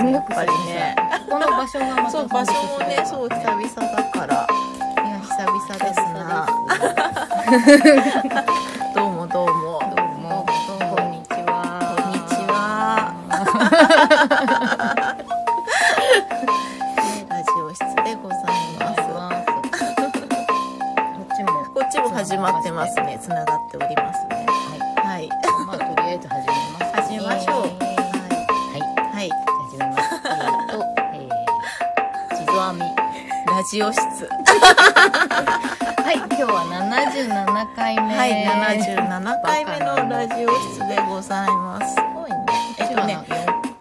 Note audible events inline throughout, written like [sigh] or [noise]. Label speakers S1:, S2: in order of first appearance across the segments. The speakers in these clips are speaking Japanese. S1: やっぱりね
S2: この場所がまた
S1: そう場所もねそう久々だから
S2: いや久々ですな
S1: どうもどうも
S2: どうもこんにち
S1: こんにち
S2: は
S1: はねラジオ室でございます
S2: こっちも
S1: こっちも始まってますねつながっておりますね
S2: は
S1: はい
S2: いまあとりあえず始めます
S1: 始めましょう
S2: は
S1: はい
S2: いじゃあ始めますえっとえー地蔵編み
S1: ラジオ室
S2: はい今日は77回目
S1: はい77回目のラジオ室でございますすごいねえっとね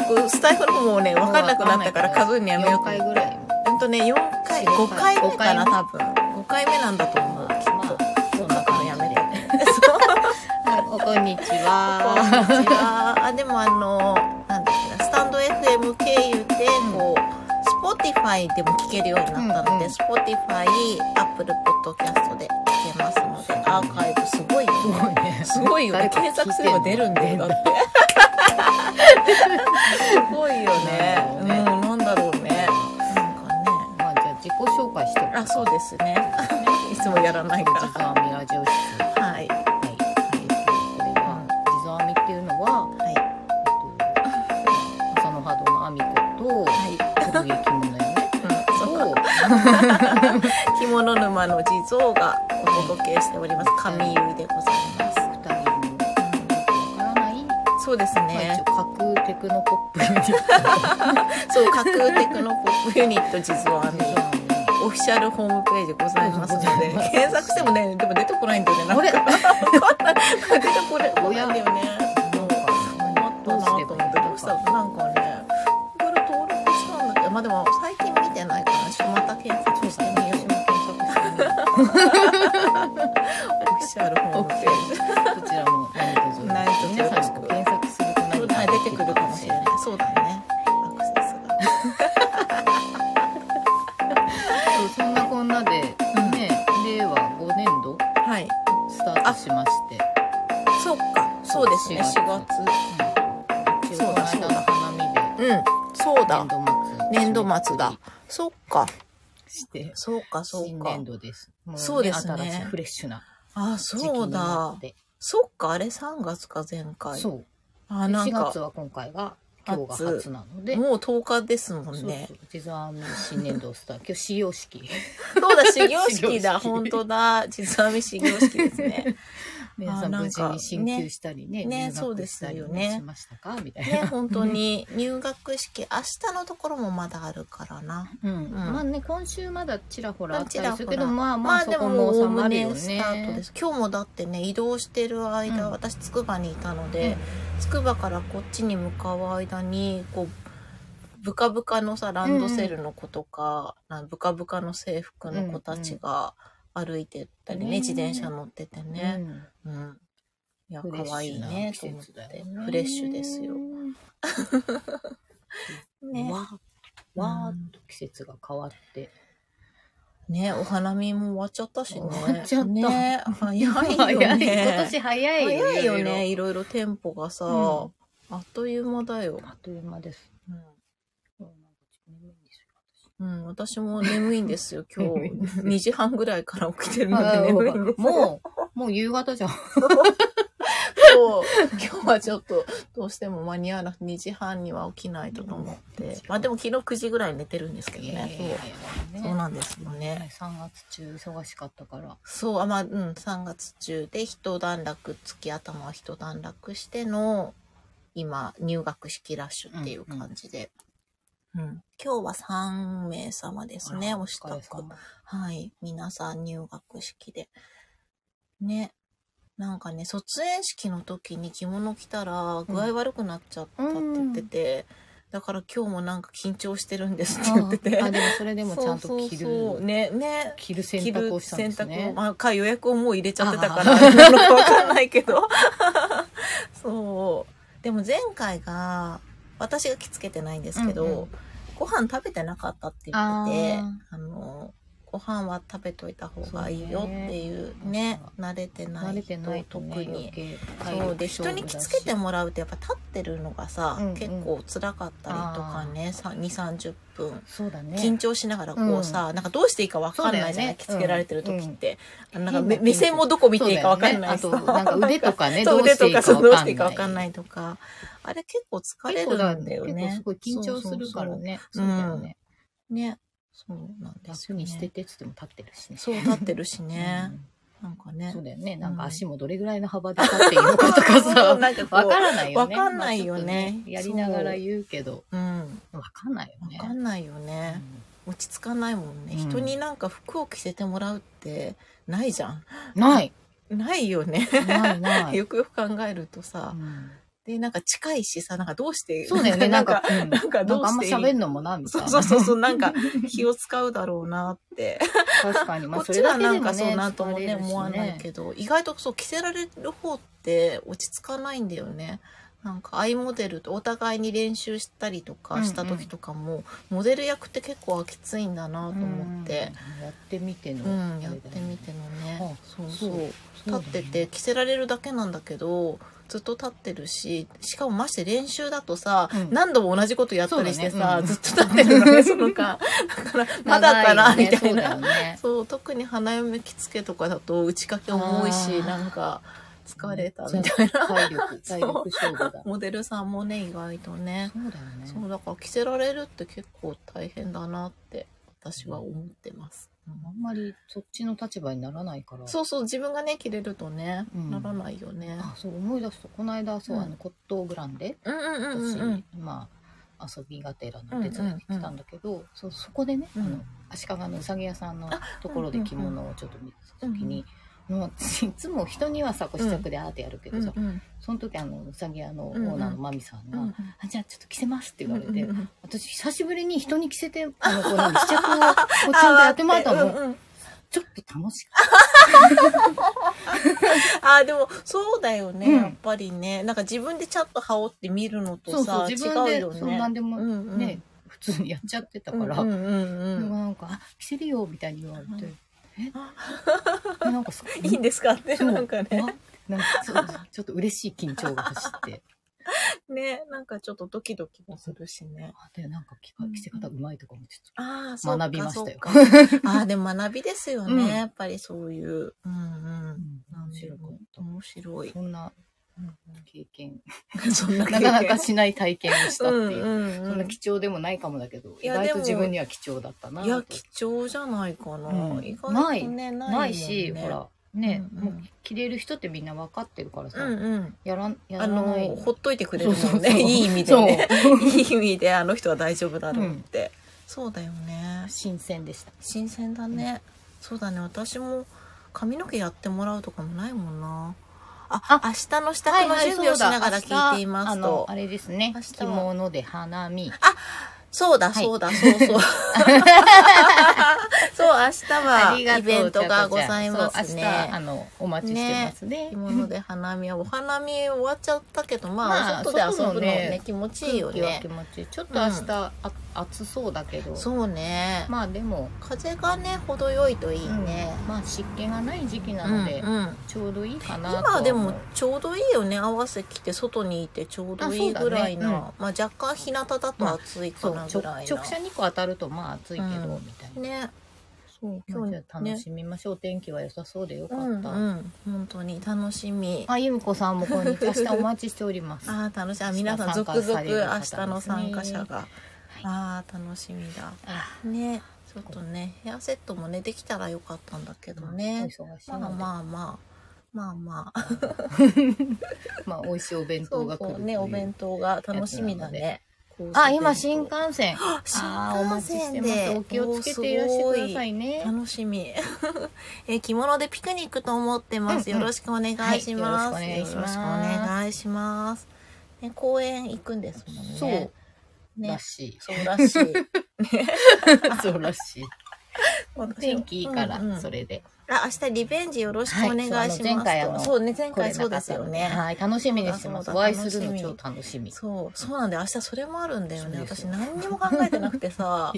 S1: こうスタイフの方もね分かんなくなったから数えるのやめ
S2: 4
S1: ようと
S2: 回ぐらい
S1: ほんとね4回
S2: 4
S1: 5回目かな
S2: 5
S1: 多分5回目なんだと思うきっ
S2: まあそんな
S1: と
S2: 感
S1: や
S2: じ
S1: め
S2: で
S1: てそう
S2: はいおこんにち
S1: こんに
S2: は
S1: ちはあでもあのなんだっけなスタンド FM 経由でこう、Spotify でも聞けるようになったので、
S2: うんうん
S1: Spotify、Apple Podcast で聞けますので、アーカイブすごいよ
S2: す
S1: ね。
S2: ごいね
S1: すごいよね。検索すれば出るんだよ、だって。すごいよね。うん、なんだろうね。なんかね。
S2: まあじゃあ自己紹介して
S1: あ、そうですね。 [laughs] いつもやらない
S2: 地
S1: か
S2: 蔵編みラジオ室はい、
S1: ら。はい。
S2: えっと、これは地蔵編みっていうのは、
S1: はい。
S2: えっと、朝の波動の編み
S1: [laughs]
S2: 子
S1: はい。
S2: と古着着物よね
S1: うん、そう
S2: と
S1: 着物沼の地蔵がお届けしております。神ゆいでございます。
S2: 二人のよくわからない、
S1: そうです
S2: まあ、
S1: ね
S2: 一。応架空テクノポップユニット
S1: そう、架空テクノポップユニット地蔵編み [laughs]
S2: 地。蔵編み
S1: オフィシャルホームページございますので、検索してもね、でも出てこないんだよね。なん
S2: あ
S1: か
S2: れ
S1: 出てこれ、こないんだ
S2: な
S1: よね。
S2: んか
S1: あったなと思って、どうしたのなんかね、いろいろ登録したんだけど、まあでも最近見てないから、ちょっとまた検索してみよう。 [laughs] オフィシャルホームページ。
S2: どちらも何とぞ
S1: 何卒
S2: 皆さんこう検索すると何か
S1: 出てくるかもしれない。そうだね。アクセスが。
S2: そうそんなこんなで、ね
S1: うん
S2: 令和5年度
S1: はい。
S2: スタートしまして、
S1: そっか。そうですね。
S2: 4
S1: 4
S2: 月
S1: 月。
S2: うん、一応この間の花見で
S1: うん。そうだ。年
S2: 年度末
S1: 度末だ。そっか。
S2: して
S1: そうか、そう
S2: 新
S1: か
S2: 年。度ですもね
S1: そうですね
S2: 新しいフレッシュな
S1: あ、
S2: 時期
S1: そう
S2: にな
S1: だ
S2: っ。て
S1: そっか、あれ3月か、前回。
S2: そう
S1: あ、
S2: で
S1: なん
S2: 4
S1: か
S2: 月、は今回が今日が初なので
S1: もう10日ですもんね
S2: そ。うそう地蔵編み新年度スタート今日始業式
S1: そうだ、始業式だ。
S2: 始業式
S1: 本当だ。実はみ始業式ですね。 [laughs]
S2: 皆さん
S1: あ
S2: 無
S1: なん
S2: 事
S1: か
S2: に進級したりね
S1: ねね
S2: 入
S1: そうで
S2: 学し
S1: す
S2: たり
S1: よね
S2: ねしましたかみたいな、
S1: ね、本当に。入学式、明日のところもまだあるからな。
S2: [laughs] うん
S1: ん
S2: まあね今週まだちらほらあったりするけ
S1: ちら
S2: ど
S1: ほら
S2: まあま
S1: ま
S2: あ
S1: あ
S2: そ
S1: で
S2: こ
S1: も
S2: も
S1: も
S2: 収
S1: う
S2: ま
S1: 無
S2: る
S1: 理
S2: よ
S1: スタートで
S2: ね
S1: す今日もだってね移動してる間、
S2: うん
S1: 私つくばにいたので、つくばからこっちに向かう間にこうブカブカのさランドセルの子とか、なんブカブカの制服の子たちが歩いてったりね、
S2: うんうん
S1: 自転車乗ってて
S2: う
S1: ね、
S2: ん
S1: うんいや
S2: フレッシュな
S1: 可愛いねと思っ
S2: 季節だ
S1: て
S2: よね
S1: フレッシュですよ。ね
S2: わわーっと季節が変わって、
S1: ねお花見も終わっちゃったしね。
S2: 終わっちゃった
S1: ね早いよね。
S2: 早い今年早いよ
S1: 早いよ
S2: いろ
S1: ね
S2: い
S1: いろいろテンポがさ、
S2: うん
S1: あっという間だよ
S2: ろ、あっという間です
S1: うん
S2: もうなんか眠いんですよ
S1: うん私も眠いんですよ今
S2: 眠い
S1: 日
S2: んですよ
S1: 2時半ぐらいから起きてるので
S2: あ
S1: [laughs] 眠いんですう
S2: もう、もう夕方じゃん。
S1: 今日今日はちょっとどうしても間に合わなくて2時半には起きないとと思って、まあでも昨日9時ぐらいに寝てるんですけど
S2: いやいやいやい
S1: ね
S2: や
S1: そうそう
S2: ね
S1: なんですよね
S2: ね3月中忙しかったから。
S1: そう、あ、まあ、うん、3月中で一段落、月頭は一段落しての、今、入学式ラッシュっていう感じで。うん、今日は3名様ですね、お支
S2: 疲れ
S1: 度。
S2: 様 [laughs]
S1: はい。皆さん入学式で。ね。なんかね、卒園式の時に着物着たら具合悪くなっちゃったって言ってて、だから今日もなんか緊張してるんですって言ってて。
S2: ああ、でもそれでもちゃんと着る。
S1: そうそうそうね、ね。
S2: 着る選択をしたんです
S1: 着る選
S2: ね
S1: 択。をあか予約をもう入れちゃってたからなのかわかんないけど [laughs] そうでも前回が私が着付けてないんですけど、
S2: うんうん
S1: ご飯食べてなかったって言っててあのご飯は食べといた方がいいよっていう
S2: そう
S1: ね
S2: ね
S1: 慣れてな
S2: 慣れ
S1: い
S2: て
S1: 人
S2: ないと、
S1: 特
S2: ね、
S1: に
S2: 余計体力
S1: そうで人
S2: 勝負
S1: に
S2: だ
S1: 着
S2: し
S1: 付けてもらうとやっぱ立ってるのがさ、
S2: うんうん
S1: 結構辛かったりとかね2 3 0分。
S2: そうだね
S1: 緊張しながらこうさ、なんかどうしていいかわかんないじゃない、
S2: そうだよね
S1: 着付けられてる時って、あのなん
S2: 変
S1: か
S2: な
S1: 目
S2: 緊張
S1: 目線もどこ見ていいかわかんない
S2: そ
S1: さ
S2: うだよねあとなんか腕とかね
S1: そ
S2: どう
S1: う腕
S2: してい
S1: と
S2: い
S1: か
S2: か
S1: そうどうしていいかわ
S2: わ
S1: か
S2: か
S1: ん
S2: ん
S1: な
S2: ないい
S1: とかあれ結構疲れ
S2: 結構だ
S1: るんだよね
S2: 結構すごい緊張するからね
S1: そ
S2: そう
S1: そうそ
S2: うだ
S1: う
S2: よね、
S1: ねそうなんです
S2: 楽
S1: よ、ね、
S2: にしててっつっても立ってるしね
S1: そう立ってるしね、なんか
S2: [laughs] うん
S1: ね
S2: そうだよねなんか足もどれぐらいの幅で立っていいのかと [laughs] か
S1: そう
S2: さ
S1: なんかこう
S2: わからないよね
S1: わかんないよ
S2: まあち
S1: ね
S2: ょっとやりながら言うけど
S1: うん
S2: わかんないよね
S1: わかんないよね、落ち着かないもんね、
S2: うん
S1: 人になんか服を着せてもらうってないじゃん
S2: うんない
S1: ないよね
S2: ないない、
S1: [laughs] よくよく考えると
S2: う
S1: さ、
S2: ん
S1: でなんか近いしさなんかどうして
S2: そうだよ [laughs] ねなんかうん
S1: なんかどう
S2: あん
S1: し
S2: ま
S1: ていい
S2: 喋んのもなみたい
S1: [laughs] そ
S2: な [laughs]
S1: うそうそうそうなんか気を使うだろうなって
S2: 確か [laughs] にま
S1: こ
S2: あ
S1: っ
S2: そ
S1: ち
S2: れだ
S1: は
S2: けで
S1: な
S2: も
S1: ん
S2: ね
S1: かそうなとも
S2: 疲れ
S1: ね
S2: るし
S1: 思わないけど意外とそう着せられる方って落ち着かないんだよねなんかアイモデルとお互いに練習したりとかした時とかも、モデル役って結構きついんだなと思って、
S2: うんやってみての、
S1: うんやってみてのね
S2: あ
S1: そう
S2: そ
S1: そうう
S2: そう
S1: 立ってて着せられるだけなんだけどずっと立ってるししかもまして練習だとさ、
S2: うん
S1: 何度も同じことやったりして
S2: そうだね
S1: さ、
S2: うん
S1: ずっと立ってるの
S2: [laughs]
S1: ねその間だからまだか
S2: 長
S1: な、み
S2: よね
S1: たい
S2: そう
S1: な
S2: だよね
S1: そう特に花嫁着付けとかだと打ち掛け重いし
S2: あー
S1: なんか疲れたみたいな
S2: 体力体力勝負だ [laughs] そ
S1: モデルさんもね意外とね
S2: うだよね
S1: そうだから着せられるって結構大変だなって私は思ってます、
S2: あんまりそっちの立場にならないから
S1: そうそう自分がね着れるとね、
S2: うん
S1: ならないよね
S2: あそう思い出すとこの間そう、
S1: うん
S2: あの骨董グランデ
S1: うんうん
S2: 私、
S1: うんうん
S2: まあ遊びがてらの手伝いに来たんだけど、そうそこでね、
S1: うん
S2: あの足利のうさぎ屋さんの
S1: あ
S2: ところで着物をちょっと見てた時に、もう私いつも人にはさこう試着であーってやるけどさ、
S1: うん
S2: その時あのうさぎ屋のオ
S1: うんうん
S2: ーナーのマミさんが「
S1: うん
S2: あじゃあちょっと着せます」って言われて、
S1: うんうんうん
S2: 私久しぶりに人に着せてあのこう何試着をこうちゃんとやってもらったの、
S1: あーうんうん
S2: ちょっと楽しかっ
S1: あーでもそうだよね、
S2: うん
S1: やっぱりねなんか自分でちゃんと羽織って見るの
S2: た
S1: とさ
S2: 自分で
S1: 違うよね
S2: そう何でもね、
S1: うんうん
S2: 普通にやっちゃってたから、
S1: うんうんうんうん
S2: なんか「あ着せるよ」みたいに言われて
S1: うん
S2: 「えなんかそ
S1: [laughs] いいんですかって、
S2: そう
S1: なんかね。
S2: あなんかそうちょっと嬉しい緊張が走
S1: [laughs]
S2: って
S1: ね、なんかちょっとドキドキもするしね。
S2: あでなんか着か着せ方うまいとかもちょっと
S1: ああ、そうか。
S2: 学びました [laughs] よ
S1: そうかああ、でも学びですよね。
S2: うん
S1: やっぱりそういう。うんうん。
S2: 面白かった、
S1: 面白
S2: [laughs]
S1: い。
S2: そんな経験
S1: そんな
S2: なかなかしない体験をしたっていう。
S1: うん
S2: [laughs] そ
S1: うんんう
S2: なん貴重でもないかもだけど、意
S1: いや
S2: 外
S1: で
S2: と
S1: も
S2: 自分には貴重だったなと。
S1: いや、貴重じゃないかな。
S2: うん
S1: 意外とね、ないよね。
S2: ないし、ほら、ね、
S1: うんうん
S2: もう着れる人ってみんな分かってるからさ、
S1: うんうん。
S2: やらん、やら
S1: あ
S2: な
S1: の、
S2: い。
S1: ほっといてくれる
S2: そうそ
S1: もん
S2: うそう
S1: ね。 [laughs] いい意味でね。
S2: そう。
S1: いい意味で、あの人は大丈夫だろうって。そうだよね。
S2: [laughs] 新鮮でした。
S1: 新鮮だね、そうだね私も髪の毛やってもらうとかもないもんなあ
S2: あ
S1: 明日の支度の準備をしながら聞いていま
S2: あ
S1: す
S2: の
S1: と、、
S2: あれですね
S1: 明。日
S2: 着
S1: は
S2: 物で花見。
S1: そうだ
S2: はい
S1: そうだ、そう
S2: [laughs]
S1: そうそう
S2: あり
S1: 明日
S2: が
S1: は
S2: とう
S1: イベントがございま
S2: そう
S1: す
S2: 明日、あ
S1: ね
S2: の、お待ちしてますね。
S1: 着物で花
S2: [laughs]
S1: 見はお花見終わっちゃったけどまあ、
S2: まあ
S1: 外で遊ぶの
S2: 外の
S1: ね
S2: ね
S1: 気持ち
S2: 空
S1: い
S2: 気
S1: いよ
S2: は
S1: ね
S2: 気持ちいい。ちょっと明日、あ暑そうだけど、
S1: そうね、
S2: まあでも、
S1: 風がね程よいといいね、
S2: うんまあ湿気がない時期なので、
S1: うんうん
S2: ちょうどいいかなとは思う
S1: 今でもちょうどいいよね合わせ着て外にいてちょうどいいぐらいな、
S2: あそうだね
S1: まあ、若干日向だと暑い
S2: そ
S1: か
S2: う
S1: な
S2: 直
S1: ぐらいな
S2: 直射日光当たるとまあ暑いけど、
S1: うん
S2: みたいな。
S1: ねそう
S2: 今
S1: 今
S2: 日
S1: 日
S2: じゃあ楽しみましょう、天気は良さそうでよか
S1: う
S2: った、
S1: んうん本当に楽しみあ
S2: あゆみこさんもこんにちは明日お待ちしております
S1: あー楽しみあ皆さん
S2: 参
S1: 続
S2: 加
S1: 々
S2: される方
S1: 明
S2: ですね
S1: 日の参加者が、
S2: い
S1: ああ楽しみだ
S2: あ
S1: ねちょっとねヘアセットもねできたらよかったんだけど
S2: お
S1: ね、
S2: 忙しいので、
S1: まあまあまあまあまあ
S2: まあ美味しいお弁当
S1: そう
S2: が来る
S1: そ
S2: と
S1: う
S2: いう
S1: ねお弁当が楽しみだね
S2: あ今新
S1: 新
S2: 幹線ああーお
S1: 幹
S2: 待ちし
S1: 線
S2: てます
S1: で
S2: お気をつけていらしてくださいね
S1: 楽しみ。 [laughs] え着物でピクニックと思ってます。
S2: うんうん
S1: よろしくお願いします。
S2: はいよろしくお願いします
S1: よろくお願いします。ね公園行くんですもんね。
S2: そう、
S1: ね
S2: ら。しい [laughs]
S1: [laughs] そうらしい。 [laughs]
S2: そうらしい
S1: 私は
S2: 天気いいから、
S1: うんうん
S2: それで。
S1: あ、明日リベンジよろしくお願いし
S2: はい
S1: ま
S2: そうあ
S1: す
S2: の。前回あの
S1: そうね、前
S2: これ
S1: 回そうですよね。
S2: はい、楽しみにしてます。
S1: あそう
S2: お
S1: だ
S2: 会いする
S1: 楽
S2: の
S1: しみ
S2: 超楽しみ。
S1: そう、そうなんだよ。明日それもあるんだよね。
S2: そうです
S1: 私
S2: よ
S1: 何にも考えてなく
S2: [laughs]
S1: てさ。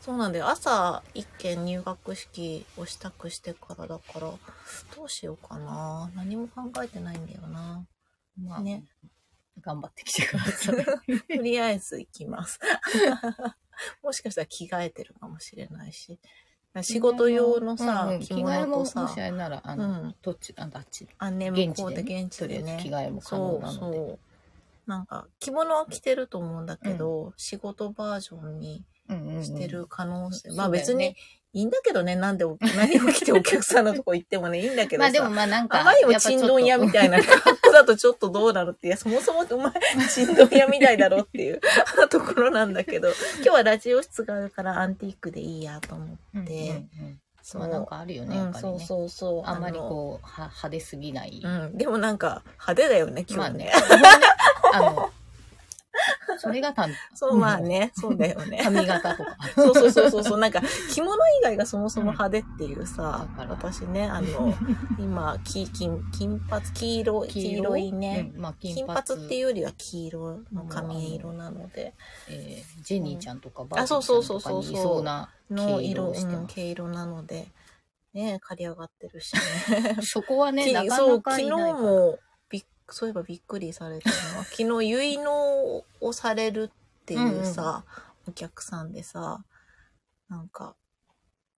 S1: そうなんだよ。朝一件入学式を支度してからだから、どうしようかな。何も考えてないんだよ
S2: [laughs]
S1: な。
S2: まあ、
S1: ね
S2: 頑張ってきてください。
S1: とりあえず行きます。 [laughs] もしかしたら着替えてるかもしれないし。 [laughs] 仕事用のさ、
S2: うんうん
S1: 着
S2: 着替え
S1: 物
S2: も
S1: と
S2: も
S1: さ
S2: し、あれなら、あ
S1: う
S2: の、
S1: ん、
S2: どっち、あのあっち、
S1: あんね向
S2: 現
S1: こ
S2: 地
S1: う
S2: で
S1: で
S2: ね、
S1: 現地で
S2: とりあえず着
S1: ね。
S2: 替えも可能
S1: そう
S2: なので。
S1: そう。なんか着物は着てると思うんだけど、仕事バージョンに
S2: うんうんうん
S1: してる可能性、
S2: うん
S1: まあ
S2: そうだよ
S1: 別
S2: ね
S1: にいいんだけどね何
S2: [laughs]
S1: でお何を着てお客さんのとこ行ってもねいいんだけど
S2: ま
S1: さ、
S2: あでもまあなんか、
S1: あまりにもちんどん屋みたいな格好だとちょっとどうなるって、いや、そもそもお前、ちんどん屋みたいだろっていう [laughs] ところなんだけど、今日はラジオ室があるからアンティークでいいやと思
S2: やっぱちょっと。
S1: って、
S2: うんうんうん
S1: そう
S2: まあなんかあるよね、
S1: う
S2: や
S1: ん
S2: っぱり
S1: そう
S2: ね。
S1: そうそう。
S2: あんまり
S1: の
S2: こう、は派手すぎない。
S1: うん、でもなんか派手だよね、今
S2: まあ
S1: 日
S2: ね
S1: ね。、
S2: [laughs] あの、それが単
S1: [laughs] そう、まあね、そうだ
S2: [laughs]
S1: よね。
S2: 髪型とか。
S1: そうそうそうそうそう、なんか着物以外がそもそも派手っていうさ、
S2: うんだから
S1: 私ね、あ [laughs] の、今、き金、金髪、黄色い、 [laughs] 黄色いね。
S2: うんまあ金
S1: 金
S2: 髪
S1: 髪っていうよりは黄色の髪色なので、
S2: えージェニーちゃんとかバービ
S1: あ
S2: ーちゃ
S1: そ
S2: ん
S1: うそうそ
S2: と
S1: う
S2: か
S1: そう
S2: にいそうな、
S1: の
S2: 黄色
S1: 色、
S2: をしてます
S1: うん毛色なので、ね、刈り上がってるし
S2: そこは
S1: ね。 [laughs]
S2: ね、な
S1: き
S2: か
S1: そう
S2: な、
S1: 昨
S2: かい
S1: 日
S2: ないから。
S1: もびっ、そういえばびっくりさ
S2: [laughs]
S1: れたのは、昨日結納をされるっていうさ、お客さんでさ、なんか、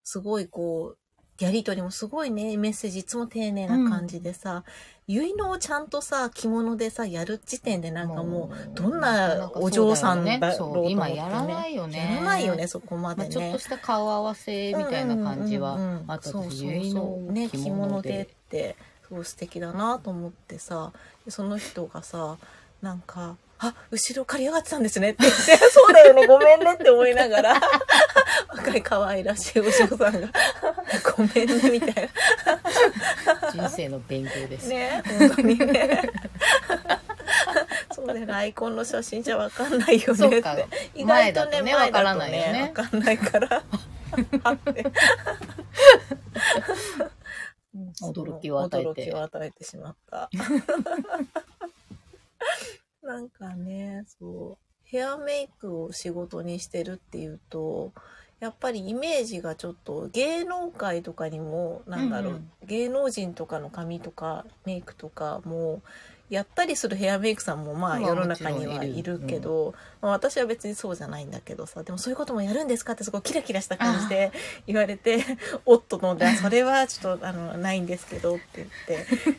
S1: すごいこう、やりとりもすごいね、メッセージいつも丁寧な感じでさ、結納をちゃんとさ、着物でさ、やる時点でなんかもう、どんなお嬢さんだろうと
S2: そう
S1: 思ってね
S2: 今やらないよね。
S1: やらないよね、。そこ
S2: ま
S1: まで
S2: あ、
S1: ね。
S2: ちょっとした顔合わせみたいな感じ
S1: うんうん
S2: は
S1: うんう、ん
S2: あと
S1: そうそう
S2: 私、
S1: そう
S2: ゆいの
S1: ね
S2: 着
S1: 着物
S2: 物
S1: で
S2: で。
S1: ってすごい素敵だなと思ってさでその人がさなんか「あ後ろ借り上がってたんですね」って言って「そうだよねごめんね」って思いながら若い可愛らしいお嬢さんが「ごめんね」みたいな
S2: 人生の勉強です。
S1: ね本当にねそうね大根の写真じゃわかんないよ
S2: そ
S1: ね
S2: う
S1: っ
S2: か
S1: て。意
S2: 前だ
S1: 外と
S2: と
S1: ね
S2: ね
S1: 前だ
S2: わからないよね
S1: わかんないからあって
S2: [laughs] 驚きを与え
S1: 驚き
S2: て
S1: を。与えてしまった。 [laughs] なんかね、そう、ヘアメイクを仕事にしてるっていうと、やっぱりイメージがちょっと芸能界とかにも、なんだろう、
S2: うんうん
S1: 芸能人とかの髪とかメイクとかも、やったりするヘアメイクさんもま
S2: まあ
S1: あ世の中に
S2: も
S1: は
S2: ちろんいる
S1: いるけど、まあ私は別にそうじゃないんだけどさ、でもそういうこともやるんですかってすごいキラキラした感じで言われて、おっとので、あそれはちょっとあのないんですけどって言っ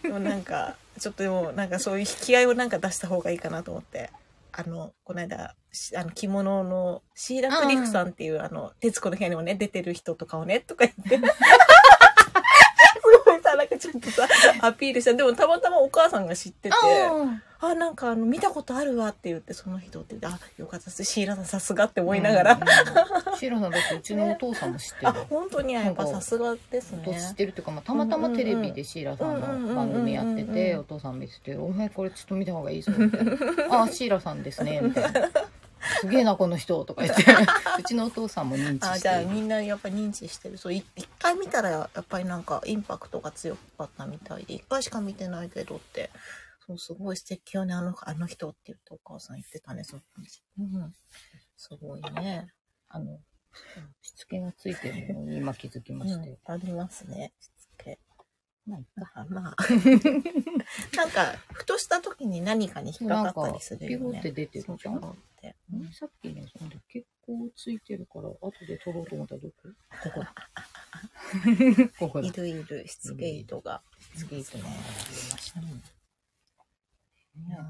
S1: て、でもなんか、ちょっとでもなんかそういう引き合いをなんか出した方がいいかなと思って、あの、この間、しあの着物のシーラ・クリフさんっていう、あの、徹子の部屋にもね、出てる人とかをね、 [laughs] とか言って。すごいさ、なんかちょっとさ、アピールした。でもたまたまお母さんが知ってて、あ、なんかあの、見たことあるわって言って、その人って言って、あ、よかったです。シーラさんさすがって思いながら。
S2: ら。シロさんだってうちのお父さんも知って
S1: [laughs] あ、
S2: る。
S1: 本当に、あやっぱさすがですね。
S2: 知ってるっていうか、まあ、たまたまテレビでシーラさんの番組やって
S1: うんうんうんうんうんうん
S2: てお父さん見てて「お前これちょっと見た方がいいぞ」みたいな「ああ
S1: [laughs]
S2: シーラさんですね」みたいな「すげえなこの人」とか言ってうちのお父さんも認知
S1: あ
S2: し
S1: じゃあ
S2: てる
S1: みんなやっぱ認知してるそうい一回見たらやっぱりなんかインパクトが強かったみたいで一回しか見てないけどってそうすごい素敵よねあのあの人って言ってお母さん言ってたねそう、うん、すごいね、
S2: あのしつけがついてるのに今気づき
S1: う
S2: まして
S1: ん、ありますねしつけ
S2: まあいっか
S1: あ [laughs] まあなんかふとした時に何かに引っ
S2: なん
S1: か
S2: か
S1: かったりする
S2: ピ
S1: よ
S2: ロ
S1: ね
S2: って出てる
S1: そう
S2: じ
S1: そ
S2: ゃ
S1: うんって
S2: さっきねそんで結構ついてるから後で取ろうと思ったらどこここだ
S1: [laughs]
S2: ここだ
S1: いるいるしつけ糸が、
S2: つけいとねましたねいやー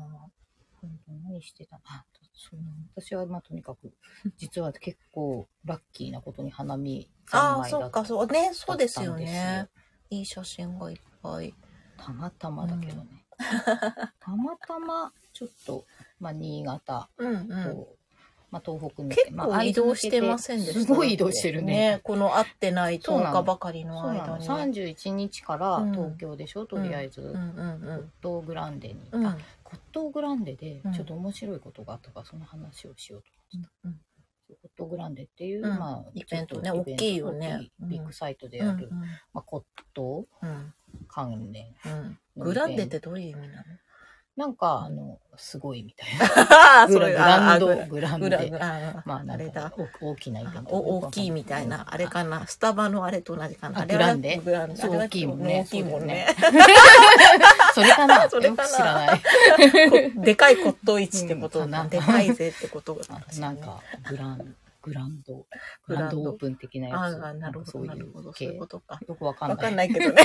S2: 本当何してたあそう私はまあとにかく実は結構ラッキーなことに花見
S1: あ
S2: 三
S1: あ
S2: 昧
S1: そ
S2: だ
S1: う
S2: った
S1: かそうねそうですよ
S2: だったん
S1: ねいい写真がいっぱい
S2: たまたまだけどね、 [laughs]
S1: [laughs]
S2: たまたまちょっと、まあ、新潟
S1: うん
S2: と、まあ、東北に
S1: 結構移動してませんでした
S2: すごい移動してるね
S1: この会ってない
S2: そうな
S1: 10
S2: の
S1: 日ばかりの
S2: そうな
S1: 間
S2: の
S1: に。
S2: 31日から東京でしょ、とりあえず、
S1: うんうん
S2: コットーグランデに、
S1: うん。
S2: あコットーグランデで
S1: うん
S2: ちょっと面白いことがあったからその話をしようと思ってた、
S1: うん
S2: コットーグランデっていう、
S1: うん
S2: まあ、
S1: イベントね
S2: ちょっと
S1: 大きいよね
S2: 大きいビッグサイトで
S1: うん
S2: ある、まあ、骨董
S1: うん
S2: 関連。
S1: うんグランデってどういう意味な
S2: なんか、あの、すごいみたいな。
S1: の
S2: グラグランド
S1: [laughs] ああ、
S2: グラン
S1: グ
S2: デ。
S1: ラグラ
S2: まあ、な
S1: あ
S2: ん
S1: れ
S2: か
S1: だ
S2: お大きなイベント
S1: あ。お大きいみたいなあれ
S2: な。
S1: かなスタバのあれと同じかな
S2: あ
S1: あれ
S2: グ
S1: は
S2: ランデ
S1: グランデ
S2: そう
S1: あれは
S2: 大きいもんね
S1: 大きいもんね
S2: それかな
S1: [laughs] それかな
S2: よく知らない。
S1: こ
S2: [laughs]
S1: でかい骨董市ってこと
S2: うんかな
S1: なでかいぜってこと
S2: あ
S1: だ
S2: なんか、グラン、グランド、グ
S1: グ
S2: ラ
S1: ラ
S2: ン
S1: ン
S2: ド
S1: ド
S2: オープン的な
S1: ああ
S2: やつ。
S1: なるほど
S2: な
S1: なん
S2: か
S1: るほど
S2: そ
S1: そ
S2: う
S1: うい
S2: いうう系。
S1: ことか
S2: よくわかんな
S1: わ
S2: い。
S1: かんない
S2: [laughs]
S1: けどね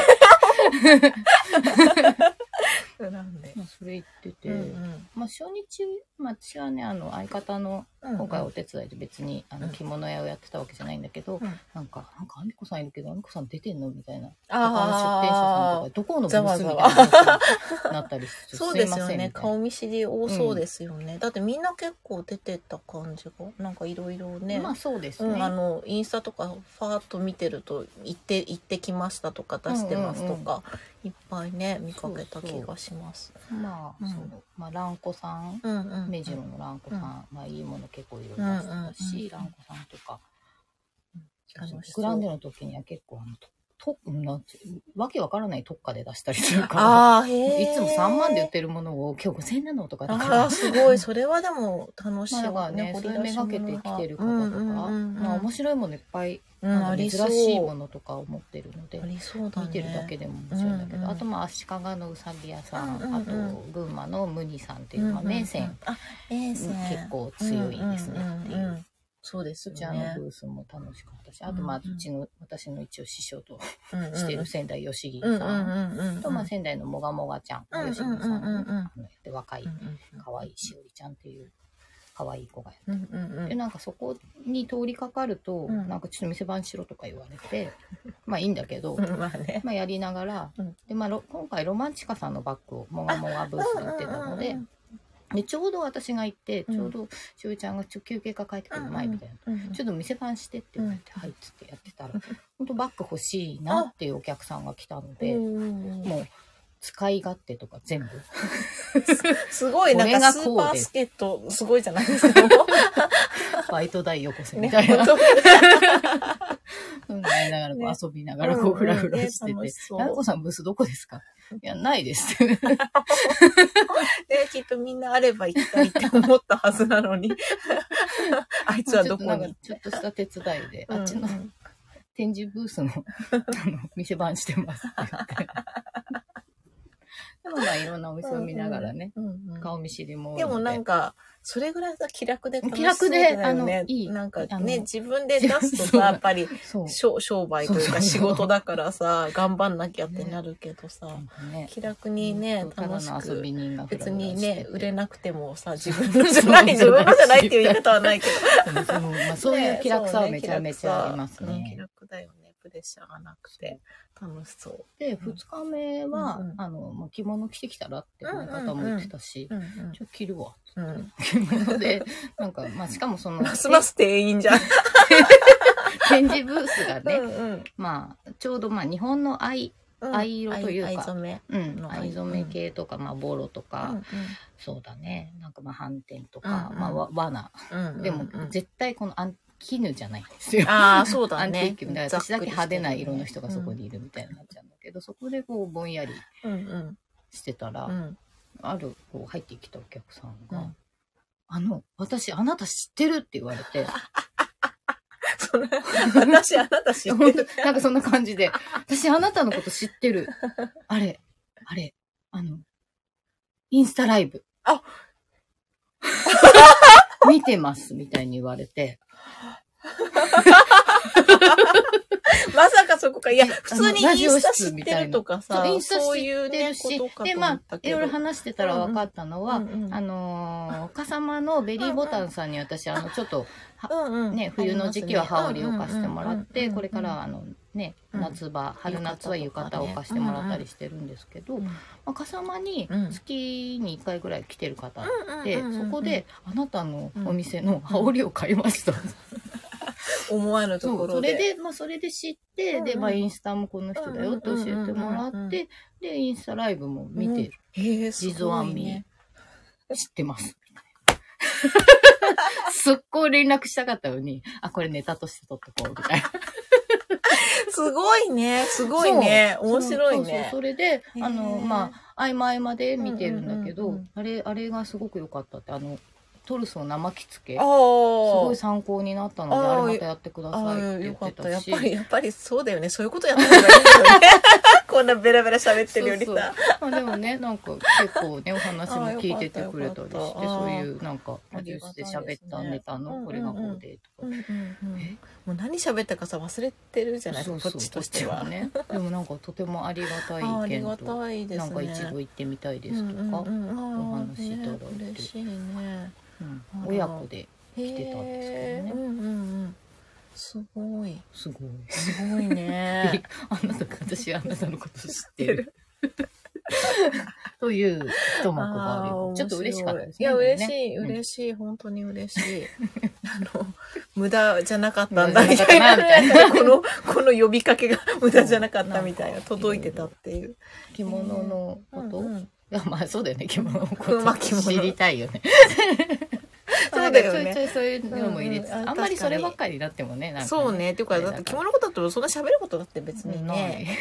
S1: グランデ
S2: まあそれ言ってて、
S1: うん
S2: まあ、初日、まあ、私はね、あの、相方の、
S1: うん
S2: 今回お手伝いで別に、あ
S1: う
S2: の、
S1: ん
S2: 着物屋をやってたわけじゃないんだけど、
S1: うん
S2: なんか、なんか、アミコさんいるけど、アミコさん出てんのみたいな。他の出店者さん
S1: あ
S2: と
S1: あ
S2: か、どこのブー
S1: ざわ
S2: スみ
S1: ざ
S2: たい
S1: わ
S2: な、なったりして、
S1: [laughs] そう
S2: すい
S1: で
S2: ますせんみ
S1: よ
S2: たい
S1: ね
S2: な
S1: 顔見知り多そうですよね、だってみんな結構出てった感じがなんかいろいろね、
S2: まあ、そうです
S1: う
S2: ね。
S1: ん、あのインスタとかファーッと見てると「行って行ってきました」とか「出してます」とか、いっぱいね見かけた気がします。
S2: まあ、
S1: うん
S2: その、まあ、蘭子さん、
S1: うんうんうん
S2: 目白の蘭子さん、まあ、いいもの結構いろいろ出してた
S1: うんうんう
S2: し、
S1: ん
S2: 蘭子さんとか、
S1: 楽しそ
S2: グ
S1: う
S2: ランデの時には結構、あの、と、となんて、わけわからない特価で出したりするから、
S1: あーへ
S2: い
S1: ー
S2: つも3万で売ってるものを今日5000円なのとかだから、
S1: あーすごいそれはでも楽しい
S2: まあ、だから
S1: わ
S2: ね、
S1: 掘
S2: そ
S1: り
S2: れ
S1: 出
S2: め
S1: し物
S2: が
S1: が
S2: けてきてる方とか、
S1: うんうんうんうん
S2: まあ面白いものいっぱい、
S1: うん
S2: な
S1: あ
S2: ん
S1: り
S2: か
S1: そう
S2: 珍しいものとかを持ってるので
S1: あ、りそうだね
S2: 見てるだけでも面白いんだけど、
S1: うんうん
S2: あとまあ足利のうさぎ屋さん、
S1: うんうんうん
S2: あと群馬のムニさんっていう、まあ、名
S1: う
S2: 船
S1: ん、あ名
S2: 結
S1: 船
S2: 構強いですねっていう。
S1: うんうんうんそうです
S2: そ
S1: よ
S2: ちらの
S1: ね
S2: ブースも楽しかったし、あとまあ、
S1: うんうん
S2: うちの、私の一応師匠と
S1: うんうん
S2: してる仙台吉木
S1: うんうんう
S2: さん、
S1: んうんうん
S2: とまあ仙台のもがもがちゃん、
S1: うん
S2: 吉木さん、
S1: うんうんうんうん
S2: あので若い
S1: うんうん
S2: 可愛いしおりちゃんっていう可愛い子がやっ
S1: うんうんうん
S2: て、なんかそこに通りかかると、
S1: うん
S2: なんかちょっと店番しろとか言われ
S1: [laughs]
S2: て、まあいいんだけど、
S1: うんまあね
S2: まあやりながら、
S1: うん
S2: でまあロ今回ロマンチカさんのバッグをもがもがブースに売ってたので、
S1: うん
S2: でちょうど私が行って、
S1: うん
S2: ちょうどしおりちゃんがちょ休憩から帰ってくる前みたいな。
S1: うんうんうん
S2: ちょっと店番してって言われて、
S1: うん
S2: はいっつってやってたら、ほんとバッグ欲しいなっていうお客さんが来たので、
S1: うん
S2: もう使い勝手とか
S1: [laughs]
S2: 全部。
S1: すごい、
S2: こ
S1: な
S2: れ
S1: ん
S2: がこう
S1: かス
S2: で
S1: ーパースケット、すごいじゃないですか。
S2: バイト代よこせみ
S1: ね、
S2: たいな。
S1: 本当
S2: うんやりながらこ
S1: ね
S2: う遊びながらこうフラフラしてて、
S1: うんうんね楽しそう
S2: なるこさんブースどこですかいや、ないですって。
S1: で、きっとみんなあれば行きたいって思ったはずな
S2: [laughs]
S1: のに。あ [laughs] いつは
S2: ちょ
S1: ど
S2: っと
S1: こ
S2: なんか
S1: に。
S2: ちょっとした手伝いで、あっち
S1: う
S2: の
S1: ん
S2: 展示ブー
S1: [laughs]
S2: スのあの店番してますって言って。でもまあいろんなお店を見ながらね、
S1: うんうん
S2: 顔見知りも多い
S1: で
S2: の
S1: もなんか、それぐらいさ、気楽で楽しそうだよ
S2: 気楽
S1: ね。
S2: であのいい
S1: なんか
S2: あの
S1: ね、自分で出す
S2: そ
S1: と
S2: う
S1: さ、やっぱり、
S2: そう。
S1: 商商売という
S2: そう
S1: か
S2: そうそ
S1: 仕
S2: う
S1: 事だからさ、頑張んなきゃってなるけどさ、
S2: ね、
S1: 気楽にね、
S2: 本当ただ
S1: 楽し
S2: の遊
S1: く
S2: び人がフラフ
S1: 別
S2: ラ
S1: に
S2: して
S1: ね
S2: て、
S1: 売れなくてもさ、自分のじゃない、自分のじゃないっていう言い方はないけど。
S2: そうまあ、そういう気楽さはめちゃめちゃあります
S1: そう気
S2: ね。
S1: 楽だよね。プレッシャーがなくて、楽しそう。
S2: で、2日目は、
S1: うんうん
S2: あの、もう着物着てきたらってこの方も言ってたし、
S1: うん
S2: ちょ、着るわ。
S1: うん。うん。
S2: 着物で、 [laughs] なんか、まあ、しかもその、
S1: ますます店員じゃん。
S2: 展示ブースがね、
S1: ん
S2: まあ、ちょうどまあ、日本の藍、
S1: う
S2: 藍色というか
S1: 藍藍染め。
S2: うん、
S1: の
S2: 藍染め系とか、まあ、ボロとか、
S1: う
S2: そうだね、なんかまあ、斑点とか、
S1: うんうん
S2: まあ、わ罠。
S1: んうん
S2: でも、
S1: うん
S2: 絶対このアン、絹じゃないんですよ。
S1: ああ、そう
S2: ア
S1: だ
S2: ンティ
S1: ね
S2: ー。クみたいな私だけ派手な色の人がそこ
S1: い
S2: にいるみたいになっちゃうんだけど、そこでこうぼんやり
S1: うんうん
S2: してたら、
S1: うん。
S2: あるこう入ってきたお客さんが「
S1: うん
S2: あの私あなた知ってる」って言われ
S1: [laughs]
S2: て
S1: それ、私、あなた知って
S2: 本当
S1: る。
S2: なんかそんな感じで「私あなたのこと知ってる」あれあれあのインスタライブ
S1: あ
S2: 見てますみたいに言われて
S1: まさかそこか。いや、
S2: え
S1: 普通に
S2: あのラ
S1: イ
S2: ジ
S1: ン
S2: オ
S1: スタ
S2: 室
S1: 知っ
S2: み
S1: て
S2: たいな
S1: るとか
S2: そ
S1: さ
S2: う、インスタ
S1: そう
S2: 知
S1: いう
S2: って
S1: ね
S2: る、
S1: こ
S2: し
S1: とか
S2: で
S1: と
S2: ま
S1: 思
S2: あ
S1: ったけ
S2: い
S1: ど。
S2: ろいろ話してたら分かったのは、
S1: うんうん
S2: あのー、かさまのベリーボタンさんに私、あの、ちょっと、
S1: うんうん
S2: ね、冬の時期は羽織を貸してもらって、これから
S1: は
S2: は、あの、ね、
S1: うん
S2: 夏場、春夏は浴
S1: 浴衣と
S2: 衣を
S1: かね
S2: 貸してもらったりしてるんですけど、
S1: うん
S2: まあ、かさまに
S1: うん
S2: 月に1回ぐらい来てる方で、そこ
S1: で
S2: で、あなたのお店の羽織を買いました。
S1: 思わぬと
S2: そ
S1: こ
S2: う、そ
S1: ろ
S2: れ
S1: で。
S2: で、まあ、それで知って、
S1: うんうん
S2: で、まあ、インスタもこの人だよって教えてもらって、
S1: うんうんうんうんうんうん
S2: で、インスタライブも見てる。
S1: へえす
S2: 地蔵
S1: ご
S2: 編
S1: い
S2: み、
S1: ね。
S2: [laughs] 知ってます。速攻連絡したかったのに、あ、これネタとして撮っとこう、みたいな。
S1: すごいね。すごいね。面白い
S2: そうそう
S1: ね。
S2: それで、あの、
S1: へー
S2: まあ、合間合間で見てるんだけど、
S1: うんうんうんうん
S2: あれ、あれがすごく良かったって、あの、トルソー生着付け。
S1: あ
S2: す
S1: あ。
S2: ごい参考になったので、
S1: あ
S2: あ
S1: ー
S2: れまたやってくだ
S1: あ
S2: さ
S1: あ
S2: いって言
S1: よ
S2: っ
S1: かってた。
S2: た
S1: やっ
S2: し。
S1: ぱり、やっぱりそうだよね。そういうことやった方がいいよ
S2: [laughs]
S1: ね。こんなベラベラ喋ってるよりさ。
S2: まあでもね、なんか結構ね、お話も聞いててくれたり
S1: あー
S2: し、
S1: よかってた
S2: そういうなんか、
S1: あ
S2: ア
S1: り
S2: デュ
S1: が
S2: ー
S1: たい
S2: ス
S1: で
S2: です
S1: ね
S2: 喋ったネタ
S1: うんうんう
S2: の、
S1: ん
S2: これがこうでとか。
S1: うんうんうん
S2: え
S1: もう何喋ったかさ、忘れてるじゃない
S2: そうそ
S1: こっ
S2: う
S1: ちとして
S2: こ
S1: は。
S2: っちね。でもなんかとてもありがたい
S1: あああ
S2: 意
S1: り
S2: 見
S1: が
S2: と、
S1: たいですね。
S2: なんか一度行ってみたいですとか
S1: う、んうんうん、
S2: お話しいただいて
S1: ああね嬉しいね。
S2: うん
S1: あら
S2: 親子で、
S1: 来
S2: てたんですけどね
S1: うんうんうん。すごい。
S2: すごい。
S1: すごいね。
S2: あなた、私、あなたのこと知ってる。 [laughs] という一幕があるよ。ちょっと嬉しかったですね。
S1: あー面白いいや、嬉し
S2: で
S1: い、
S2: もね
S1: 嬉しい、本当に
S2: [laughs]
S1: 嬉しい。あの、無駄じゃなかったん
S2: 無
S1: だ、
S2: 駄
S1: み
S2: じゃ
S1: たいな。
S2: なかったなみたいな
S1: この、この呼びかけが無駄じゃなかったみたいな、
S2: そうなんか
S1: 届いてたっていう。
S2: うん着物のこ
S1: うん
S2: と、
S1: うん
S2: いやまあそうだよね着物のこ
S1: うんまあ着
S2: と
S1: 物
S2: 知りたいよね
S1: [laughs] そうだよね
S2: なんかちょいちょいそういうのも入れつつ、
S1: うんうんあ
S2: あんま
S1: 確か
S2: り
S1: に
S2: そればっかりになってもねなんか
S1: そうね。っていうか、
S2: あれ
S1: だっ
S2: から
S1: て着物のことだとそんな喋ることだって別に
S2: ない
S1: ね。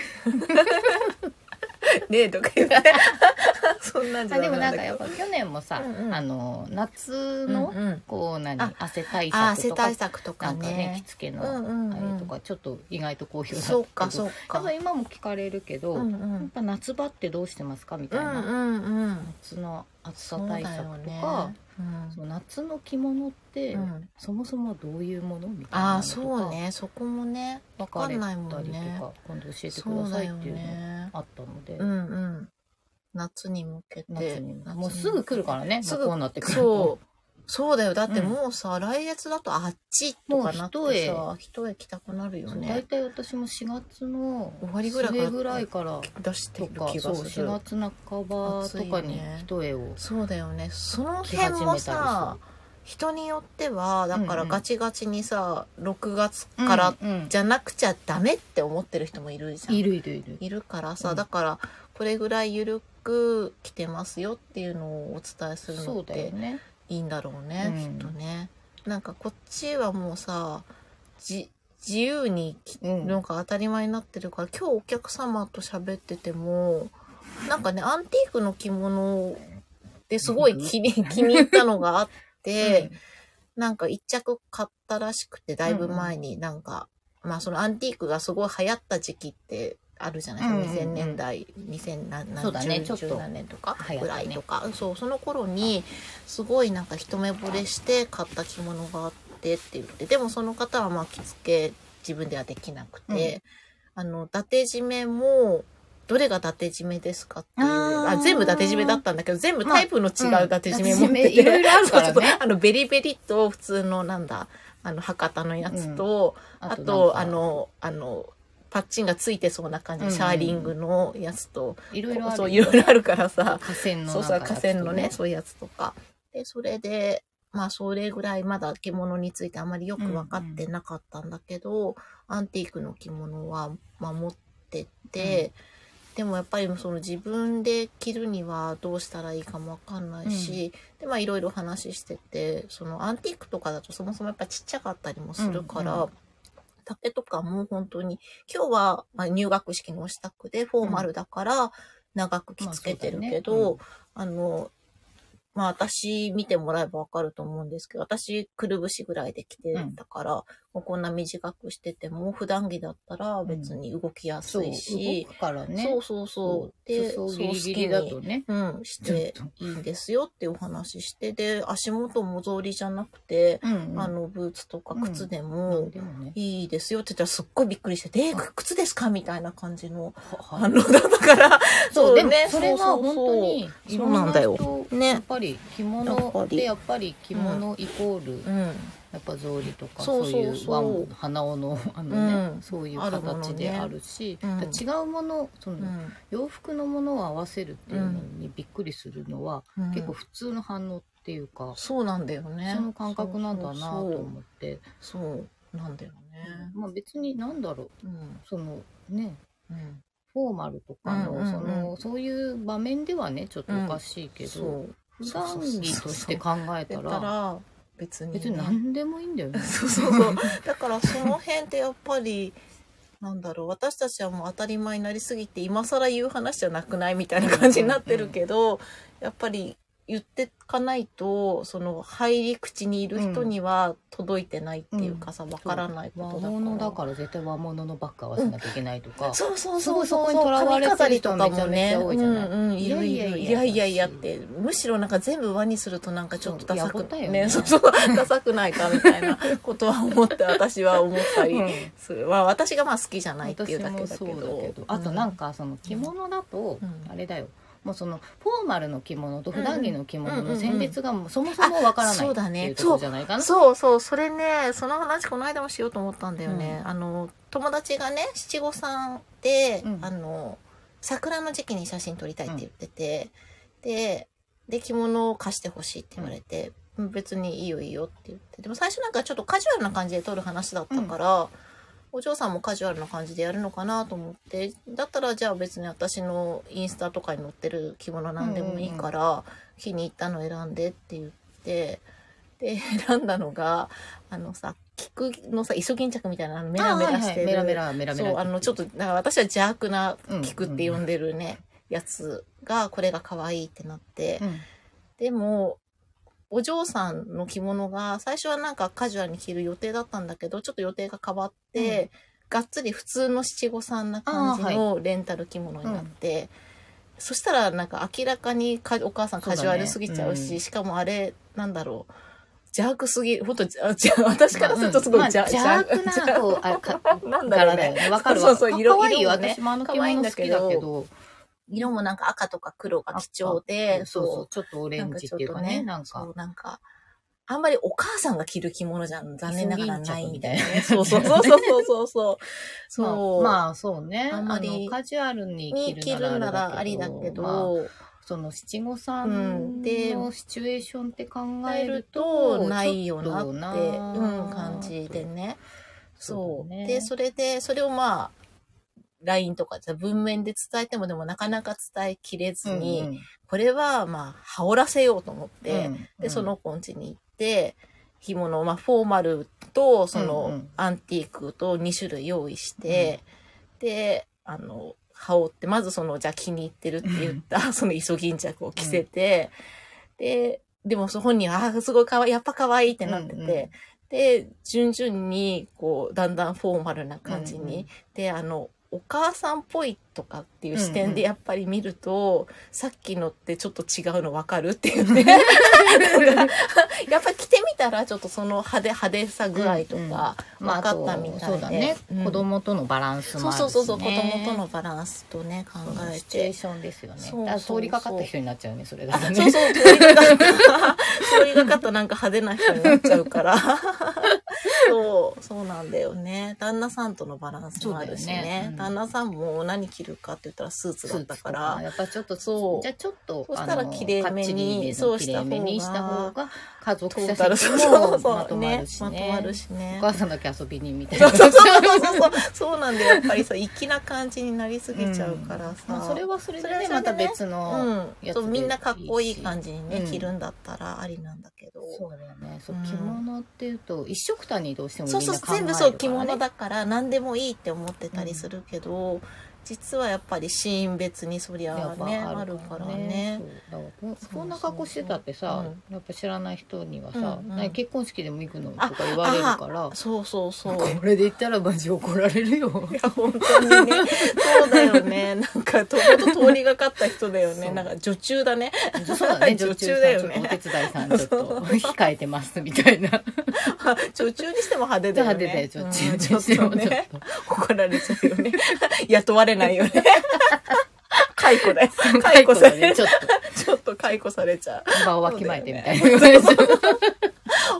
S1: ねえとか言って。 [laughs] そんなんじゃ
S2: あでもなん
S1: け
S2: か
S1: ど
S2: やっぱ去年もさ、
S1: うんうん
S2: あの夏の、
S1: うんうん
S2: こう何
S1: あ
S2: 汗対
S1: あ
S2: 策
S1: ー、汗
S2: とか
S1: 対策と
S2: な
S1: か
S2: んかね
S1: ね
S2: 着。付けの
S1: うんうん
S2: あ
S1: うん
S2: れとかちょっと意外と好評だったけ
S1: そ
S2: ど
S1: うか、そう
S2: 多
S1: か。
S2: 分今も聞かれるけど、
S1: う
S2: や
S1: んう
S2: っ
S1: ん。
S2: ぱ夏場ってどうしてますかみ
S1: う
S2: たいな、
S1: んうんうん。
S2: 夏の暑さ
S1: そうだ
S2: 対
S1: よ
S2: 策と
S1: ね
S2: か、
S1: うん
S2: その夏の着物って、
S1: うん
S2: そもそもどういうものみたいな
S1: あ
S2: の
S1: あ
S2: とか
S1: そうねそこもね
S2: 分かれたりと
S1: わ
S2: か
S1: かんないもんね
S2: 今度教えてく
S1: そ
S2: だ
S1: う
S2: さ
S1: だ
S2: い
S1: よ
S2: っていうのが
S1: ね
S2: あったので、
S1: うんうん夏に向けて
S2: 夏に
S1: 夏
S2: もうすぐ来るからね
S1: す
S2: 向
S1: ぐ
S2: こうになってくると
S1: そうそうだよだって
S2: うん
S1: もうさ、来月だとあっちとかなって
S2: もう一
S1: さ一重着たくなるよ
S2: そう大
S1: ね
S2: 体私も4月の
S1: 終わりぐらいから
S2: 末ぐらいから
S1: 出して
S2: と
S1: る
S2: か
S1: 気
S2: そう
S1: がする
S2: 4月半ばとかに一重を
S1: そうだよねその
S2: 着始
S1: 辺
S2: めた
S1: も
S2: りさ
S1: さ人によってはだか
S2: う
S1: ら
S2: んうん
S1: ガチガチにさ、6月から
S2: うんうん
S1: じゃなくちゃダメって思ってる人もいるじゃん
S2: いるいるいる
S1: いるからさ、
S2: うん
S1: だからこれぐらい緩く来てますよっていうのをお伝えするの
S2: そ
S1: っ
S2: うだよ
S1: て
S2: ね
S1: いいんだろうね
S2: うん
S1: きっとね。なんかこっちはもうさじ自由に着
S2: うん
S1: なんか当たり前になってるから、今日お客様と喋っててもなんかねアンティークの着物ですごい気に [laughs] 気に入ったのがあって。なんか一着買ったらしくて、だいぶ前になんか、まあそのアンティークがすごい流行った時期ってあるじゃない
S2: うんうんうん
S1: ですか。2000年代、2000何
S2: そうだね
S1: 年、
S2: ちょっと
S1: 10何年とか
S2: 流行
S1: ぐ
S2: った
S1: ら
S2: ね
S1: いとか、そう、その頃にすごいなんか一目惚れして買った着物があってって言って、でもその方はまあ着付け自分ではできなくて、あの、伊達締めも、どれが伊達締めですかっていうあ
S2: あー
S1: 全部伊達締めだったんだけど、全部タイプの違う伊達締め持ってて、
S2: いろいろあるから
S1: そうそう
S2: ね
S1: あのベリベリと普通のなんだあの博多のやつと、あと
S2: なんか
S1: あのあのパッチンがついてそうな感じ、
S2: うんうん
S1: シャーリングのやつと
S2: いろいろある
S1: そういろいろあるか
S2: 河
S1: らさ
S2: 川の
S1: そうそう河川のね
S2: そ
S1: そういうやつとかでそれでまあそれぐらいまだ着物についてあまりよく分かってなかったんだけど、アンティークの着物は守ってて、でもやっぱりその自分で着るにはどうしたらいいかもわかんないし、でまあいろいろ話しててそのアンティークとかだとそもそもやっぱちっちゃかったりもするから。
S2: うんうん
S1: 竹とかも本当に今日はまあ入学式のお支度でフォーマルだから長く着付けてるけど、あの、まあ私見てもらえばわかると思うんですけど、私くるぶしぐらいで着てたから、もうこんな短くしてても、普段着だったら別に動きやす
S2: そう
S1: いし
S2: 動、くからね
S1: そうそうそう。で、
S2: 裾ギリギリだとね
S1: うん、していいんですよってお話しして、で、足元も草履じゃなくて、
S2: うんうん
S1: あの、ブーツとか靴で
S2: なん
S1: も、
S2: でもね
S1: いいですよって言ったらすっごいびっくりして、で、靴ですかみたいな感じの
S2: は
S1: 反応だったから、
S2: そうでも
S1: ね
S2: それが本当にいろんな人
S1: ね
S2: やっぱり着
S1: やっぱ
S2: 物
S1: り
S2: でやっぱり着物イコール
S1: うん。
S2: やっぱ草履とか
S1: そ
S2: そうう
S1: そう
S2: い
S1: そう
S2: う和も花尾のあの
S1: うん
S2: ねそういう
S1: あるものね
S2: 形であるし
S1: うん
S2: だから違うものその
S1: ん
S2: 洋服のものを合わせるっていうのにびっくりするのは
S1: うん
S2: 結構普通の反応っていうか
S1: そうなんだよね。
S2: その感覚なんだなと思って
S1: そうそうそうなんだよね。
S2: まあ別になんだろう
S1: うん。
S2: そのね
S1: うん。
S2: フォーマルとかの,、
S1: うんうんうん
S2: そのそういう場面ではねちょっとおかしいけど、
S1: そう。
S2: 普段着として考え
S1: だ
S2: た
S1: からら、別にね、
S2: 別に何でもいいんだよね。
S1: そうそうそう。だからその辺ってやっぱり、なんだろう、私たちはもう当たり前になりすぎて、今更言う話じゃなくないみたいな感じになってるけど、やっぱり言ってかないと、その入り口にいる人には届いてないっていうかさ、わからない
S2: 和
S1: ことだから。
S2: 物だから絶対和物のバッグ合わせなきゃいけないとか、
S1: そうそう
S2: す
S1: そ
S2: ご
S1: う
S2: いそ
S1: そ
S2: こ
S1: う
S2: にとらわれてる人
S1: 髪飾りとかも
S2: め
S1: ね
S2: ちゃめちゃ多いじゃない
S1: うんうん、いるい
S2: いや
S1: る
S2: いやい
S1: い
S2: や
S1: やいやいやってむしろなんか全部輪にするとなんかちょっとダサ
S2: そう
S1: く
S2: 野暮だよね
S1: ねそうそうダサくないかみた
S2: [laughs]
S1: いなことは思って私は思ったり
S2: うん
S1: する、まあ、私がまあ好きじゃないって
S2: 私
S1: いうだけ
S2: も
S1: だ
S2: そ
S1: け
S2: うだけ
S1: ど
S2: どあとなんかその着物だと
S1: うん
S2: あれだよもうそのフォーマルの着物と普段着の着物
S1: うんうん
S2: の選別がもうそもそもわから
S1: あそうだ
S2: な
S1: ね
S2: いっていうところじゃないかな
S1: そうそうそれねその話この間もしようと思ったんだよね、あの友達がね七五三で、
S2: うん
S1: あの桜の時期に写真撮りたいって言ってて、でで着物を貸してほしいって言われて、うん別にいいよいいよって言ってでも最初なんかちょっとカジュアルな感じで撮る話だったから、お嬢さんもカジュアルな感じでやるのかなと思ってだったらじゃあ別に私のインスタとかに載ってる着物なんでもいいから、気に入ったの選んでって言ってで選んだのがあのさ菊のさイソギンチャクみたいなあのメラメラ
S2: あは
S1: してる
S2: いはいメラメラメラメラ
S1: そうあのちょっ
S2: と
S1: となんか私は邪悪な菊って呼んでるね、やつがこれが可愛いってなって、でもお嬢さんの着物が最初はなんかカジュアルに着る予定だったんだけどちょっと予定が変わって、がっつり普通の七五三な感じ
S2: あー
S1: のレンタル着物になって、そしたらなんか明らかにかお母さんカジュアルすぎちゃ
S2: そうだ
S1: うし
S2: ねうん
S1: しかもあれなんだろう邪悪すぎほんとじゃじゃ [laughs] 私からするとすごい
S2: まあ
S1: 邪
S2: 邪悪
S1: [laughs] 邪
S2: なこうあか
S1: なんだろ
S2: 柄
S1: う
S2: だよ
S1: ね。
S2: ねわかる
S1: そう
S2: わ
S1: そ
S2: か
S1: うそう
S2: る
S1: 色
S2: かわいい
S1: 色も
S2: よ
S1: ね
S2: 私もあの着
S1: 可愛いん
S2: 物好
S1: だけ
S2: きだ
S1: ど
S2: けど
S1: 色もなんか赤とか黒が貴重で、
S2: そうそうちょっとオレンジっていうかねなん
S1: そ
S2: か
S1: うなんか、あんまりお母さんが着る着物じゃん、残念ながらないんだよね。
S2: そ
S1: そうう
S2: そ
S1: そう
S2: そ
S1: うそううそうそうそう。
S2: まあ
S1: そう。
S2: まあそ
S1: あ、
S2: うね
S1: あんまり
S2: あのカジュアルに
S1: に
S2: 着
S1: 着
S2: る
S1: る
S2: な
S1: な
S2: ら
S1: ら
S2: あ
S1: あ
S2: り
S1: り
S2: だ
S1: だ
S2: け
S1: け
S2: ど
S1: ど、
S2: まあその七五
S1: うん
S2: 三
S1: で
S2: のシチュエーションって考え
S1: え
S2: る
S1: る
S2: と、
S1: とないよ
S2: ちょ
S1: な
S2: っ
S1: って
S2: とな
S1: うん、感じでね。そう。
S2: だね
S1: で、それで、それをまあ、LINE とかで文面で伝えてもでもなかなか伝えきれずに、
S2: うんうん
S1: これはまあ、羽織らせようと思って、
S2: うん
S1: で、その子ん家に行って、着物、まあ、フォーマルと、そ
S2: うんう
S1: の
S2: ん、
S1: アンティークと2種類用意して、で、あの、羽織って、まずその、じゃあ気に入ってるって言った、その、イソギンチャクを着せて、で、でも、そ本人は、ああ、すごいかわいい、やっぱ可愛いってなってて、
S2: うんうん
S1: で、順々に、こう、だんだんフォーマルな感じに、
S2: うんうん
S1: で、あの、お母さんっぽいとかっていう視
S2: うんう
S1: 点
S2: ん
S1: でやっぱり見ると、さっきのってちょっと違うの分かるっていうね。 [laughs] なんかやっぱり着てみたらちょっとその派手派手さ具合と
S2: うんうん
S1: か
S2: まあ
S1: 分かったみたいで、
S2: あとそうだね、
S1: うん
S2: 子供とのバランスも
S1: そ
S2: あ
S1: う
S2: るし、ね、
S1: そうそうそう、子供とのバランスとね考
S2: その
S1: え
S2: シチュエー
S1: て。
S2: ションですよね
S1: そうそうそう
S2: だから通りかかった人になっちゃうねそれだとね
S1: [laughs] そうそう、通りがかった、通りがかったなんか派手な人になっちゃうから。
S2: [laughs]
S1: そう、そうなんだよね。旦那さんとのバランスもあるし
S2: そうだよ
S1: ね。
S2: ねうん
S1: 旦那さんも何着るかって言ったらスーツだったから。
S2: スーツとやっぱちょっと
S1: そう
S2: じゃあちょっと
S1: そしたら
S2: あの
S1: きれ
S2: か
S1: いめに
S2: っちりめの
S1: そう
S2: きれいめにした方が家族
S1: ト
S2: 写
S1: ータル
S2: 真
S1: そう
S2: も
S1: そうそう
S2: まとま
S1: ね
S2: るし
S1: まと
S2: ね
S1: まるしね
S2: お母さんだけ遊びにみたい
S1: そ
S2: な
S1: うそうそうそうそうそうなんでやっぱりさ粋な感じになりすぎちゃうからさ、
S2: まあ、それはそれでね
S1: それ
S2: ま
S1: はそ
S2: た
S1: れでね
S2: 別の、
S1: うん
S2: やつで
S1: そうみんなかっこいい感じにね、
S2: うん
S1: 着るんだったらありなんだけど
S2: そうだよねそう
S1: うん
S2: 着物っていうと一色単にどうしてもみん
S1: そ
S2: な
S1: う
S2: 考え
S1: そう
S2: るから、ね、
S1: 全部そう着物だから何でもいいって思ってたりするけど、実はやっぱりシーン別にそり
S2: や
S1: ゃ
S2: っぱ
S1: ねあるからね。
S2: そうだからこ
S1: そう
S2: こんな格好してたってさ
S1: そう
S2: やっぱ知らない人にはさ、
S1: うんうん
S2: 何結婚式でも行くのとか言われるから
S1: そうそうそう
S2: これで言ったらマジ怒られるよ
S1: いや本当にねそうだよ
S2: [laughs]
S1: ねなんかとこと通りがかった人だよ
S2: そ
S1: ね
S2: う
S1: なんか女中だね [laughs]
S2: そうだね [laughs]
S1: 女
S2: 女
S1: 中
S2: 中さん
S1: だよ
S2: ちょっ
S1: ね
S2: とお手伝いさんちょっと控えてますみたいな
S1: 女中にしても派手だよ
S2: 派
S1: ね
S2: 手だよ女中
S1: うん
S2: に
S1: ちょっ
S2: しても
S1: と
S2: ちょっ
S1: ね
S2: と
S1: 怒られちゃうよね [laughs] 雇われな
S2: [laughs]
S1: いよね解雇だよ
S2: 解
S1: 解
S2: 雇
S1: 雇
S2: だ
S1: さ
S2: ね
S1: れ
S2: ち
S1: ち
S2: ょ
S1: ゃ
S2: っ
S1: うちょっと解雇されちゃう
S2: と場をわきまえてみたいな感じ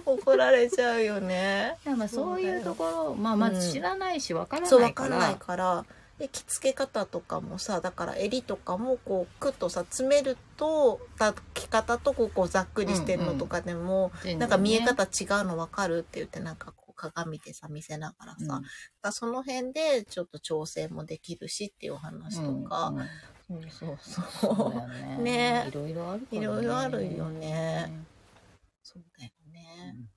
S1: 怒られちゃうよね
S2: まあそういうところまあまあ知らないしわから
S1: そう
S2: な
S1: わ
S2: いか
S1: からんないからで着付け方とかもさだから襟とかもこうクッとさ詰めるとた着方とこうこうざっくりしてるのとかでも、なんか見え方違うの分かるって言ってなんかこう鏡でさ見せながらさ、
S2: うん
S1: だからその辺でちょっと調整もできるしっていうお話とか、
S2: うんうん
S1: そうそう
S2: そうだよね
S1: ね
S2: いろいろあるからね
S1: いろいろあるよね、そうだよ
S2: う
S1: ね
S2: ん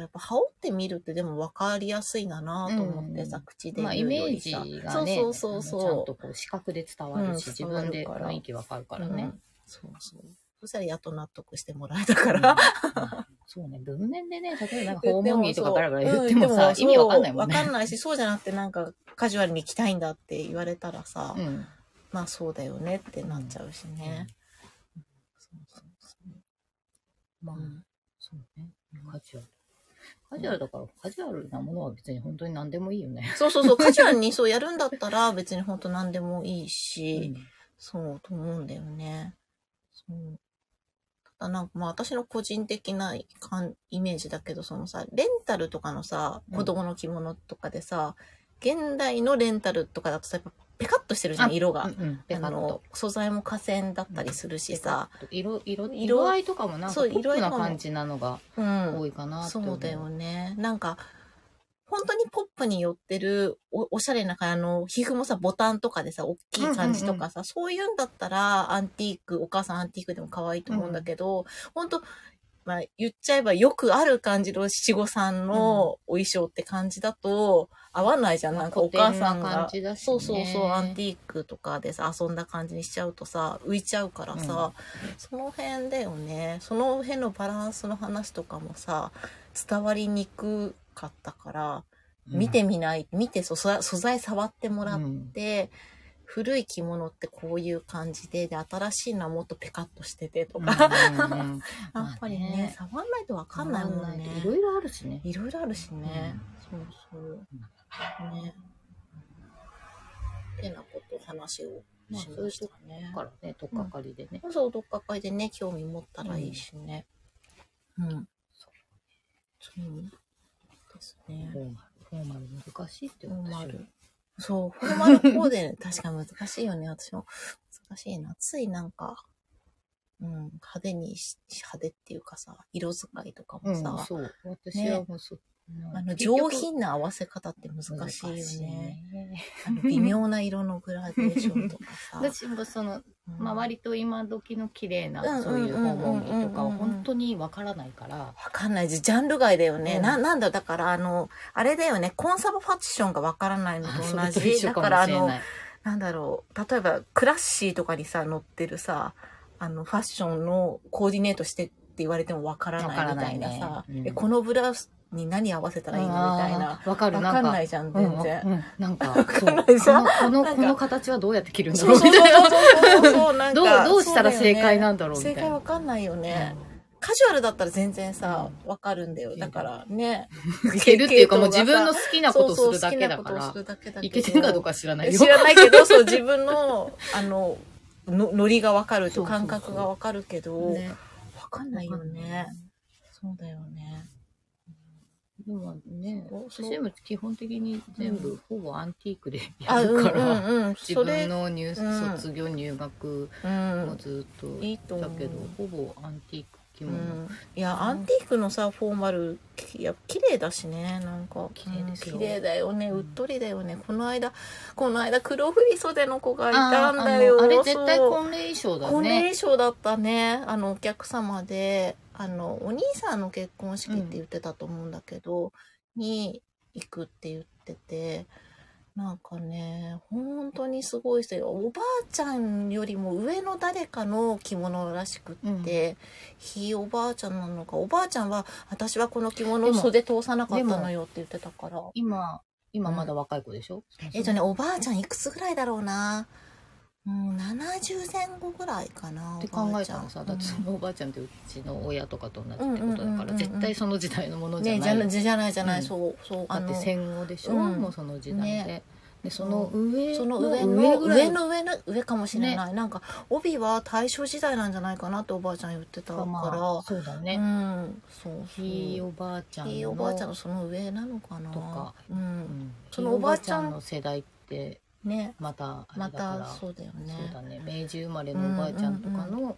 S1: やっぱ羽織ってみるってでも分かりやすいんだなと思ってさ、
S2: うん
S1: 口で
S2: まあ、イ
S1: 言う
S2: メ
S1: よ
S2: ー
S1: り
S2: ジ
S1: さ、
S2: がね、
S1: そうそうそう
S2: あのちゃ
S1: そ
S2: んとこう視覚で伝わるし、
S1: うん
S2: 自分で
S1: 伝わるから
S2: 雰囲気わかるか
S1: う
S2: ら
S1: う
S2: ね
S1: ん。そうそうそしたらやっと納得してもらえたか
S2: うん
S1: ら、
S2: そうね、文面でね、例えばなんか
S1: 言
S2: 訪
S1: っても
S2: 問着とかバラバラ
S1: そう
S2: 言ってもさ、
S1: うん
S2: 意味わかんないもん
S1: そうわ
S2: ね
S1: か。んないしそうじゃなくてなんかカジュアルに着たいんだって言われたらさ、
S2: うん
S1: まあそうだよねってなっちゃうしね、そうそう
S2: まあ
S1: そう、うん
S2: そうね。カジュアル。カジュアルだから、カジュアルなものは別に本当に何でもいいよね。
S1: そうそうそうカジュアルにそうやるんだったら別に本当何でもいいし、
S2: うん
S1: そうと思うんだよね。そう。ただなんかまあ私の個人的な感イメージだけど、そのさ、レンタルとかのさ
S2: う、ん
S1: 子供の着物とかでさ、現代のレンタルとかだとさ、やっぱペカッとしてるじゃん、
S2: あ
S1: 色が。
S2: うん、ペカ
S1: あ
S2: ッと
S1: の。素材も河川だったりするしさ、
S2: 色、色、
S1: 色
S2: 色合いとかもなんか
S1: そ
S2: ポ
S1: う
S2: ッ
S1: 色合
S2: プ
S1: い
S2: な
S1: とかも
S2: 感じなのが
S1: うん、
S2: 多いかなって思
S1: そううだよね。なんか、本当にポップに寄ってるおおしゃれな感じ、あの、皮膚もさ、ボタンとかでさ、大きい感じとかさ、そういうんだったら、アンティーク、お母さんアンティークでも可愛いと思うんだけど、本当まあ、言っちゃえばよくある感じの七五三のお衣装って感じだと、合わないじゃん、なんかお母さん
S2: 古典な感
S1: が。
S2: じだしね
S1: そうそうそう、アンティークとかでさ、遊んだ感じにしちゃうとさ、浮いちゃうからさ、その辺だよね。その辺のバランスの話とかもさ、伝わりにくかったから、見てみない、見て素材素材触っても
S2: も
S1: らっ
S2: うん
S1: て、古い着物ってこういう感じで、で、新しいのはもっとペカッとしててとか、
S2: うんうんうん
S1: やっぱり
S2: まあね
S1: ね、触んないとわかんないもんね。
S2: いろいろあるしね。
S1: いろいろあるしね。そうそう。ね。てなこと話をしましたね
S2: だ。からね、とっかかりでね。
S1: そう、どっか会でね、興味持ったらいいしね。うん。そう。ですね
S2: フ。ォーマル、フォーマル難しいって
S1: フォー
S2: 私
S1: マ
S2: は
S1: ル。そう、フォーマルコーデ、 [laughs] 確かに難しいよね。私も難しいな。ついなんか、うん、派手にし、派手っていうかさ、色使いとか
S2: う
S1: もさ、
S2: ん、そう。私はもうそう。
S1: あの
S2: 結局
S1: 上品な合わせ方って難しいよ
S2: 難しい
S1: ね。
S2: ね。
S1: あの微妙な色のグラデーションとかさ。
S2: [laughs] 私もその、
S1: うん
S2: まあ、割と今時の綺麗
S1: う
S2: なんそういう訪問着とかは
S1: うんうんうんうん
S2: 本当にわからないから、
S1: わかんないし、ジャンル外だよ
S2: う
S1: ね。
S2: ん
S1: な、なんだ、だから、あの、あれだよね、コンサバファッションがわからないのと
S2: あ
S1: 同
S2: それと
S1: じ。
S2: 一緒
S1: だ
S2: か
S1: から、
S2: も
S1: あ
S2: しれ
S1: の
S2: な、い。
S1: なんだろう、例えば、クラッシーとかにさ、載ってるさ、あの、ファッションのコーディネートしてって言われてもわから
S2: わか
S1: な
S2: ら
S1: いみ
S2: ない
S1: たい
S2: ね
S1: なさ、
S2: うん
S1: えこのブラウスに何合わせたらいいのみたいな
S2: あ。ーわかる、
S1: わ
S2: な
S1: か
S2: ん
S1: ん
S2: か
S1: な。いじゃん、
S2: うん
S1: 全然。
S2: うんなんか、
S1: かんないでしょ
S2: そうこの、こ
S1: な
S2: の
S1: んか
S2: この形はどうやって切るんだ
S1: そ
S2: ろ
S1: う
S2: う
S1: そ
S2: み
S1: うそ
S2: たいな。
S1: うそうそう、な
S2: [laughs]
S1: ん
S2: どう
S1: か。
S2: どうしたら
S1: そうだ
S2: 正
S1: よね
S2: 解なんだろうみた
S1: 正
S2: いな。
S1: 解わかんないよね。
S2: うん
S1: カジュアルだったら全然さ、わかるんだよ。だから
S2: [laughs]
S1: ね。
S2: いけるっていうかもう自分の
S1: 好
S2: 好きなことをするだけだか
S1: そうそう好きなことを
S2: ら
S1: するだけだけど。
S2: いけてるかどうか知らないよ
S1: 知らないけ
S2: [laughs]
S1: ど、そう、自分の、あの、のノリがわかる
S2: そ
S1: と
S2: うそうそう
S1: 感覚がわかるけど、わ、
S2: ね
S1: かんないよね。そうだよね。
S2: でもね
S1: そう
S2: 私でも基本的に全部ほぼアンティークでや
S1: あ、う
S2: る
S1: んう
S2: から
S1: んうん。
S2: 自
S1: そ
S2: 分
S1: れ、
S2: の入
S1: うん
S2: 卒業入学
S1: う
S2: も
S1: ん。
S2: ずっと
S1: いいと思
S2: だ
S1: う。
S2: けどほぼアンティーク着
S1: う
S2: 物
S1: ん、いや、アンティークのさフォーマルきいや綺麗だしねなんか
S2: 綺麗ですよ
S1: うん綺麗だよね
S2: うん
S1: うっとりだよねこの間この間黒振り袖の子がい
S2: あ
S1: た
S2: ー
S1: ん
S2: あ
S1: だよ
S2: のあれ絶対
S1: そう
S2: 婚礼衣装だ
S1: 婚礼
S2: ね
S1: 衣装だったねあのお客様であのお兄さんの結婚式って言ってたと思うんだけど、に行くって言っててなんかね本当にすごい人よおばあちゃんよりも上の誰かの着物らしくって、ひいおばあちゃんなのかおばあちゃんは私はこの着物
S2: で
S1: を
S2: も
S1: 袖通さなかったのよって言ってたから。
S2: 今今まだ若い子でしょ
S1: えっとね、おばあちゃんいくつぐらいだろうな。うん、70前後ぐらいかな。
S2: って
S1: お
S2: 考
S1: ばあ
S2: え
S1: ち
S2: た
S1: ゃん
S2: らさだってそのおばあちゃんってうちの親とかと同じ
S1: うん
S2: ってことだ
S1: うんうん
S2: か
S1: うんう
S2: ら
S1: ん
S2: 絶対その時代のものじゃ
S1: ね、じ
S2: な
S1: ゃ
S2: い
S1: なじゃないじゃない、
S2: うん
S1: そう、そう、
S2: だ
S1: あ
S2: って
S1: の、
S2: 戦後でしょ、
S1: うん
S2: もうその時代で,、でその上
S1: その
S2: の
S1: 上の、
S2: ぐらい
S1: 上の上の上かもしれない。なんか、帯は大正時代なんじゃないかなっておばあちゃん言ってたか
S2: まあ
S1: ら、
S2: そうだ
S1: う
S2: ね、
S1: ん、そうそう。
S2: ひいおばあちゃんの
S1: ひいおばあちゃんのその上なのかな。
S2: とか
S1: う。
S2: うんん
S1: そのおばあちゃん
S2: ひいの世代って
S1: ね、
S2: またあれだ
S1: ま
S2: から、
S1: た、
S2: そう
S1: そうだよね。
S2: だね明治生まれのおばあちゃんとかの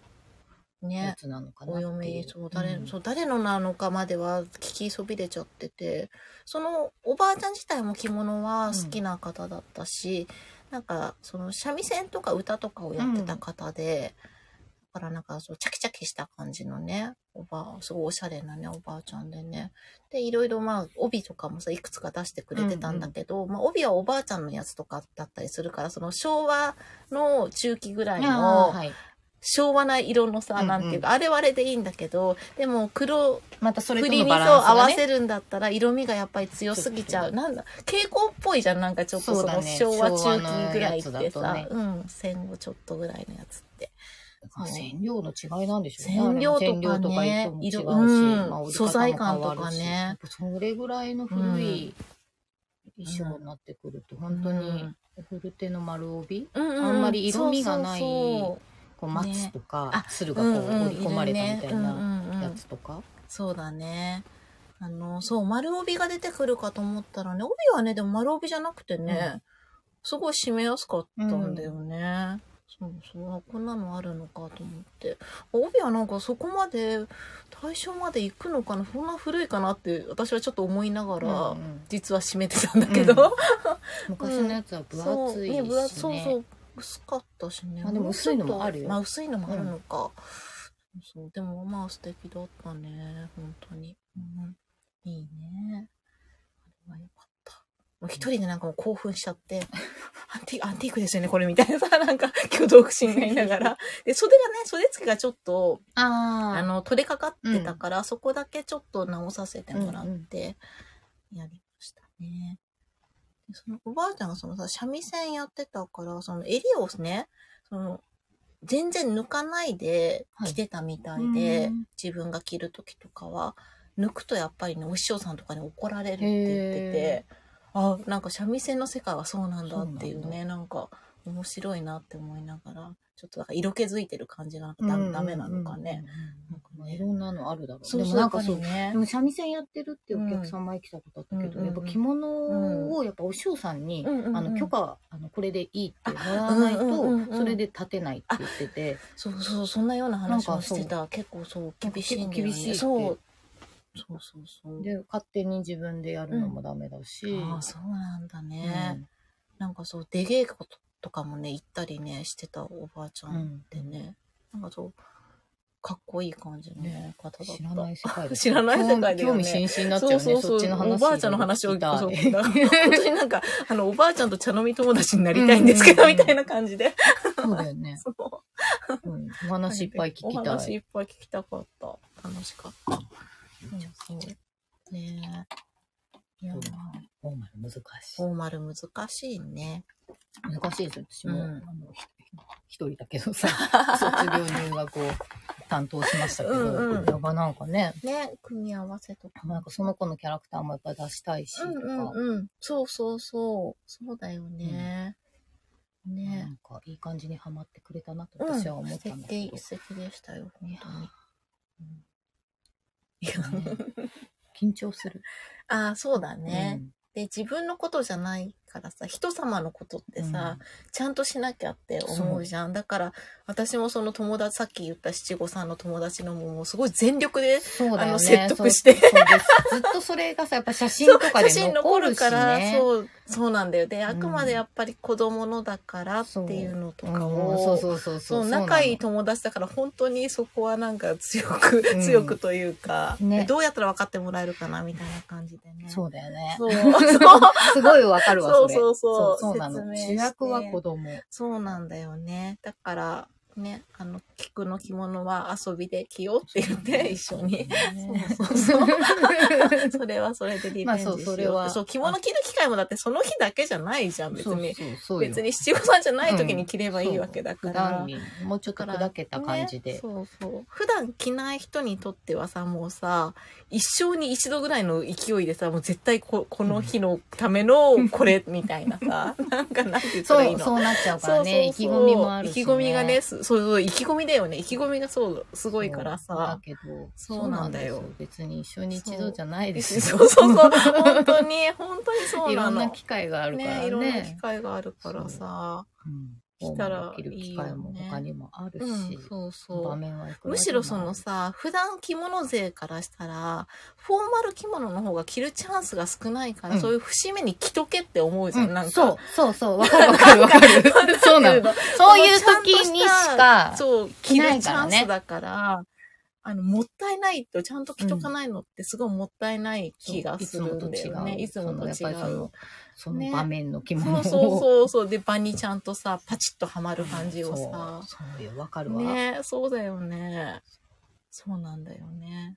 S2: や
S1: ね。
S2: つなのかな
S1: お
S2: っていう、
S1: 嫁にそう誰,、
S2: うん
S1: そう誰のなのかまでは聞きそびれちゃっててそのおばあちゃん自体も着物は好きな方だったし、なんかその三味線とか歌とかをやってた方で、からなんかそう、チャキチャキした感じのね、おばあ、すごいおしゃれなね、おばあちゃんでね。で、いろいろまあ、帯とかもさ、いくつか出してくれてたんだけど、まあ、帯はおばあちゃんのやつとかだったりするから、その昭和の中期ぐらい
S2: あー
S1: の、
S2: はい。
S1: 昭和な色のさ、
S2: うんうん
S1: なんていうか、あれはあれでいいんだけど、でも黒、
S2: またそれと
S1: 振り
S2: の
S1: に
S2: バ
S1: そう
S2: ランス
S1: 合
S2: が
S1: わ
S2: ね。
S1: せるんだったら色味がやっぱり強すぎちゃう。なんだ、蛍光っぽいじゃん、なんかちょっと
S2: そ
S1: そう
S2: だ
S1: の
S2: ね
S1: 昭和中期ぐらいっ
S2: 昭和のや
S1: て
S2: つだと
S1: さ、
S2: ね
S1: うん、戦後ちょっとぐらいのやつって。
S2: あ染料の違いなんでしょうね。
S1: 染料とかね
S2: 染料とか色も違うし、
S1: 色うん
S2: まあ、織り方も
S1: 素材感とかね
S2: 変わるしやっぱそれぐらいの古い衣装になってくると、本当に古手の丸帯、
S1: うんうん、
S2: あんまり色味がない
S1: そう
S2: こう松とか
S1: あ、
S2: 鶴
S1: そ
S2: が
S1: う
S2: こ
S1: そうううんうん
S2: 織り込まれたみたい
S1: るねう
S2: なん
S1: うんうん
S2: やつとか。
S1: そうだね。あの、そう、丸帯が出てくるかと思ったらね、帯はね、でも丸帯じゃなくてね、
S2: う
S1: すごい締めやすかったんだよね。そうそうあ、こんなのあるのかと思って。帯はなんかそこまで、対象まで行くのかな、そんな古いかなって、私はちょっと思いながら、
S2: うんうん
S1: 実は締めてたんだけど。
S2: 昔のやつは分
S1: そう
S2: 厚いし、ね
S1: 分厚そうそう薄かったしね
S2: まあでも薄いのもあるよ
S1: まあ薄いのもあるのか、そうでもまあ素敵だったね本当に、うん、いいねあれはよかったもう一人でなんかもう興奮しち
S2: [laughs]
S1: ゃって、アンティアンティークですよね、これみたいなさ、なんか、挙動不審が言いな
S2: [laughs]
S1: がら。で、袖がね、袖付けがちょっと、
S2: あ
S1: あ
S2: あの、
S1: の、取れかかってたから、そこだけちょっと直させてもらって、やりましたね。でそのおばあちゃんがそのさ、三味線やってたから、その襟をね、その、全然抜かないで
S2: はい
S1: 着てたみたいで、
S2: うん
S1: 自分が着る時とかは、抜くとやっぱりね、お師匠さんとかに怒られるって言ってて
S2: へ、
S1: あ、なんか三味線の世界はそうなんだっていう
S2: そうなん
S1: ね、なんか面白いなって思いながら、ちょっとなんか色気づいてる感じがダメダメなのかね。
S2: うんうんうん。まあいろんなのあるだろう。
S1: そう
S2: で
S1: そ
S2: も
S1: う
S2: なんかそう
S1: やっぱりね
S2: でも三味線やってるってお客さん前来たことあったけど、
S1: うん
S2: やっぱ着物をやっぱお師匠さんに、
S1: うんうんうん
S2: あの許可あのこれでいいってもらわないと、
S1: うんうんうんうん
S2: それで立てないって言ってて
S1: そうそうそんなような話
S2: なん
S1: も
S2: かそう
S1: してた結構そう厳しいんだ
S2: 結
S1: よね
S2: 構厳しいって
S1: そうそうそうそう
S2: で勝手に自分でやるのもダメだし、
S1: ああそうなんだ
S2: う
S1: ね、
S2: ん
S1: なんかそう出稽古とかもね行ったりねしてたおばあちゃ
S2: うんん
S1: でね、なんかそうかっこいい感じのね方だった
S2: 知らない世界
S1: 知らない世界だよね
S2: 興味津々になっちゃうね
S1: そうそうそう
S2: っちの話
S1: おばあちゃんの話を聞
S2: 聞いた
S1: くそう
S2: い
S1: 本当に [laughs] なんかあのおばあちゃんと茶飲み友達になりたいんですけど、
S2: うんうんうん
S1: みたいな感じで
S2: [laughs] そうだよね、
S1: そう
S2: うん、お話いっぱい聞き
S1: お
S2: た
S1: 話い
S2: い
S1: っぱい聞きたかった。楽しかった。そうそう。ねえ。いや
S2: そうだねフォーマル難し
S1: フォーマル難しいね。
S2: い難しいですよ私も、
S1: うん
S2: あのひ一人だけ
S1: [laughs]
S2: どさ卒業入学を担当しましたけど
S1: うんうん
S2: やっぱなんかね
S1: ね、組み合わせとか。
S2: なんかその子のキャラクターもやっぱり出したいしとか、
S1: うんうん。そうそうそう。そうだよね。
S2: な
S1: ね
S2: んかいい感じにはまってくれたなと
S1: え。うん
S2: 私は思ったん
S1: 素
S2: だけ
S1: 敵
S2: ど、、
S1: 素敵でしたよ、本当に。
S2: ね緊張する。
S1: [laughs] ああ、そうだね、
S2: うん
S1: で、自分のことじゃないからさ、人様のことってさ、ちゃんとしなきゃって思うじゃん。だから、私もその友達、さっき言った七五三の友達のも、もうすごい全力で、
S2: そうだよね。
S1: あの説得して
S2: そうそうですずっとそれがさ、やっぱ写真とか
S1: [laughs] 写
S2: で残
S1: 真残
S2: る
S1: る
S2: し
S1: から、
S2: ね。
S1: そう、そうなんだよ。で、
S2: ん
S1: あくまでやっぱり子供のだからっていうのと
S2: うん
S1: かを、
S2: そうそうそう
S1: そ
S2: そうう。
S1: 仲いい友達だから本当にそこはなんか強く、
S2: うん
S1: 強くというか、
S2: ね
S1: どうやったら分かってもらえるかなみたいな感じでね。
S2: そうだよね。 [laughs]
S1: そう [laughs]
S2: すごいわかるわ、それ。
S1: そうそうそう
S2: そうなの。
S1: 説明して
S2: 主役は子供。
S1: そうなんだよね。だから、ね、あの、菊の着物は遊びで着ようって言って、一緒
S2: [laughs]
S1: に。 [laughs]
S2: ね
S1: そうそうそれはそれでリベンジしよ
S2: ま
S1: う
S2: あそ
S1: って。
S2: う
S1: そ
S2: それは
S1: う、着物着る機会もだってその日だけじゃないじゃん、別
S2: そう
S1: に。
S2: そうそうよ。
S1: 別に七五三じゃない時に着ればいいわけだか
S2: 普
S1: ら。
S2: 段にもうちょっと砕けた感じ
S1: ね
S2: で。
S1: そうそう。普段着ない人にとってはさ、もうさ、一生に一度ぐらいの勢いでさ、もう絶対ここの日のためのこれみたい
S2: [laughs]
S1: なさ、なんかなんて言ったらい
S2: そう、
S1: いの
S2: そうなっちゃうからね。意気込みもあるし。
S1: 意気込みがね、、すそうそう、意気込みだよね。意気込みがそう、すごいから
S2: だ
S1: さ。
S2: けど、
S1: そうなんだよ
S2: そうなんですよ別に一生に一度じゃないです
S1: そう
S2: よ。
S1: [laughs] そうそう、本当に、本当にそ
S2: [laughs]
S1: う
S2: いろ
S1: なんの。
S2: な機会があるからね。
S1: いろんな機会があるからさ。
S2: うん
S1: きたら
S2: 着る
S1: いい
S2: 機
S1: よ
S2: 会も他
S1: ね。
S2: にもあるし、
S1: うん、そうそう
S2: 場。面はいくらでもある
S1: むしろそのさ、普段着物勢からしたら、フォーマル着物の方が着るチャンスが少ないから、
S2: うん
S1: そういう節目に着とけって思うじゃん、
S2: うん
S1: なんか。
S2: そう、そうそう、わかるわかるわかる。そうなの。そういう時にしか、
S1: そう、着
S2: 着な
S1: る
S2: い
S1: チ
S2: から
S1: ャン
S2: ね
S1: スだから、あの、もったいないと、ちゃんと着とかないのってすごいもったいない気がするんだよね。い
S2: い
S1: つ
S2: つ
S1: も
S2: も
S1: と
S2: と
S1: 違
S2: 違
S1: う。
S2: う。
S1: そ
S2: そのその
S1: ね
S2: 場面の着物を。
S1: うそうそうそう。で、場にちゃんとさ、パチッとはまる感じをさ。
S2: そうそうよ、わかるわ。
S1: ねそうだよね。そうなんだよね。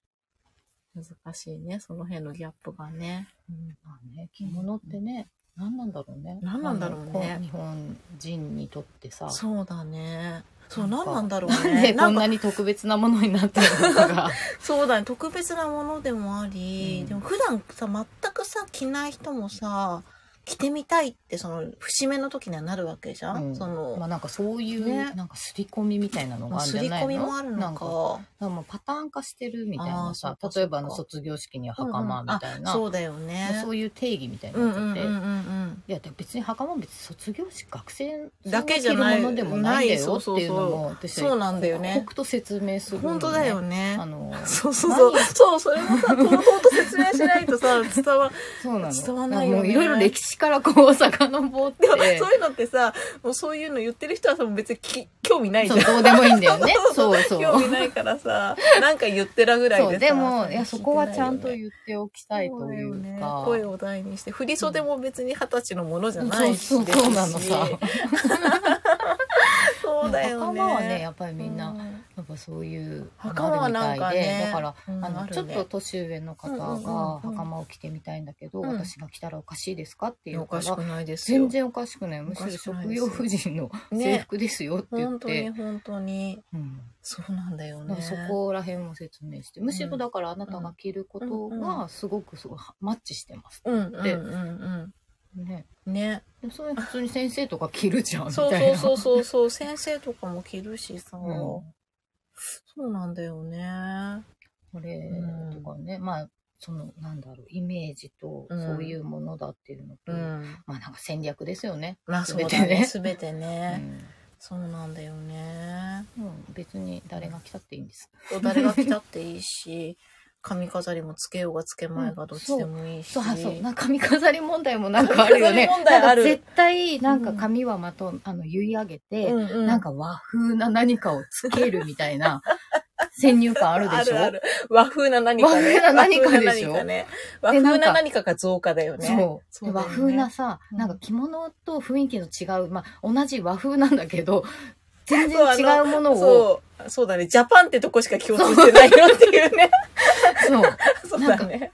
S1: 難しいね、その辺のギャップがね。
S2: うんまあね、着物ってね、何なんだろうね。
S1: 何なんだろうね
S2: あのこ日本人にとってさ、
S1: そうだね。そう、
S2: なん
S1: 何
S2: か
S1: なんだろう
S2: なん
S1: ね。
S2: で
S1: な
S2: こ
S1: ん
S2: ん
S1: か、
S2: なに特別なものになってるのかが。
S1: そうだね。特別なものでもあり、
S2: うん
S1: でも普段さ、全くさ、着ない人もさ、着てみたいって、その、節目の時にはなるわけじゃん。
S2: うん
S1: [laughs] その、
S2: まあなんかそういう、
S1: ね
S2: なんか刷り込みみたいなの
S1: ま
S2: が
S1: あ、
S2: あるん
S1: 刷
S2: じゃ
S1: り
S2: ない
S1: 込
S2: の
S1: みもあるの
S2: なん
S1: か。
S2: かだからもうパターン化してるみたい
S1: あー
S2: な
S1: そっ
S2: さ
S1: か、
S2: 例えばあの
S1: そっか
S2: 卒業式には
S1: うんうん
S2: 袴みたいな、
S1: あそうだよね。
S2: そういう定義みたいに
S1: うんう
S2: なんっ
S1: う
S2: てて、
S1: んうん
S2: い
S1: うん。
S2: やでも別に袴も別に卒業式学生
S1: だけじゃない
S2: さんが着るものでもないんだよ
S1: ない
S2: って
S1: そうそうそう
S2: いうのも私
S1: そうなんだよね
S2: 刻々と説明するの
S1: 本
S2: ね
S1: 当だよね
S2: あ。の
S1: そうそうそう。そう、それもさ、とうとうと説明しないとさ、伝
S2: [laughs]
S1: わん
S2: そうなの
S1: 伝わんないよね
S2: もういろいろ歴史からこう遡
S1: [laughs]
S2: って
S1: でも、そういうのってさ、もうそういうの言ってる人はさ、もう別にき興味ないじゃ。
S2: そうんどうでもいいんだよ
S1: [laughs]
S2: ねそうそう
S1: 興味ないからさ、なんか言ってらぐらい
S2: そ
S1: で
S2: う
S1: さ。
S2: でもいやそこはちゃんと
S1: う
S2: 言っておきたいとい
S1: そううだ
S2: か
S1: よね声を大にして、振り袖も別に二十歳のものじゃな
S2: そう
S1: いし。
S2: そうそうなの
S1: ですし
S2: さ。 [laughs]
S1: そうだよね。
S2: 袴はねやっぱりみんな、
S1: う、
S2: やっぱそういう
S1: 袴はなんか
S2: あるみたい
S1: ね
S2: でだから、
S1: うん
S2: あの
S1: あるね
S2: ちょっと年上の方
S1: うんうんうんうん
S2: が袴を着てみたいんだけど、
S1: うん
S2: 私が着たらおかしいですかって
S1: い
S2: い
S1: やお
S2: うか
S1: からしくないですよ。
S2: 全然おかしくないむしろ職業婦人の
S1: ね
S2: 制服ですよって言っ
S1: 本当
S2: て、
S1: に本当に。
S2: うん
S1: そうなんだよ
S2: だ
S1: ね
S2: から。そこら辺も説明してむしろだからあなたが着ること
S1: うんう
S2: がすごくすごいマッチしてます、
S1: うんうんうん
S2: ね、
S1: うん。ね。
S2: でもそれ普通に先生とか着るじゃんみた
S1: そう
S2: い
S1: そ
S2: な
S1: うそうそうそう。先生とかも着るしさ。
S2: うん
S1: そうなんだよね。
S2: これ
S1: うん
S2: とかね、まあそのなんだろうイメージとそういうものだっていうのと、
S1: うん。
S2: まあなんか戦略ですよね。
S1: まあそう
S2: 全
S1: だ
S2: て
S1: ね。
S2: ね
S1: すべ
S2: [laughs]
S1: て
S2: う
S1: ね。
S2: ん、
S1: そうなんだよね。
S2: もう別に誰が来たっていいんです。
S1: 誰が着たっていいし、髪飾りもつけようがつけまいがどっちでもいいし。
S2: そうあそうなんか髪飾り問題もなんかあるよね。
S1: 髪飾り問題ある
S2: なんか絶対なんか髪はまとあの結い上げて、
S1: うんうん
S2: なんか和風な何かをつけるみたい
S1: [laughs]
S2: な先入観あるでしょ。
S1: ある和風な何か
S2: 和
S1: ね。
S2: 風な何かでしょ
S1: 和風な何かね和風な何かが増加だよね。
S2: そう
S1: そうだ
S2: 和
S1: よね
S2: 風なさ、
S1: うん
S2: なんか着物と雰囲気の違う、まあ、同じ和風なんだけど、全然
S1: [laughs] そうあの
S2: 違うものを、
S1: そう。そうだね。ジャパンってとこしか共通してないよっていうね。
S2: そう、
S1: [laughs] そうだね。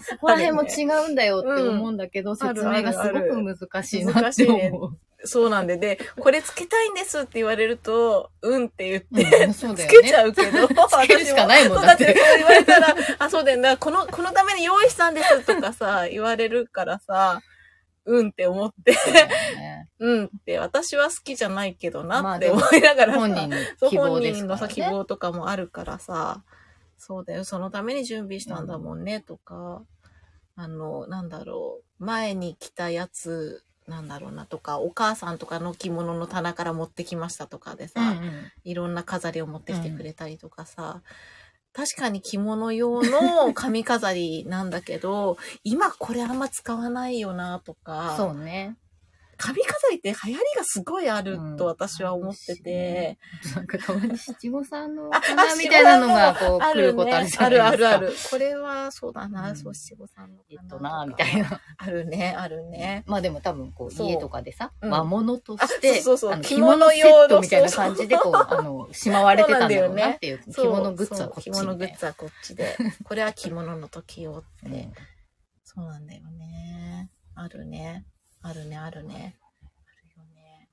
S2: そこら辺も違うんだよって思うんだけど、
S1: ある
S2: 説明がすごく難しいな
S1: 難
S2: っ
S1: しい
S2: て
S1: ね
S2: 思う。
S1: そうなんで。で、これつけたいんですって言われると、うんって言って、
S2: うんそう
S1: つ
S2: だ
S1: け
S2: よ
S1: ちゃ
S2: ね。
S1: うけど。
S2: つけるしかないもん
S1: 私もそうだ
S2: だ
S1: っ
S2: ってて
S1: そう言われたら、あ、そうだよな。この、このために用意したんですとかさ、言われるからさ、うんって思って、
S2: ね
S1: うんって、私は好きじゃないけど
S2: ま
S1: なっ
S2: あ
S1: て
S2: でも
S1: 思いながらさ、
S2: 本人の
S1: そう
S2: 希望
S1: 本
S2: です
S1: 人の
S2: か
S1: さ、
S2: ら
S1: 希
S2: ね。
S1: 望とかもあるからさ、そうだよ、そのために準備したんだもんね、とか、あの、なんだろう、前に来たやつ、なんだろうな、とか、お母さんとかの着物の棚から持ってきましたとかでさ、
S2: うんうん
S1: いろんな飾りを持ってきてくれたりとかさ、確かに着物用の髪飾りなんだけど、 [laughs] 今これあんま使わないよな、とか、
S2: そうね。
S1: 髪飾りって流行りがすごいあると私は思ってて、
S2: なんかたまに七五三のお
S1: あ
S2: 花みたいなのがこう来ることあるじゃないですか。
S1: あるあるある。これは、そうだな、
S2: うん
S1: そう、七五三のか
S2: えっとな、みた
S1: な。
S2: いな。
S1: あるね、あるね。
S2: まあでも多分こう
S1: そう
S2: 家とかでさ、
S1: うん
S2: 和物として、
S1: あそうそうそう
S2: あの
S1: 着
S2: 着
S1: 物
S2: 物セ
S1: 用の
S2: ットみたいな感じでこう、あの、しまわれてたんだろうなっていう、
S1: そ
S2: 着
S1: う
S2: 物グッズはこっちみたい
S1: そう着
S2: な
S1: 物グッズはこっ
S2: [laughs]
S1: ちで。これは着物の時用って。
S2: ね
S1: そうなんだよね。あるね。あるね、あるね。あるよね。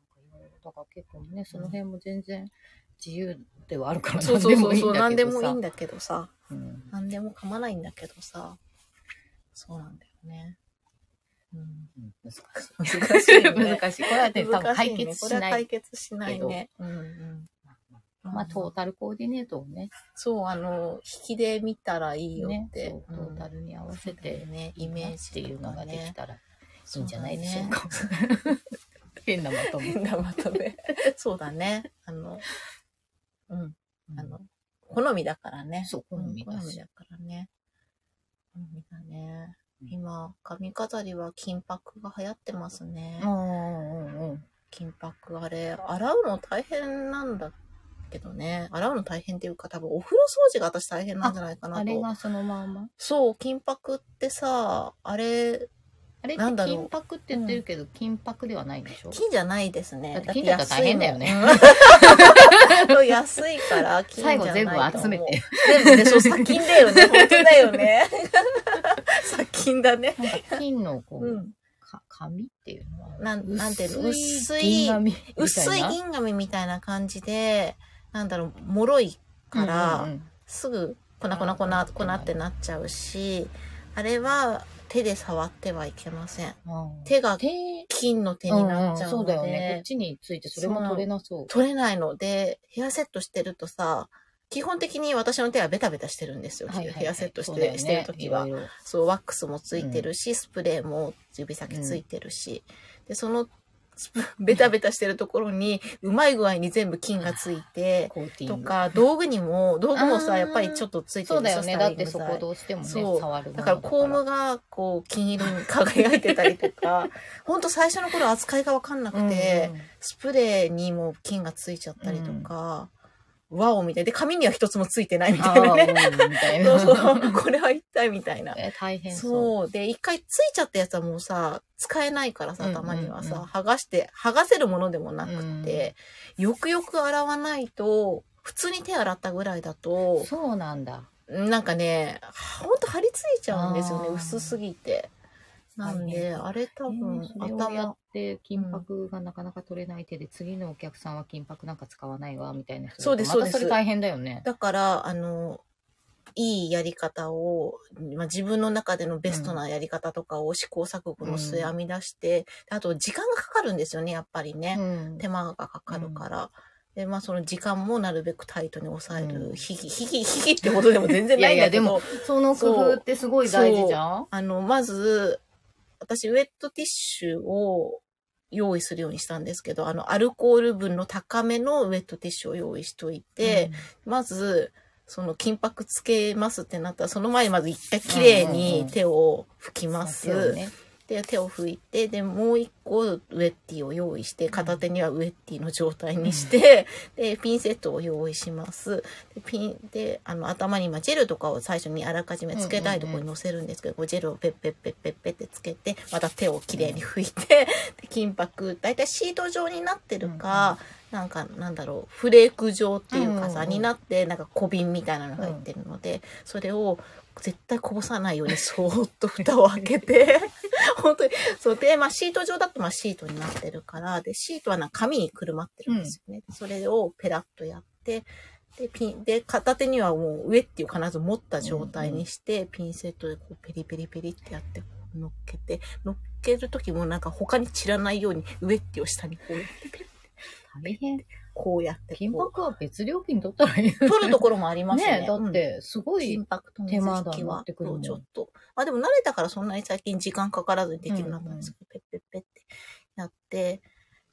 S2: だから結構ね、その辺も全然自由ではあるから
S1: そう
S2: 何
S1: そう
S2: で
S1: そ
S2: も
S1: う
S2: いい
S1: そ
S2: ん
S1: う、何
S2: だけど
S1: でもいい
S2: さ
S1: ん。だけどさ。
S2: うん
S1: 何でも噛まないんだけどさ。そうなんだよね。うん。
S2: うん難しい。
S1: 難しい、ね。
S2: 難しい。これはね、多分解決し
S1: これは
S2: な
S1: 解
S2: い。
S1: 決しないね。うんうん。
S2: まあ、トータルコーディネートをね、
S1: そう、あの、引きで見たらいいよ
S2: ね
S1: っ、て。
S2: そうトータルに合わせて、
S1: ね、イメージ
S2: っていうのができたらいいんじゃないでしょう
S1: か。
S2: か。変なまとめ。
S1: 変なまとめ。そうだね。あの、うん。あ
S2: あの
S1: の、好みだからね。
S2: そう、好
S1: うん
S2: み
S1: 好
S2: だ
S1: み
S2: し。
S1: だからね。好みだね。
S2: うん
S1: 今、髪飾りは金箔が流行ってますね。
S2: うんうんうん。
S1: 金箔、あれ、洗うの大変なんだけどね。洗うの大変っていうか、多分お風呂掃除が私大変なんじゃないかなと。
S2: あれがそのまんま。
S1: そう、金箔ってさ、あれ、
S2: あれって
S1: なんだろう
S2: 金箔って言ってるけど、金箔ではないんでしょ
S1: 金じゃないですね。
S2: だって金だったら大変だよね。
S1: だって安いもん。安い [laughs]
S2: [laughs]
S1: から、金じゃ
S2: 最後
S1: ないと思う
S2: 全部集め。て。
S1: 全部で、そう、殺菌だよね。本当だ
S2: [laughs]
S1: よね。 [laughs] 殺菌だね。
S2: なんか金のこう、
S1: うん。
S2: か紙っていうのは。
S1: なん、なんていうの、薄
S2: 薄
S1: い
S2: い、紙みたいな。
S1: 薄い銀紙みたいな感じで、なんだろう、脆いから、
S2: うんうんうん
S1: すぐ粉粉粉粉ってなっちゃうし、あれは手で触ってはいけません。
S2: うん
S1: 手が
S2: 手
S1: 金の手になっちゃう
S2: そ
S1: の
S2: う
S1: で、
S2: だよね。こっちについてそれも取れなそう。
S1: 取れないので、ヘアセットしてるとさ、基本的に私の手はベタベタしてるんですよ。
S2: はいはいはい
S1: ヘアセットし
S2: そう
S1: て,、
S2: だよね
S1: してる時は。
S2: いろいろ
S1: そう、ワックスもついてるし、スプレーも指先ついてるし、で、その、スプ [laughs] ベタベタしてるところに、うまい具合に全部菌がついて、
S2: コーティ
S1: と
S2: ング。
S1: か、道具にも、道具も
S2: あ
S1: さ、
S2: ー
S1: やっぱりちょっとついてる
S2: そうだよ
S1: でし
S2: ね。
S1: ょ
S2: だってそこ
S1: スタイリング剤
S2: どうしてもね、
S1: そう
S2: 触るもの
S1: だから、コーム
S2: が
S1: が、こう、金色に輝いてたり
S2: [laughs]
S1: とか、ほんと最初の頃扱いがわかんなくて、スプレーにも菌がついちゃったりとか、ワオみたいで、髪には一つもついてないみたいなね。
S2: ああ、うんみたい
S1: そう
S2: な。
S1: そう、これは一体みたいな。
S2: え大変そう。
S1: そう。で、一回ついちゃったやつはもうさ、使えないから
S2: うん
S1: さ、
S2: うんうん
S1: たまにはさ、剥がして、剥がせるものでもなくて、よくよく洗わないと、普通に手洗ったぐらいだと、
S2: そうなんだ。
S1: なんかね、ほんと張り付いちゃうんですよね、
S2: あー
S1: 薄すぎて。なんで、あれ多分
S2: えー、それをやっ
S1: 頭、
S2: て金箔がなかなか取れない手で、次のお客さんは金箔なんか使わないわみたいな人だと
S1: そうです
S2: また
S1: そうです
S2: それ大変だよね
S1: だから、あの、いいやり方を、まあ、自分の中でのベストなやり方とかを試行錯誤の末編み出して、あと時間がかかるんですよね、やっぱりね。
S2: うん
S1: 手間がかかるから、でまあその時間もなるべくタイトに抑える、
S2: うん
S1: ひぎひぎひぎってことでも全然ないんだけど
S2: いやいやその工夫ってすごい大事じゃん
S1: あのまず私ウェットティッシュを用意するようにしたんですけどあのアルコール分の高めのウェットティッシュを用意しといて、まずその金箔つけますってなったらその前にまず一回きれい
S2: うんうん
S1: に
S2: うん
S1: 手を拭き
S2: うん
S1: ます。
S2: 手をね
S1: で手を拭いてでもう一個ウェッティを用意して片手にはウェッティの状態にして、でピンセットを用意しますでピンであの頭に今ジェルとかを最初にあらかじめつけたいところにのせるんですけど、こうジェルをペッペッペッペッペッってつけてまた手をきれいに拭いて、で金箔大体シート状になってるか、なんかなんだろうフレーク状っていう
S2: うん
S1: かさ、
S2: うんうん
S1: になってなんか小瓶みたいなのが入ってるので、それを絶対こぼさないようにそーっと蓋を開けて [laughs] 本当にそうで、まあ、シート状だとまあシートになってるからでシートはなんか紙にくるまってるんですよね、それをペラッとやってでピンで片手にはもう上っていう必ず持った状態にして、ピンセットでこうペリペリペリってやってこう乗っけて乗っける時もなんか他に散らないように上っていうを下にこうやって
S2: 大変
S1: こうやって
S2: 金
S1: こ
S2: 箔は別料金取ったらいいよ
S1: う取るところもありますね
S2: ねだってすごい、
S1: 金箔と水
S2: 手間
S1: 引
S2: だなっ
S1: は
S2: てくるもん
S1: ちょっと。まあでも慣れたからそんなに最近時間かからずにできるようになったんですけど、ペッペッペッってやって、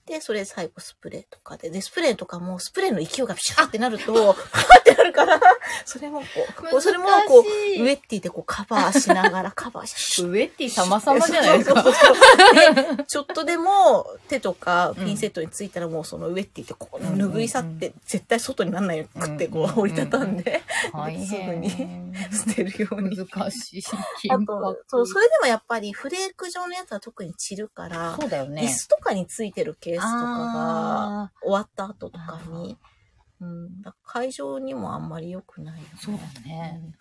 S1: で、それ最後スプレーとかで。で、スプレーとかもスプレーの勢いがピシャーってな
S2: [laughs]
S1: ると、パーってなるから、それもこう、こうそれもこ
S2: 難
S1: う、
S2: しい
S1: ウェッティでこうカバーしながら、カバーし、
S2: ウェッティ様々じゃないですか
S1: そうそうそうそうでちょっとでも手とかピンセットについたらもうそのウェッティってこう拭い去って絶対外にならないようにくってこう折りたたんで
S2: 大
S1: すぐ
S2: 変
S1: 捨てるように
S2: 難しい
S1: あ
S2: 金箔
S1: と、そう、それでもやっぱりフレーク状のやつは特に散るから、
S2: そうだよね
S1: 椅子とかについてるケースとかが
S2: あ
S1: 終わった後とかに、うん、だから会場にもあんまり良くないよね
S2: ーそうだね、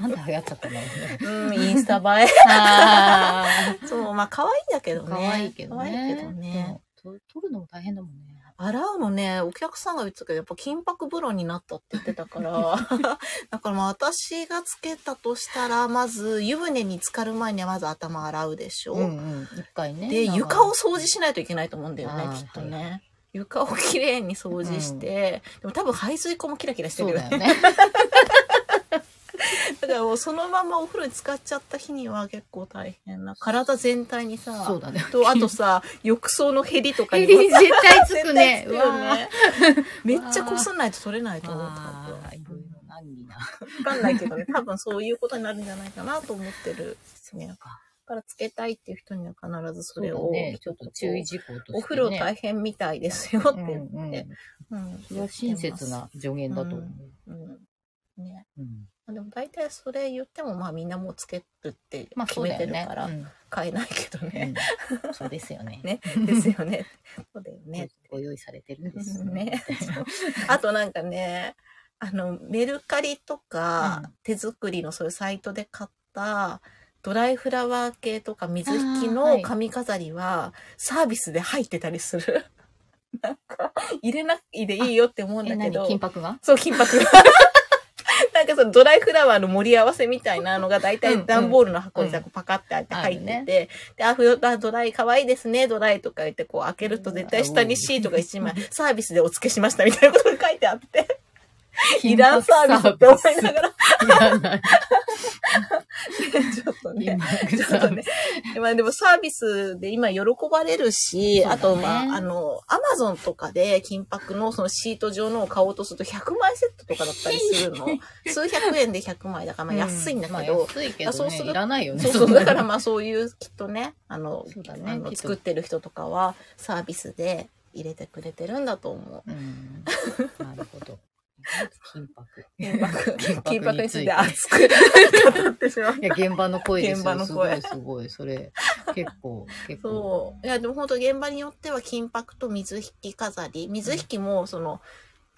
S2: なんで流行っちゃったのね
S1: うん、インスタ映
S2: [laughs]
S1: え。
S2: あー
S1: そう、まあ可愛いんだけどね。
S2: [laughs] 可愛いけどね。
S1: 可愛いけど
S2: で
S1: ね
S2: も。と取るのも大変だもんね。
S1: 洗うのね、お客さんが言ってたけど、やっぱ金箔風呂になったって言って
S2: [laughs]
S1: たから、だからまあ私がつけたとしたら、まず湯船に浸かる前にはまず頭洗うでしょ。
S2: うん。一回ね。
S1: で、
S2: なんか
S1: 床を掃除しないといけないと思うんだよ
S2: あ
S1: ね
S2: ー、
S1: きっとね。床をきれいに掃除して、でも多分排水口もキラキラして
S2: そ
S1: る
S2: う
S1: よ
S2: だ
S1: ね。
S2: よね。
S1: [laughs] だからもうそのままお風呂に使っちゃった日には結構大変な。体全体にさ、
S2: そう
S1: [laughs]
S2: だね。
S1: と、あとさ、浴槽のヘリとか
S2: ヘ
S1: に
S2: リ
S1: も
S2: に
S1: さ
S2: 絶対つくね。
S1: 絶対つくよね
S2: [laughs]
S1: めっちゃこすんないと取れないと思う。多
S2: ああ、いろい
S1: 分
S2: ろ難儀な。
S1: わかんないけどね、多分そういうことになるんじゃないかなと思ってる。ね。だ
S2: か
S1: からつけたいっていう人には必ずそ
S2: そう
S1: れ
S2: だ
S1: を、
S2: ね。ちょっと注意事項として、ね。
S1: お風呂大変みたいですよって言
S2: う
S1: って。
S2: んうん。
S1: うん
S2: それは親切な助言だと思う。
S1: うんね。
S2: うん
S1: まあでも大体それ言ってもまあみんなもうつけるって
S2: まあ
S1: 決
S2: そう
S1: め
S2: だ
S1: て
S2: よ
S1: る
S2: ね
S1: か。ら
S2: うん
S1: 買えないけどね。
S2: うんそうですよね。
S1: [laughs] ね。ですよね。そうだよね。
S2: ご用意されてるんです [laughs]
S1: ね。あとなんかね、あの、メルカリとか、
S2: うん
S1: 手作りのそういうサイトで買った、ドライフラワー系とか水引き
S2: あーは
S1: の
S2: い
S1: 髪飾りは、サービスで入ってたりする。 [laughs] なんか、入れないでいいよって思うん
S2: え、
S1: だけ
S2: 何
S1: ど。
S2: 金箔が
S1: そう、金箔
S2: [laughs]
S1: が。なんかそのドライフラワーの盛り合わせみたいなのが大
S2: うんう
S1: 体
S2: ん
S1: 段ボールの箱にさ、
S2: うん
S1: こうパカって開いて
S2: あ
S1: 入
S2: る
S1: ってて、
S2: ね
S1: で、あ、ふあドライ可愛いですね、ドライとか言ってこう開けると絶対下にシートが1枚、サービスでお付けしましたみたいなことが書いてあって、いらんサービスって思いながら、
S2: いらない。
S1: ちょっ
S2: [laughs]
S1: とね。
S2: 金
S1: ちょっとね。まあでもサービスで今喜ばれるし、
S2: そうだね
S1: あとまあ、あの、アマゾンとかで金箔のそのシート状のを買おうとすると100枚セットとかだったりする
S2: [laughs]
S1: の。数百円で100枚だからまあ安いんだけ
S2: まあ
S1: ど、
S2: 安いけ
S1: あそ
S2: ど
S1: うす
S2: ね、
S1: る
S2: いらないよね。
S1: そうそう、だ
S2: んな
S1: からまあそういうきっとね、あの、
S2: そうだ
S1: あ
S2: ね。
S1: の
S2: きっと
S1: 作ってる人とかはサービスで入れてくれてるんだと思う。
S2: うん。 [laughs] なるほど。金箔。金
S1: 金箔、金箔
S2: 箔
S1: に
S2: に
S1: つ
S2: つ
S1: い
S2: いて
S1: て熱く [laughs] 語ってしまう。
S2: いや、現場の声です
S1: 現場
S2: よ。
S1: の
S2: すご
S1: 声
S2: い、すごい。それ、結構、結構。
S1: そう。いや、でも本当現場によっては金箔と水引き飾り。水引きも、その、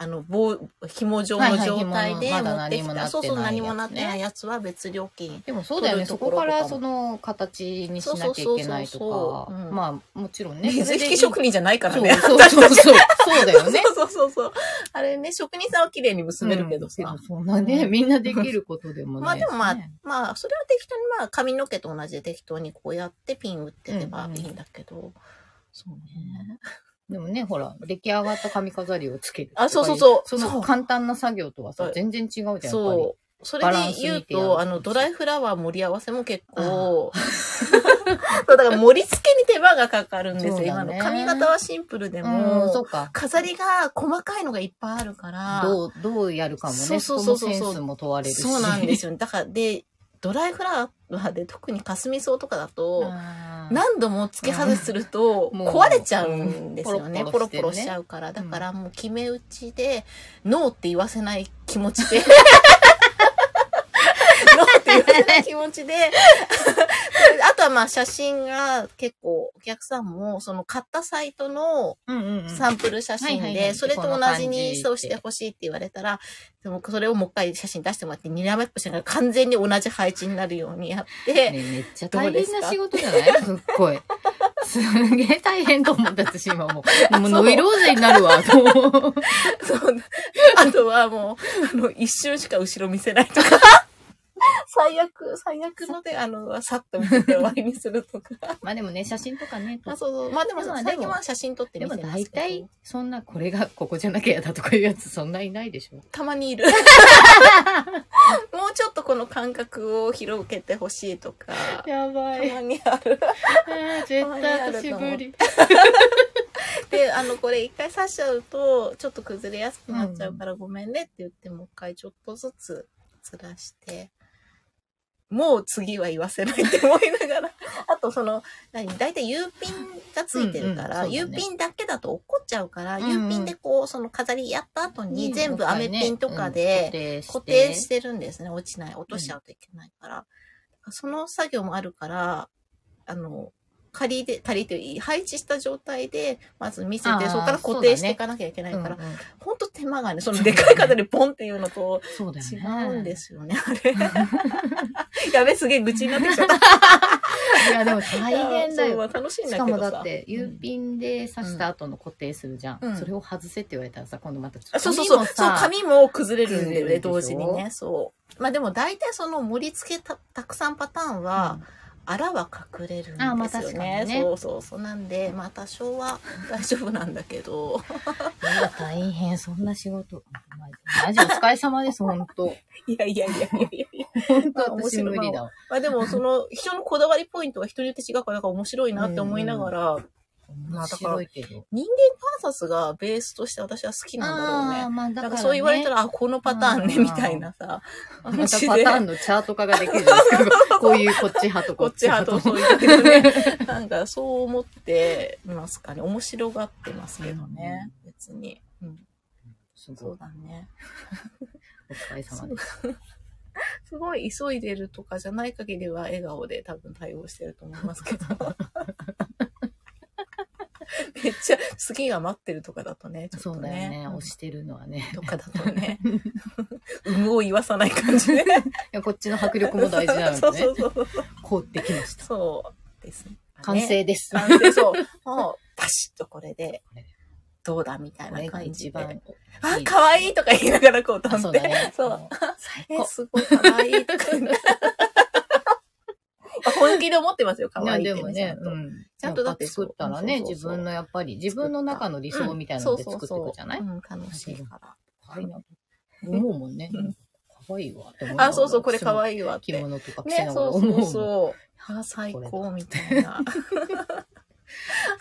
S1: あの、棒、紐状の状態で
S2: はいはい紐のまだ
S1: 持ってき
S2: 何もなってないやつね
S1: た。そうそう、何もなってないやつは別料金。
S2: でもそうだよね。
S1: 取
S2: そ
S1: るとこ
S2: こ
S1: ろ
S2: か
S1: とかも
S2: らその形にしなきゃいけない
S1: そうそう
S2: と
S1: そう
S2: か
S1: そうう。ん
S2: まあ、もちろんね。
S1: 水引き職人じゃないからね。
S2: そうそうそうそう。そうだよね。
S1: [laughs] そうそうそうそう。あれね、職人さんは綺麗に結べるけどさ。
S2: うんでもそんなね、みんなできることでも
S1: ま
S2: な
S1: あ
S2: い
S1: でも [laughs] まあ
S2: ね、
S1: まあ、それは適当に、まあ、髪の毛と同じで適当にこうやってピン打ってれば
S2: うんうん
S1: いいんだけど。そうね。
S2: でもね、ほら、出来上がった髪飾りをつける。
S1: あそうそうそう
S2: そ
S1: そう
S2: の簡単な作業とは
S1: そ
S2: さ
S1: う、
S2: 全然違うじゃん、やっぱり。
S1: そう。それ
S2: バ
S1: で
S2: ランス
S1: 言う
S2: 見てやろう
S1: と、あの、ドライフラワー盛り合わせも結構、 [laughs] そう、だから盛り付けに手間がかかるんですよ、
S2: そうだ
S1: 今
S2: ね
S1: の。髪型はシンプルで
S2: う
S1: も、
S2: ん、そうか。
S1: 飾りが細かいのがいっぱいあるから、
S2: どう、どうやるかもね。
S1: そうそうそ
S2: そう
S1: そう
S2: このセンスも問われるし。
S1: そうなんです
S2: よ。
S1: よね。だから、で、ドライフラワーで特に霞草とかだ
S2: [laughs]
S1: と、
S2: な
S1: 何度も付け外しすると
S2: うんもう
S1: 壊れちゃうんですよね。
S2: うん
S1: ポ
S2: ポ
S1: ロ
S2: ロ
S1: ポ
S2: ポ
S1: ロ
S2: ロ
S1: し
S2: してね
S1: ちゃうから。だからもう決め打ちで、ノーって言わせない気持ち
S2: [laughs]
S1: で。ノーって言わせない気持ちで。 [laughs] あとはまあ写真が結構お客さんもその買ったサイトの
S2: うんうんうん。
S1: サンプル写真
S2: はいはいは
S1: で、
S2: い
S1: それと同じにそうしてほしいって言われたら、でもそれをもう一回写真出してもらって、にらめっこしながら完全に同じ配置になるようにやって、
S2: ね、めっちゃ
S1: どう
S2: 大
S1: ですか
S2: 変な仕事じゃ [laughs] ないすっごい。すげえ大変と思った私今もう。もうノイローゼになるわ、と。
S1: そうあとはもう、あの、一瞬しか後ろ見せないとか。最悪、最悪ので、あの、さっと見せて終わりにするとか。
S2: まあでもね、写真とかね、
S1: あそうそう。まあでも、
S2: でも
S1: 最近は写真撮って
S2: で
S1: 見
S2: も
S1: せます
S2: 大
S1: けど。
S2: 体、そんな、これがここじゃなきゃやだとかいうやつ、そんないないでしょ。
S1: たま [laughs] にいる。もうちょっとこの感覚を広げてほしいとか。
S2: やば
S1: た。まにある。
S2: 絶
S1: 対私無
S2: [laughs] 理。
S1: で、あの、これ一回刺しちゃうと、ちょっと崩れやすくなっちゃうからごめんねって言って、もう一回ちょっとずつずらして、もう次は言わせないって思いながら、 [laughs] あとその、何、大体 U ピンがついてるから、
S2: うんうんそう
S1: U
S2: だね
S1: ピンだけだと怒っちゃうから、
S2: うんうん
S1: U ピンでこう、その飾りやった後に全部アメピンとか
S2: 固
S1: で
S2: 定して
S1: 固定してるんですね。落ちない、落としちゃうといけないから。その作業もあるから、あの、仮で、仮という、配置した状態で、まず見せ
S2: あ
S1: て、
S2: ー
S1: そこから固
S2: そうだ
S1: 定
S2: ね
S1: していかなきゃいけない
S2: うん
S1: か
S2: う
S1: ら、
S2: ん
S1: ほんと手間がね、そのでかい方でポンっていうのと
S2: そうだ
S1: 違
S2: よね。
S1: うんですよね、 [laughs] あれ。やべ、すげえ愚痴になってきちゃった。
S2: いや、でも [laughs] 大変だ
S1: そうまあ
S2: よ。
S1: 楽しいん
S2: し
S1: だ
S2: か
S1: け
S2: も
S1: どさ。
S2: だって、U ピンで刺した後の固定するじゃん。
S1: うん
S2: それを外せって言われたらさ、今度またちょっ
S1: あ
S2: と
S1: そうそうそう。そう、
S2: さ
S1: 髪も崩れるんだよ
S2: 崩れる
S1: ね、
S2: でしょ
S1: 同時にね。そう。まあでも大体その盛り付けたたくさんパターンは、
S2: うん
S1: あらは隠れるん
S2: あまあ
S1: ですよ
S2: 確か
S1: ね
S2: にね
S1: そうそうそうなんでまあ多
S2: [laughs]
S1: 少は大丈夫なんだけど
S2: いや、大変、そんな仕事。マジマジお疲れ様です、ほんと。
S1: いやいやいやいやいや
S2: ほんと、
S1: あ面
S2: 私
S1: 白い
S2: 無理だわ。
S1: まあでもその人のこだわりポイントは人によって違うからなんか面白いなって思いながら、まあ
S2: 面白いけど。
S1: 人間観察がベースとして私は好きなんだろうね
S2: あー、まあ、だ
S1: な
S2: から、
S1: んか
S2: ね、
S1: そう言われたら、あ、このパターンね、
S2: うん
S1: みたいなさ。
S2: またパタ
S1: 話で
S2: ーンのチャート化ができるじゃない
S1: [laughs]
S2: ですか。こういうこっち派と
S1: こ
S2: こ
S1: っ
S2: っ
S1: ち
S2: ち
S1: 派
S2: 派
S1: と
S2: と。
S1: そういうけどね。なんかそう思ってますかね。面白がってますけどね。別に。うん。
S2: すご
S1: そう
S2: い。
S1: だね。
S2: お疲れ様です。
S1: すごい急いでるとかじゃない限りは笑顔で多分対応してると思いますけど。
S2: [laughs]
S1: めっちゃ次が待ってるとかだとね、ちょ
S2: そ
S1: っと
S2: う
S1: ね。
S2: だよね。
S1: ん
S2: 押してるのはね。
S1: とかだ
S2: [laughs]
S1: とね。有無を言わさない感じね。
S2: いや、こっちの迫力も大事なので
S1: そう
S2: ね。
S1: そうそうそう。
S2: こうできました。
S1: そうですね。
S2: 完成です。
S1: 完成そう。もう、パシッとこれで
S2: これ、
S1: どうだみたい
S2: こ
S1: な
S2: れが
S1: 感じ
S2: 一
S1: で。
S2: 番い
S1: あ、
S2: い。
S1: かわいいとか言いながらこう
S2: あ
S1: 飛
S2: そ
S1: ん
S2: う
S1: で。
S2: だね。
S1: そう。
S2: 最
S1: え、
S2: 高。
S1: すごいかわいいとか言いながら。 [laughs] 本気で思ってますよ、かわいいって、
S2: でもね、う
S1: ちゃんと
S2: ん。
S1: ちゃんとだって
S2: やぱ作ったらね、
S1: そうそうそう
S2: 自分のやっぱり、自分の中の理想みたいなので作っていくじゃない
S1: うん、そうそうそううん楽しいから。
S2: 可愛いなと思うもんね
S1: うん。
S2: 可愛いわって思
S1: あ、そうそう、これか
S2: い。
S1: わいいわっ
S2: 着
S1: て。
S2: 物とか着せ
S1: ね、
S2: ながら
S1: そ
S2: 思
S1: う
S2: うも。
S1: そうん
S2: そう
S1: そう。あ、最
S2: [laughs]
S1: 高みたいな。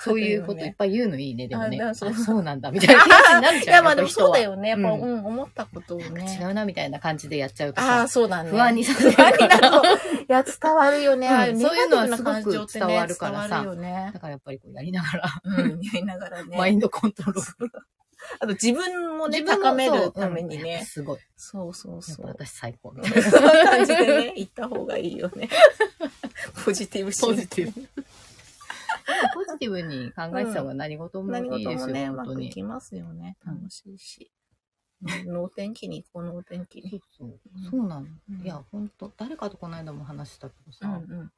S2: いうこといっぱい言うのいいね、でもね。
S1: あだ
S2: あ
S1: そう
S2: そうなんだ、み
S1: [laughs]
S2: たいな気持ちになる
S1: い
S2: じゃん。
S1: や、まあでもそうだ
S2: やっ
S1: よね。やっぱ、う
S2: うん
S1: ん、思ったことを
S2: ぱ人は。
S1: ね。
S2: 違うな、みたいな感じでやっちゃうと
S1: あ
S2: さ、
S1: あ、そうだね。
S2: 不安にさせる
S1: 不安
S2: か
S1: になる
S2: ら。
S1: いや、伝わるよね。
S2: うん
S1: ああ
S2: そういうのはすごく
S1: ネガティブな感情ってね
S2: 伝わるからさ
S1: 伝わるよね
S2: だ。からやっぱりこうやりながら、
S1: [laughs] うん、言いながら
S2: マイ
S1: ね。
S2: ンドコントロール。
S1: あと自分もね、
S2: 自分の
S1: 高めるために
S2: そううんやっぱ
S1: ね。
S2: すごい。
S1: そうそう
S2: やっ
S1: そ
S2: ぱ
S1: う。
S2: 私最高みたいな。
S1: そんな感じでね、言った方がいいよね。 [laughs] ポジティブシンキング
S2: ポジティポジティブに考えてた方が何事も
S1: 何
S2: いい
S1: 事
S2: で
S1: も
S2: すよ、
S1: ね、うま
S2: 本当
S1: くい
S2: に。
S1: きますよね。楽しいし。能天気に行こう、能天気
S2: そ
S1: に。
S2: うそうそうなの。
S1: うん
S2: いや、本当誰かとこの間も話したけど
S1: う
S2: さ、
S1: んうん。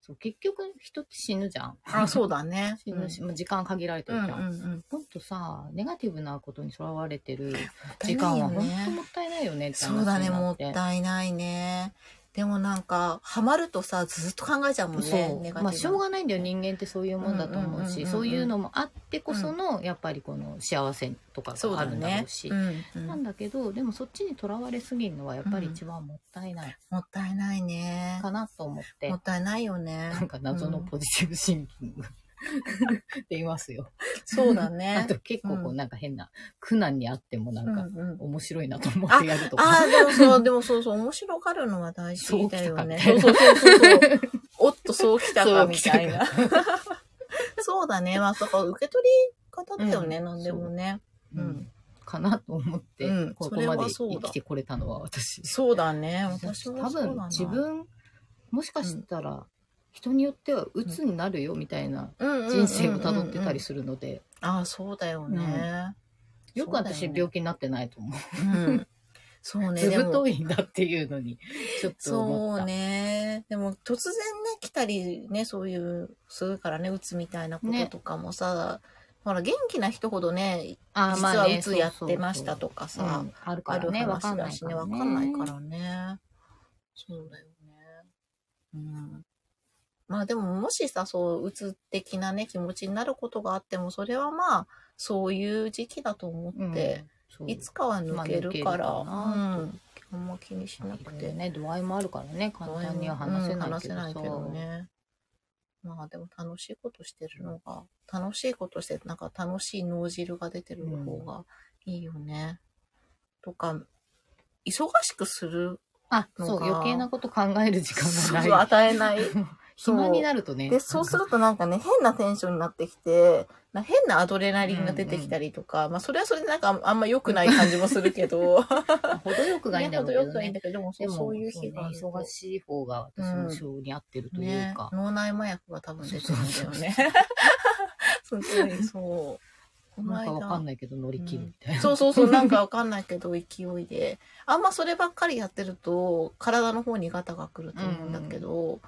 S2: そう結局人って死ぬじゃん。
S1: あ、そうだね。
S2: 死ぬし、もう時間限られて
S1: うんう
S2: る
S1: ん
S2: じゃん。
S1: うん。
S2: ほんとさ、ネガティブなことにとらわれてる
S1: たい
S2: 時
S1: ない
S2: 間
S1: よ
S2: は
S1: ね
S2: 本当もったいないよねって話
S1: そうだね、
S2: にな
S1: も
S2: っ
S1: ってたいないね。でもなんか、ハマるとさ、ずっと考えちゃうもんね。ネ
S2: そう
S1: ガティブな
S2: まあしょうがないんだよ人間ってそういうもんだと思う
S1: うんうんうんうんう
S2: し
S1: ん
S2: そういうのもあってこそのやっぱりこの幸せとか
S1: そう
S2: があ
S1: だ
S2: るんだろ
S1: ね
S2: う。し
S1: うんうん
S2: なんだけどでもそっちにとらわれすぎるのはやっぱり一番もったいない
S1: もったいないね。
S2: かなと思って
S1: もったいないよね
S2: な。んか謎のポジティブシンキングって言いますよ。
S1: そうだ
S2: あ
S1: ね。
S2: と結構こ
S1: う
S2: うん [laughs] なんか変な苦難にあってもな
S1: うん
S2: んか
S1: うん、
S2: 面白いなと思ってやるとか。
S1: ああ、でもそう、でもそうそう、面白がるのは大事だよね。
S2: そ
S1: そうう
S2: 来たか
S1: そ
S2: み [laughs]
S1: うそうそう。おっと、そうきたか、
S2: そう
S1: み
S2: 来た
S1: た
S2: か
S1: いな。 [laughs] そうだね。まあ、そこ、受け取り方だよね、
S2: うん
S1: なんでもね。
S2: う
S1: うん
S2: んかなと思って、
S1: うん
S2: こ
S1: そ
S2: こ
S1: れは
S2: まで
S1: そうだ
S2: 生きてこれたのは私。
S1: そうだね。私
S2: 多
S1: はそうだ
S2: 分
S1: な。
S2: 自分、もしかしたら人によっては鬱になるよみたいな人
S1: 人
S2: 生をたどってたりするので、
S1: ああ、そうだよね。
S2: よく私
S1: そうだよね
S2: 病気になってないと思う。
S1: うん。そう
S2: [laughs]
S1: ね。
S2: ず
S1: で
S2: ぶ
S1: も
S2: といんだっていうのに、ちょっと思っ
S1: そ
S2: た。
S1: うね。でも突然ね、来たりね、そういう、するからね、うつみたいなこと
S2: ね
S1: とかもさ、ほら、元気な人ほどね、
S2: あー
S1: 実
S2: まあ
S1: は
S2: ね
S1: うつやってました
S2: そう
S1: とか
S2: そうそう
S1: さ
S2: う、んあるか
S1: あ
S2: ら
S1: る
S2: ね、わかん
S1: 話
S2: な
S1: だ
S2: い
S1: し
S2: から
S1: ね、
S2: ね。
S1: わかんないからね。そうだよね。うん。まあでも、もしさ、そう、うつ的なね、気持ちになることがあっても、それはまあ、そういう時期だと思
S2: うん
S1: って、、
S2: そう
S1: いつかは抜けるから、
S2: まあ抜けるかな
S1: うん。あんま気にしなく
S2: い
S1: て
S2: ろいろね、度合いもあるからね、簡単には話せないけど
S1: うん
S2: さ。
S1: 話せないけどね。まあでも楽しいことしてるのが、楽しいことして、なんか楽しい脳汁が出てる方がいいよね。とか、忙しくする
S2: あ、そう、余計なこと考える時間
S1: そう
S2: が [laughs]
S1: そう
S2: ない。
S1: 与えない。
S2: 暇になるとね。
S1: で、そうするとなんかね、変なテンションになってきて、な変なアドレナリンが出てきたりとか、まあそれはそれでなんかあんま良くない感じもするけど、
S2: なんか程よくがいいんだろうけ
S1: 良
S2: ど
S1: くはいいん
S2: ね。
S1: だけど、でも
S2: で
S1: そう
S2: も、
S1: そういう日がある
S2: そ
S1: と
S2: うね忙しい方が私の性に合ってるというか。
S1: ね、脳内麻薬が多分出てるんだよね。そう [laughs] そうそう。この
S2: なんかわかん
S1: 間。
S2: ないけど乗り切るみたいな。
S1: そうそうそう、なんかわかんないけど勢いで。あんまそればっかりやってると、体の方にガタが来ると思うんだけど、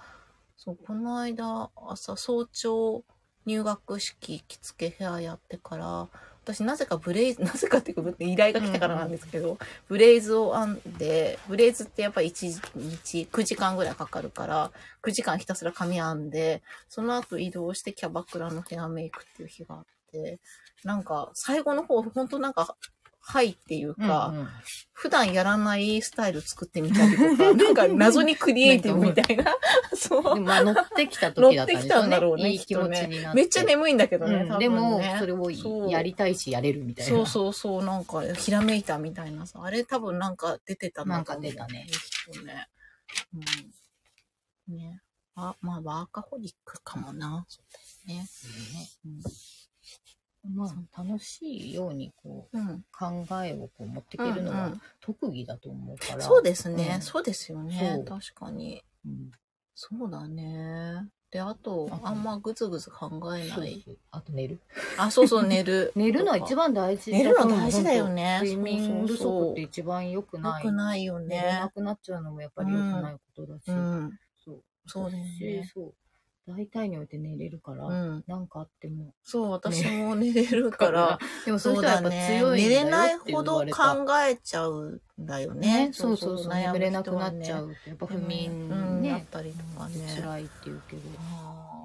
S1: そう、この間、朝、早朝、入学式、着付けヘアやってから、私なぜかブレイズ、 [laughs] なぜかっていうか依頼が来たからなんですけど、ブレイズを編んで、ブレイズってやっぱ1日、9時間ぐらいかかるから、9時間ひたすら髪編んで、その後移動してキャバクラのヘアメイクっていう日があって、なんか最後の方、ほんとなんか、はいっていうか、
S2: うんうん
S1: 普段やらないスタイル作ってみたりと
S2: [laughs]
S1: か、なんか謎にクリエイティブみたいな、そう。
S2: でもまあ乗ってきた時だったんでし
S1: 乗ってき
S2: ょ
S1: た
S2: うんね
S1: だろうね
S2: いい気持ちになって。
S1: めっちゃ眠いんだけどね、
S2: う
S1: 多分ね
S2: ん、でも、それを
S1: そう
S2: やりたいし、やれるみたいな。
S1: そうそうそう、なんか、ひらめいたみたいなさ、あれ多分なんか出てただと思う
S2: なんか出たね。
S1: きっとね。うん。ね。あ、まあ、ワーカホリックかもな。そうだよね。
S2: まあ、楽しいように、こう、
S1: うん。
S2: 考えをこう持っていけるの
S1: うんう
S2: は
S1: ん
S2: 特技だと思うから。
S1: そうですね、
S2: うん
S1: そうですよね。
S2: そ
S1: 確かに。
S2: うん
S1: そうだね。で、あと
S2: あ、と
S1: あんまぐずぐず考え
S2: そ
S1: な
S2: う
S1: い。
S2: そうあと寝る。。
S1: あ、そうそう、寝る
S2: [laughs] 寝るのは一番大事
S1: 寝るの大事だよ
S2: ね。
S1: ね。
S2: 睡眠不
S1: そう
S2: 足
S1: そ
S2: っ
S1: う
S2: て一番良く
S1: そう
S2: な
S1: 良
S2: い。
S1: くないよ
S2: 寝れ
S1: ね
S2: な。くなっちゃうのもやっぱり良くないことだし。
S1: うん。
S2: そう。
S1: そうだよね
S2: 私。そう。大体において寝れるから、
S1: うん。
S2: なんかあっても。
S1: そう、私も寝れるから。、
S2: で [laughs] もそうい
S1: そう
S2: う人はや
S1: だ
S2: っぱ
S1: ね。
S2: 強い
S1: 寝
S2: んだよって言われた。
S1: れないほど考えちゃうんだよね
S2: ね。、そうそうそう、眠れなくなっちゃ
S1: う。
S2: うって、やっぱ不
S1: 不眠
S2: 眠
S1: になっ
S2: ね、
S1: たりとかね。
S2: 辛いって言うけど。
S1: あー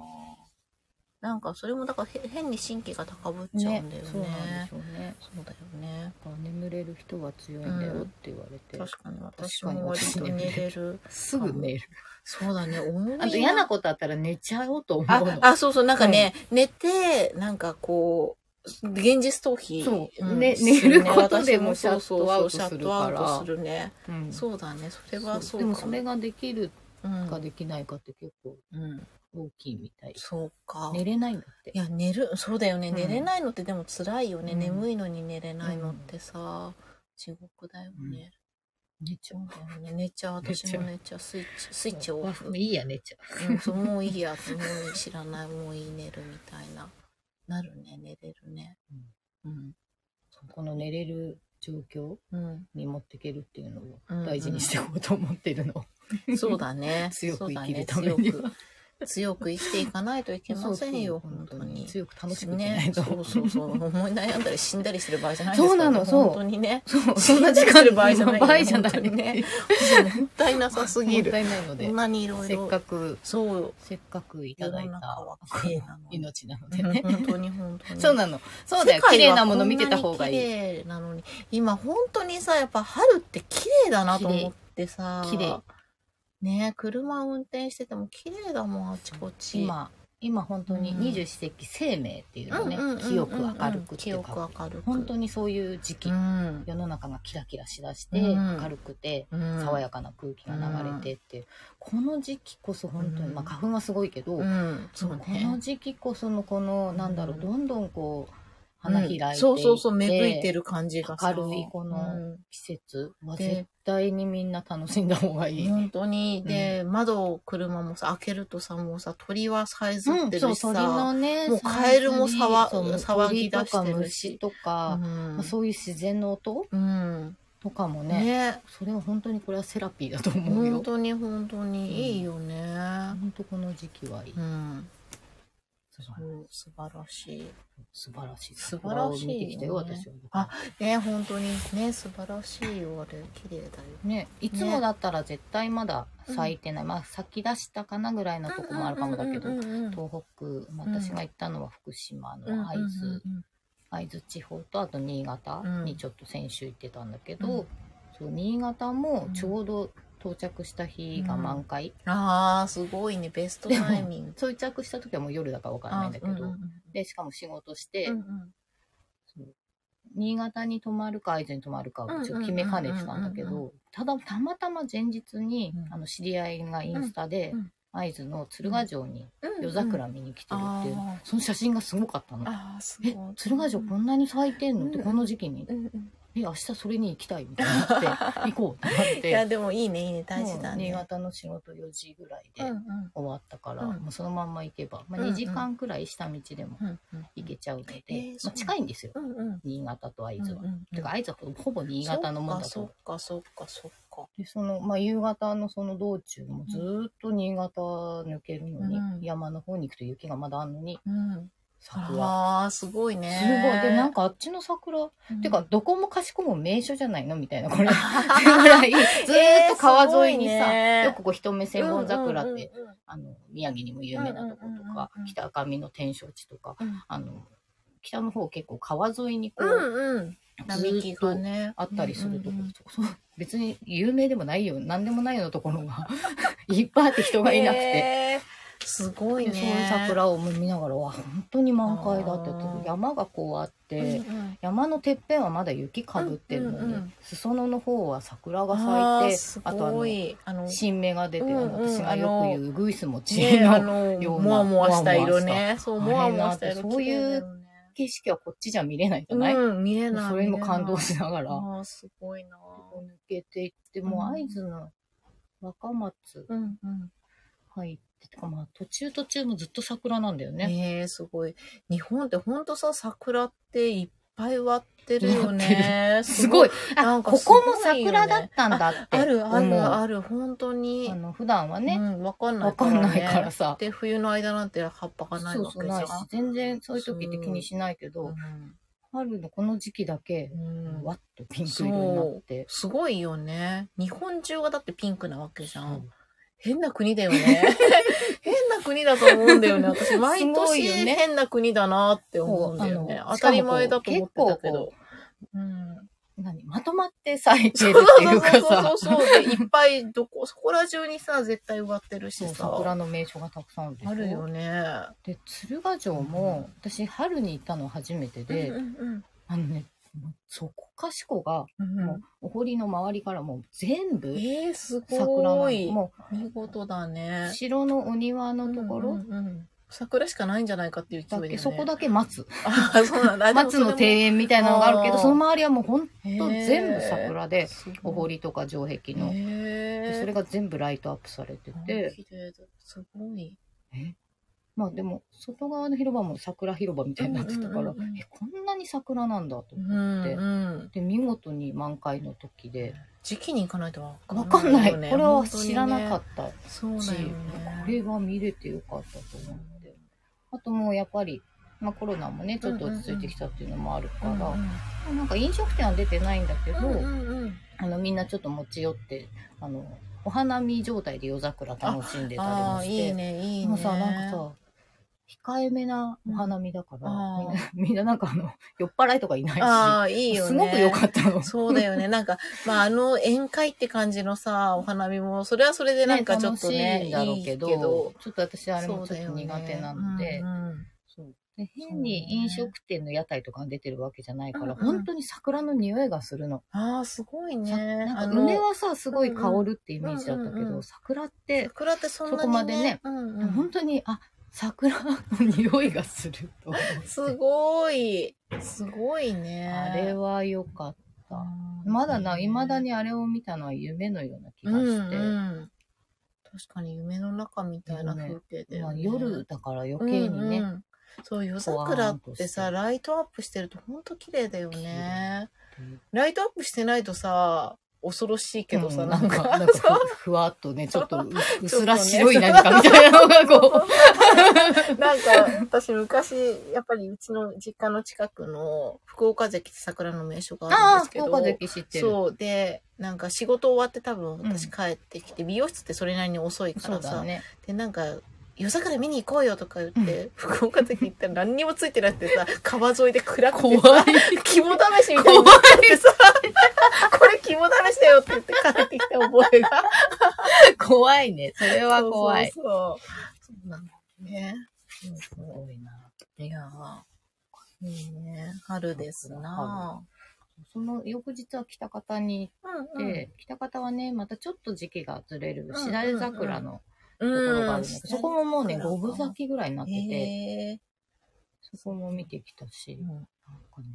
S1: なんかそれもだからへ変に神経が高ぶっちゃう
S2: ね
S1: んだよね。
S2: そうなんでしょうね。
S1: そうだよね。
S2: だから眠れる人は強いんだよって言われて、
S1: 確かに私
S2: 確かに
S1: も割と寝れる。
S2: すぐ寝る。
S1: そうだね。重い
S2: あと嫌なことあったら寝ちゃおうと思う
S1: あ、
S2: の。
S1: あ、そうそう。なんかね、寝て、なんかこう、現実逃避。
S2: そうね
S1: ね
S2: 寝ることでも
S1: 私そうそうそう
S2: シャットアウトするから
S1: シャットアウトするね。
S2: うん
S1: そうだね、それはそう
S2: で
S1: か
S2: もそれができる
S1: うん
S2: かできないかって結構
S1: うん、
S2: 大きいみたい。
S1: そうか。
S2: 寝れないんだって
S1: い。や、寝る、そうだよね、
S2: うん
S1: 寝れないのってでも辛いよね、
S2: うん
S1: 眠いのに寝れないのってさ、地獄だよね。
S2: 寝ちゃう。
S1: そうだよね寝ちゃう、
S2: 寝ちゃう
S1: 私も寝ちゃう、スイッチ、スイッチオ
S2: あ
S1: フ。
S2: いいや、寝ちゃう。
S1: うん、そうもういいや、もう知らない、もういい寝るみたいな。なるね、寝れるね。うん。
S2: そうこの寝れる状況
S1: うん。
S2: に持っていけるっていうのを
S1: うん
S2: 大事にしていこうと思ってるの。。
S1: そうだね
S2: [laughs] 強
S1: そ
S2: く
S1: う
S2: 生
S1: だ
S2: き
S1: ね
S2: るためには。
S1: 強く、強く生きていかないといけません
S2: [laughs]
S1: よ、
S2: そうそう
S1: 本当に。
S2: 強く楽しく生きないと。
S1: ね、そうそうそう思い悩んだり死んだりしてる場合じゃないですから、
S2: そうなのそう
S1: 本当にね [laughs]
S2: そう
S1: そんな時間の場合じゃないよ
S2: 場合じゃない
S1: 本当にね。 [laughs] もったいなさす
S2: も
S1: ぎ
S2: っ
S1: る
S2: たいないの
S1: こ
S2: で
S1: ん、なにいろい
S2: せっ
S1: ろ
S2: かく、
S1: そう
S2: せっかくい
S1: 世
S2: ただ
S1: の
S2: い
S1: 中
S2: た
S1: は綺麗なの
S2: 命なのでね。
S1: 本当に本当に
S2: [laughs] そうなの。そうだよ。綺麗なもの見てた方がい
S1: 世
S2: い。
S1: 界はこんなに綺麗なのに今本当にさやっぱ春って綺麗だなと思ってさ
S2: 綺麗
S1: ね車運転してても綺麗だもんあちこち
S2: 今、今本当に
S1: うん
S2: 二十四節気生命っていうのね
S1: うんうんうんうん、
S2: 清く明るくっていう
S1: 清
S2: か
S1: く明るく
S2: 本当にそういう時期
S1: う、ん、
S2: 世の中がキラキラしだして、
S1: うん
S2: 明るくて、
S1: うん
S2: 爽やかな空気が流れてって、この時期こそ本当に、
S1: うん
S2: まあ花粉はすごいけど、
S1: うんそう
S2: この
S1: ね
S2: 時期こそのこの、なんだろ
S1: う
S2: う、
S1: ん
S2: どんどんこう、花開いていって、
S1: うんそうそうそう、芽吹いてる感じがさ
S2: 明るいこの
S1: うん
S2: 季節は
S1: で
S2: 絶対にみんな楽しんだ方がいい。
S1: 本当に、で、窓を車もさ、開けるとさ、もうさ、鳥はさえず
S2: う
S1: っ
S2: ん、
S1: て
S2: そ
S1: る
S2: う、
S1: し
S2: 鳥
S1: さ、
S2: のね、
S1: もう
S2: さえずり
S1: カエルもさわ
S2: そう
S1: 騒ぎ出してる
S2: 鳥
S1: し
S2: とか虫とか、
S1: うん
S2: まあそういう自然の音
S1: うん。
S2: とかもね、
S1: ね、
S2: それは本当にこれはセラピーだと思うよ。
S1: 本当に本当にいいよね。
S2: 本当この時期はいい。
S1: うん。
S2: 素
S1: そう素晴らしい。
S2: 晴らしい。
S1: 素晴ら
S2: 桜を
S1: しいよね
S2: 見てきたよ、私は。
S1: あね、本当にね、素晴らしいよ、あれ、綺麗だよ。
S2: ね、いつもだったら絶対まだ咲いてない、まあ咲き出したかなぐらいのとこもあるかもだけど、
S1: うんうんうんうん
S2: 東北私が行ったのは福島の会津、会津地方とあと新潟にちょっと先週行ってたんだけど、
S1: うん
S2: そう新潟もちょうど到着した日が満開、
S1: ああ、すごいね、ベストタイミング。
S2: 到着した時はもう夜だからわからないんだけど、でしかも仕事して、そう新潟に泊まるか会津に泊まるかを一応決めかねてたんだけ
S1: うんうんうんうんうんう
S2: どただたまたま前日に、
S1: うん
S2: あの知り合いがインスタで、
S1: うんうん
S2: 会津の鶴ヶ城に夜
S1: あ
S2: 桜見に来てるっていう、
S1: うんあー
S2: その写真がすごかったの。
S1: あー、すごい
S2: え。鶴ヶ城こんなに咲いてんのって
S1: うん
S2: この時期に、
S1: うんうん
S2: え明日それに行きたいみたいになって行
S1: [laughs]
S2: こうってなっ
S1: いや
S2: て
S1: でもいいねいいね大事
S2: も
S1: だ
S2: う新
S1: ね。
S2: 潟の仕事4時ぐらいで
S1: うんう
S2: 終
S1: ん
S2: わったから、
S1: うん
S2: もうそのまんま行けば、まあ、
S1: うんうん
S2: 2時間くらい下道でも
S1: うんうん
S2: 行けちゃうので、
S1: えーそう
S2: まあ、近いんですよ
S1: うんうん
S2: 新潟と会津は。
S1: うん
S2: てか会津はほぼ新潟のもんだ
S1: そっ
S2: と
S1: かそっかそっか
S2: でその、まあ、夕方のその道中もずーっと新潟抜けるのに、
S1: うん
S2: 山の方に行くと雪がまだあるのに
S1: そっか。うん
S2: 桜。
S1: ああ、すごいね。
S2: すごい。で、なん
S1: か、
S2: かあっちの桜、てか
S1: か、
S2: どこもかしこも名所じゃないのみたいな、これ。ぐ
S1: あ
S2: らい、ずーっと川沿いに
S1: えーすごいね
S2: さ、よくこう一目千本桜って、
S1: うんうんうん
S2: あの、宮城にも有名なとこ
S1: うんうん
S2: と
S1: うん
S2: か
S1: うん、
S2: 北上の天正地とか
S1: うん、
S2: あの、北の方結構川沿いにこ
S1: う
S2: う、
S1: んうん。
S2: ず
S1: 並木
S2: ーっ
S1: が
S2: と
S1: ね。
S2: あったりするとこ
S1: うんうんうん、
S2: そう別に有名でもないよ、なんでもないようなところが、 [laughs] いっぱいあって人がいなくて。
S1: へーすごい
S2: で
S1: ね。
S2: そういう桜を見ながらわ本当に満開だって
S1: あー
S2: 山がこうあって、
S1: うんうん
S2: 山のてっぺんはまだ雪かぶってるのに、
S1: うんうんうん
S2: 裾野の方は桜が
S1: あ
S2: 咲い
S1: ー
S2: て
S1: す
S2: あとあの
S1: ごい。あの、
S2: 新芽が出て、
S1: うんうん
S2: 私がよく言うグイスも知恵
S1: ね、あ
S2: の
S1: の、
S2: ような
S1: もわもわした色ね。そう、もわもわした色。
S2: あれなんてそういう
S1: 綺麗だよね
S2: 景色はこっちじゃ見れないじゃない、
S1: うん、見れない。
S2: それにも感動
S1: し
S2: しなが
S1: た
S2: ら
S1: ああ、すごいな。
S2: 抜けていってもう会津の若松
S1: うんうん。
S2: 入ってとか、まあ、途中途中もずっと桜なんだよね。
S1: ねえ、すごい。日本ってほんとさ、桜っていっぱい割ってるよ
S2: 割って
S1: ね。
S2: すごい
S1: な
S2: あ
S1: んか
S2: こ
S1: すごい
S2: こ
S1: よね
S2: も桜だったんだって
S1: あるあ
S2: 思う
S1: るある、本当に。
S2: あの普段はね、
S1: うん、わかんな
S2: わ
S1: い
S2: か
S1: か、
S2: ら
S1: ね。
S2: んないからさ。
S1: で、冬の間なんて葉っぱがない
S2: そう
S1: わけ
S2: そ
S1: じ
S2: う
S1: ゃん。
S2: ないし、全然そういう時って気にしないけど、春のこの時期だけ、
S1: うんうん
S2: わっとピンク色になって。
S1: すごいよね。日本中がだってピンクなわけじゃん。変な国だよね。 [laughs] 変な国だと思うんだよね。私、毎
S2: すごい
S1: 年
S2: よね
S1: 変な国だなって思うんだよね。当たり前だと思ってたけ
S2: 結構
S1: ど
S2: こ。
S1: うん
S2: う、何、まとまって咲いて
S1: そ
S2: るっ
S1: う
S2: てい
S1: そうう
S2: か
S1: そ
S2: さ
S1: う、そう。でいっぱい、どこ、そこら中にさ、絶対植わってるし
S2: そう
S1: さ。
S2: 桜の名所がたくさんあるでしょ
S1: あるよね。
S2: で、鶴ヶ城も、私春に行ったの初めてで、
S1: うんうん
S2: あのね、もうそこかしこが、
S1: うん
S2: もうお堀の周りからもう全部
S1: えー、す
S2: 桜な
S1: ご
S2: の
S1: い。
S2: も
S1: 見事だ
S2: う
S1: ね。
S2: 城のお庭のところ、
S1: うんうんうん桜しかないんじゃないかっていう勢
S2: だ
S1: い
S2: っ
S1: だ
S2: け、
S1: よね。
S2: そこだけ松。
S1: [laughs] あーそうなんだ。
S2: 松の庭園みたいなのがあるけど、
S1: あー
S2: その周りはもうほんと
S1: 園
S2: 全部桜で、お
S1: り
S2: 堀とか城壁の。でそれ
S1: が
S2: が全部ライトアップされてて、
S1: 綺麗だ。すごい。
S2: まあでも、外側の広場も桜広場みたいになってたから、
S1: うんうんうんうん
S2: え、こんなに桜なんだと
S1: う
S2: 思
S1: ん、
S2: って。
S1: うん。
S2: で、見事に満開の時で、
S1: 時期に行かないとわ
S2: わかんない。
S1: よね
S2: これは知らなかった
S1: 本当にねそう
S2: し、
S1: だよね。
S2: これは見れてよかったと思って。あともうやっぱり、まあコロナもね、ちょっと落ち着いてきたっていうのもあるから、なんか飲食店は出てないんだけど、
S1: うんうんうんうん
S2: あのみんなちょっと持ち寄ってあのお花見状態で夜桜楽しんでたり
S1: あ
S2: も
S1: あ、
S2: して
S1: いいね、いいね。
S2: でもさなんかさ控えめなお花見だから、
S1: うん
S2: み
S1: あー
S2: んな [laughs] みんななんかあの酔っ払いとかいないし
S1: ああ、いいよね。
S2: すごく良かったの。
S1: そうだよね。なんか、まあ、あの宴会って感じのさ、お花見も、それはそれでなんかちょっと
S2: 楽しい
S1: ね、
S2: んだろうけど
S1: いいそ
S2: ちょっと私あれも
S1: う
S2: ちょ
S1: だ
S2: っ
S1: よ
S2: と
S1: ね
S2: 苦手なので,、
S1: うんうん
S2: そうで変に飲食店の屋台とかに出てるわけじゃないから、
S1: うんうん
S2: 本当に桜の匂いがするの。
S1: ああ、すごい
S2: さ
S1: ね。
S2: なん
S1: あ
S2: か
S1: の
S2: 梅はさすごい香るってイメージだったけど、
S1: うんうんうん
S2: 桜って
S1: 桜ってそんなに、ね、
S2: そこまでね
S1: うんう
S2: でも本
S1: ん、
S2: 当に、あ、桜の匂いがすると思って。
S1: すごい。すごい [laughs] ね。
S2: あれは良かった。
S1: うん
S2: まだな、
S1: ね
S2: 未だにあれを見たのは夢のような気がして。
S1: うんうん確かに夢の中みたいな風景で、
S2: まあ、夜だから余計にね、
S1: うんうんそう夜桜って
S2: ぽわー
S1: さ
S2: ん
S1: ライトアップしてるとほんと綺麗だよね
S2: 麗
S1: ライトアップしてないとさ恐ろしいけどさ、
S2: うん
S1: なんか
S2: なんかふふわっとね、ちょっとうう
S1: ちょっとね
S2: すら白い何かみたいなのがこ
S1: [laughs] なんか、私昔、やっぱりうちの実家の近くの福岡関って桜の名所
S2: う。
S1: があるん
S2: あ
S1: で
S2: あ、
S1: すけ
S2: 福岡
S1: ど、
S2: 関知ってる。
S1: そう、で、なんか仕事終わって多分
S2: う
S1: 私
S2: ん
S1: 帰ってきて、美容室ってそれなりに遅いか
S2: そう
S1: ら
S2: だ
S1: さ、
S2: ね。
S1: で、なんか、夜桜見に行こうよとか言って、福岡関行ったら何にもついてなくて
S2: [laughs]
S1: さ、川沿いで暗く
S2: 怖
S1: て
S2: い
S1: さ、。肝試しみたいになってさ、 [laughs] これ肝試しだよって言って帰ってきた
S2: [laughs]
S1: 覚えが。
S2: [laughs] 怖いね。それは怖い。
S1: そうそうそう。そうなんだね。
S2: すごいな。
S1: いやーいいね。春ですな
S2: その翌日は北方に
S1: ぁ。うん
S2: で、北方はね、またちょっと時期がずれる、
S1: ん
S2: しだれ桜の
S1: う
S2: ところ
S1: ん。
S2: があ
S1: う
S2: るん
S1: ん。
S2: だけど、そこももうね、五分
S1: へ
S2: 咲きぐらいになってて、
S1: え
S2: そこも見てきたし、なん
S1: ー。
S2: かね、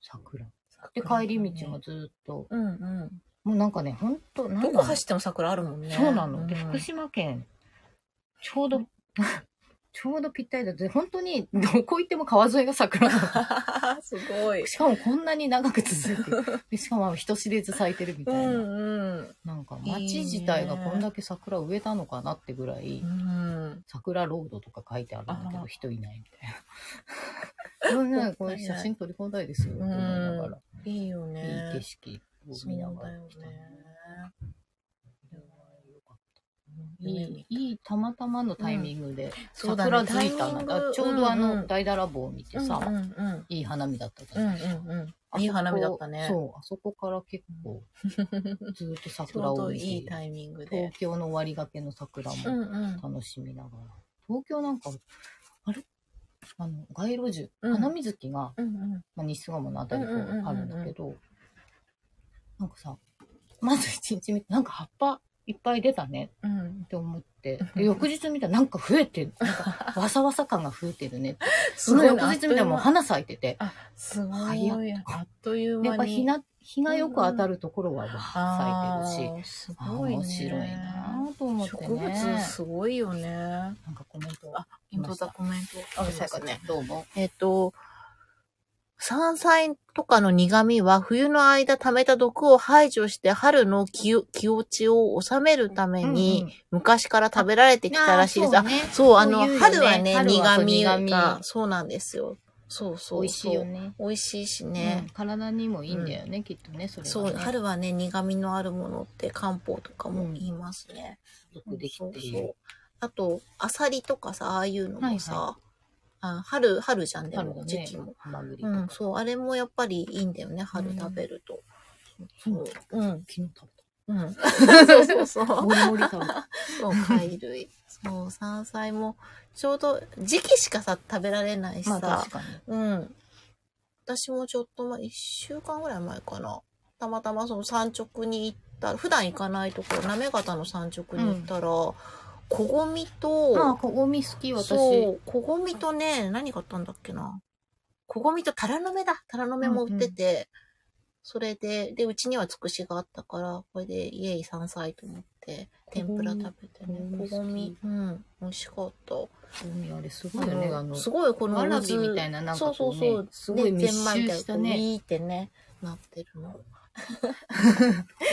S2: 桜。で、帰り道も。ずっと、
S1: うんうん。
S2: もうなんかね、ほんと、なんだ
S1: どこ
S2: ろう
S1: 走っても桜あるもんね。
S2: そうなの。で、
S1: ん
S2: 福島県、ちょうど、 [laughs] ちょうどぴったりだって、本当にどこ行っても川沿いが桜なの [laughs]
S1: [laughs] すごい。
S2: しかもこんなに長く続いてるで、しかも人知れず咲いてるみ
S1: う
S2: たいな。
S1: んうん。
S2: なんか
S1: いいね
S2: 街自体がこんだけ桜植えたのかなってぐらい、
S1: うん。
S2: 桜ロードとか書いてあるんだけ
S1: あ
S2: ど
S1: ら
S2: 人いないみたいな。 [laughs] もうね、こ
S1: もったい
S2: れ
S1: ない
S2: 写真撮り放題ですよ、と思いながら。
S1: いいよね。
S2: いい景色を
S1: そう
S2: 見
S1: だ
S2: な
S1: よ
S2: がら
S1: ね
S2: 来たね。い
S1: 夢
S2: い
S1: 見、
S2: いい、たまたまのタイミングで、
S1: そうだね
S2: 桜づいた
S1: タイミ
S2: な
S1: ン
S2: ん
S1: グ
S2: か、ちょうどあ
S1: うんう
S2: の、
S1: ん
S2: 大だらぼを見てさ、
S1: うんうん
S2: いい花見だったじ
S1: う
S2: ゃ。
S1: ん。うんんうん
S2: あそこ
S1: うん。いい花見だったね。
S2: そう、あそこから結
S1: [laughs]
S2: 構、ずーっと
S1: ちょ
S2: 桜
S1: う
S2: を
S1: ど
S2: 見て
S1: いいタイミングで
S2: 東。京の終わりがけの桜
S1: うん
S2: も
S1: うん。
S2: 楽しみながら。東京なんか、あれあの、街路樹、
S1: うん
S2: 花水木が、
S1: うんうん。
S2: まあ、西巣鴨のあたりこう
S1: うんうんうんうんうん
S2: あるんだけど、なんかさ、まず一日見て、なんか葉っぱいっぱい出たね
S1: うん
S2: っ、て思って、
S1: [laughs]
S2: で翌日見たらなんか増えてる、なんかわさわさ感が増えてるね。その翌日見たらもう花咲いてて、
S1: あ、すごい。
S2: 早っ
S1: あっという
S2: でやっぱ
S1: 間
S2: 日
S1: に。
S2: な日がよく当たるところはわー咲いてるし、
S1: るし。す
S2: あー
S1: ごいね。
S2: 面白いなぁと思ってね。
S1: 植物すごいよね。
S2: なんかコメント。
S1: あ、本当だ、コメント。
S2: あ、さやかちゃん。どうも。
S1: えっと、山菜とかの苦味は冬の間溜めた毒を排除して春の気を気落ちを収めるため
S2: うんう
S1: に
S2: ん
S1: 昔から食べられてきたらしいです。
S2: あ
S1: あ
S2: ー、そうね
S1: そう、あ
S2: そう
S1: の、
S2: 言うよね
S1: 春はね、
S2: 春はそう
S1: 苦味
S2: 苦
S1: が、
S2: 味
S1: そうなんですよ。そうそうそう。
S2: 美味しいよね。
S1: 美味しいしね
S2: うん。体にもいいんだよね、きっとね、それ
S1: そ
S2: は
S1: う、
S2: ね。
S1: 春はね、苦味のあるものって漢方とかも言いますね。
S2: よくできて
S1: そう
S2: い
S1: そ
S2: る
S1: う。あと、アサリとかさ、ああいうのもさ、
S2: はい
S1: あ春、春じゃんで
S2: 春
S1: も、
S2: だ
S1: 時
S2: ね
S1: 期も。。
S2: ハマグリと
S1: う
S2: か。
S1: ん、そう、あれもやっぱりいいんだよね、春食べると。そううん、
S2: 昨日食
S1: うん。 [laughs] そうそうそ
S2: べた。
S1: う。
S2: もりもり食べた。
S1: そう、貝類。そう、山菜も、ちょうど時期しかさ、食べられないし
S2: ま
S1: さ。
S2: あ確かに。
S1: うん。私もちょっと前、1週間ぐらい前かな。たまたまその山直に行った、普段行かないところ、行方の山直に行ったら、こごみと、
S2: まあ、こごみ好き、私。
S1: そう、こごみとね、何買ったんだっけな。こごみとタラの芽だ。タラの芽も売ってて、それで、で、うちにはつくしがあったから、これでイエイ山菜と思って、天ぷら食べてね。こ
S2: こ
S1: ご
S2: ご
S1: み
S2: み、
S1: うん、美味しかった。
S2: こごみあれすごいよね。あの、
S1: すごいこの
S2: わらび
S1: 渦
S2: みたいな、なんか
S1: そ
S2: こう
S1: うそうそ
S2: ね
S1: う、
S2: すごい密集
S1: で
S2: した
S1: 天板みたいにこう
S2: ね。
S1: ウィーってね、なってるの。
S2: こ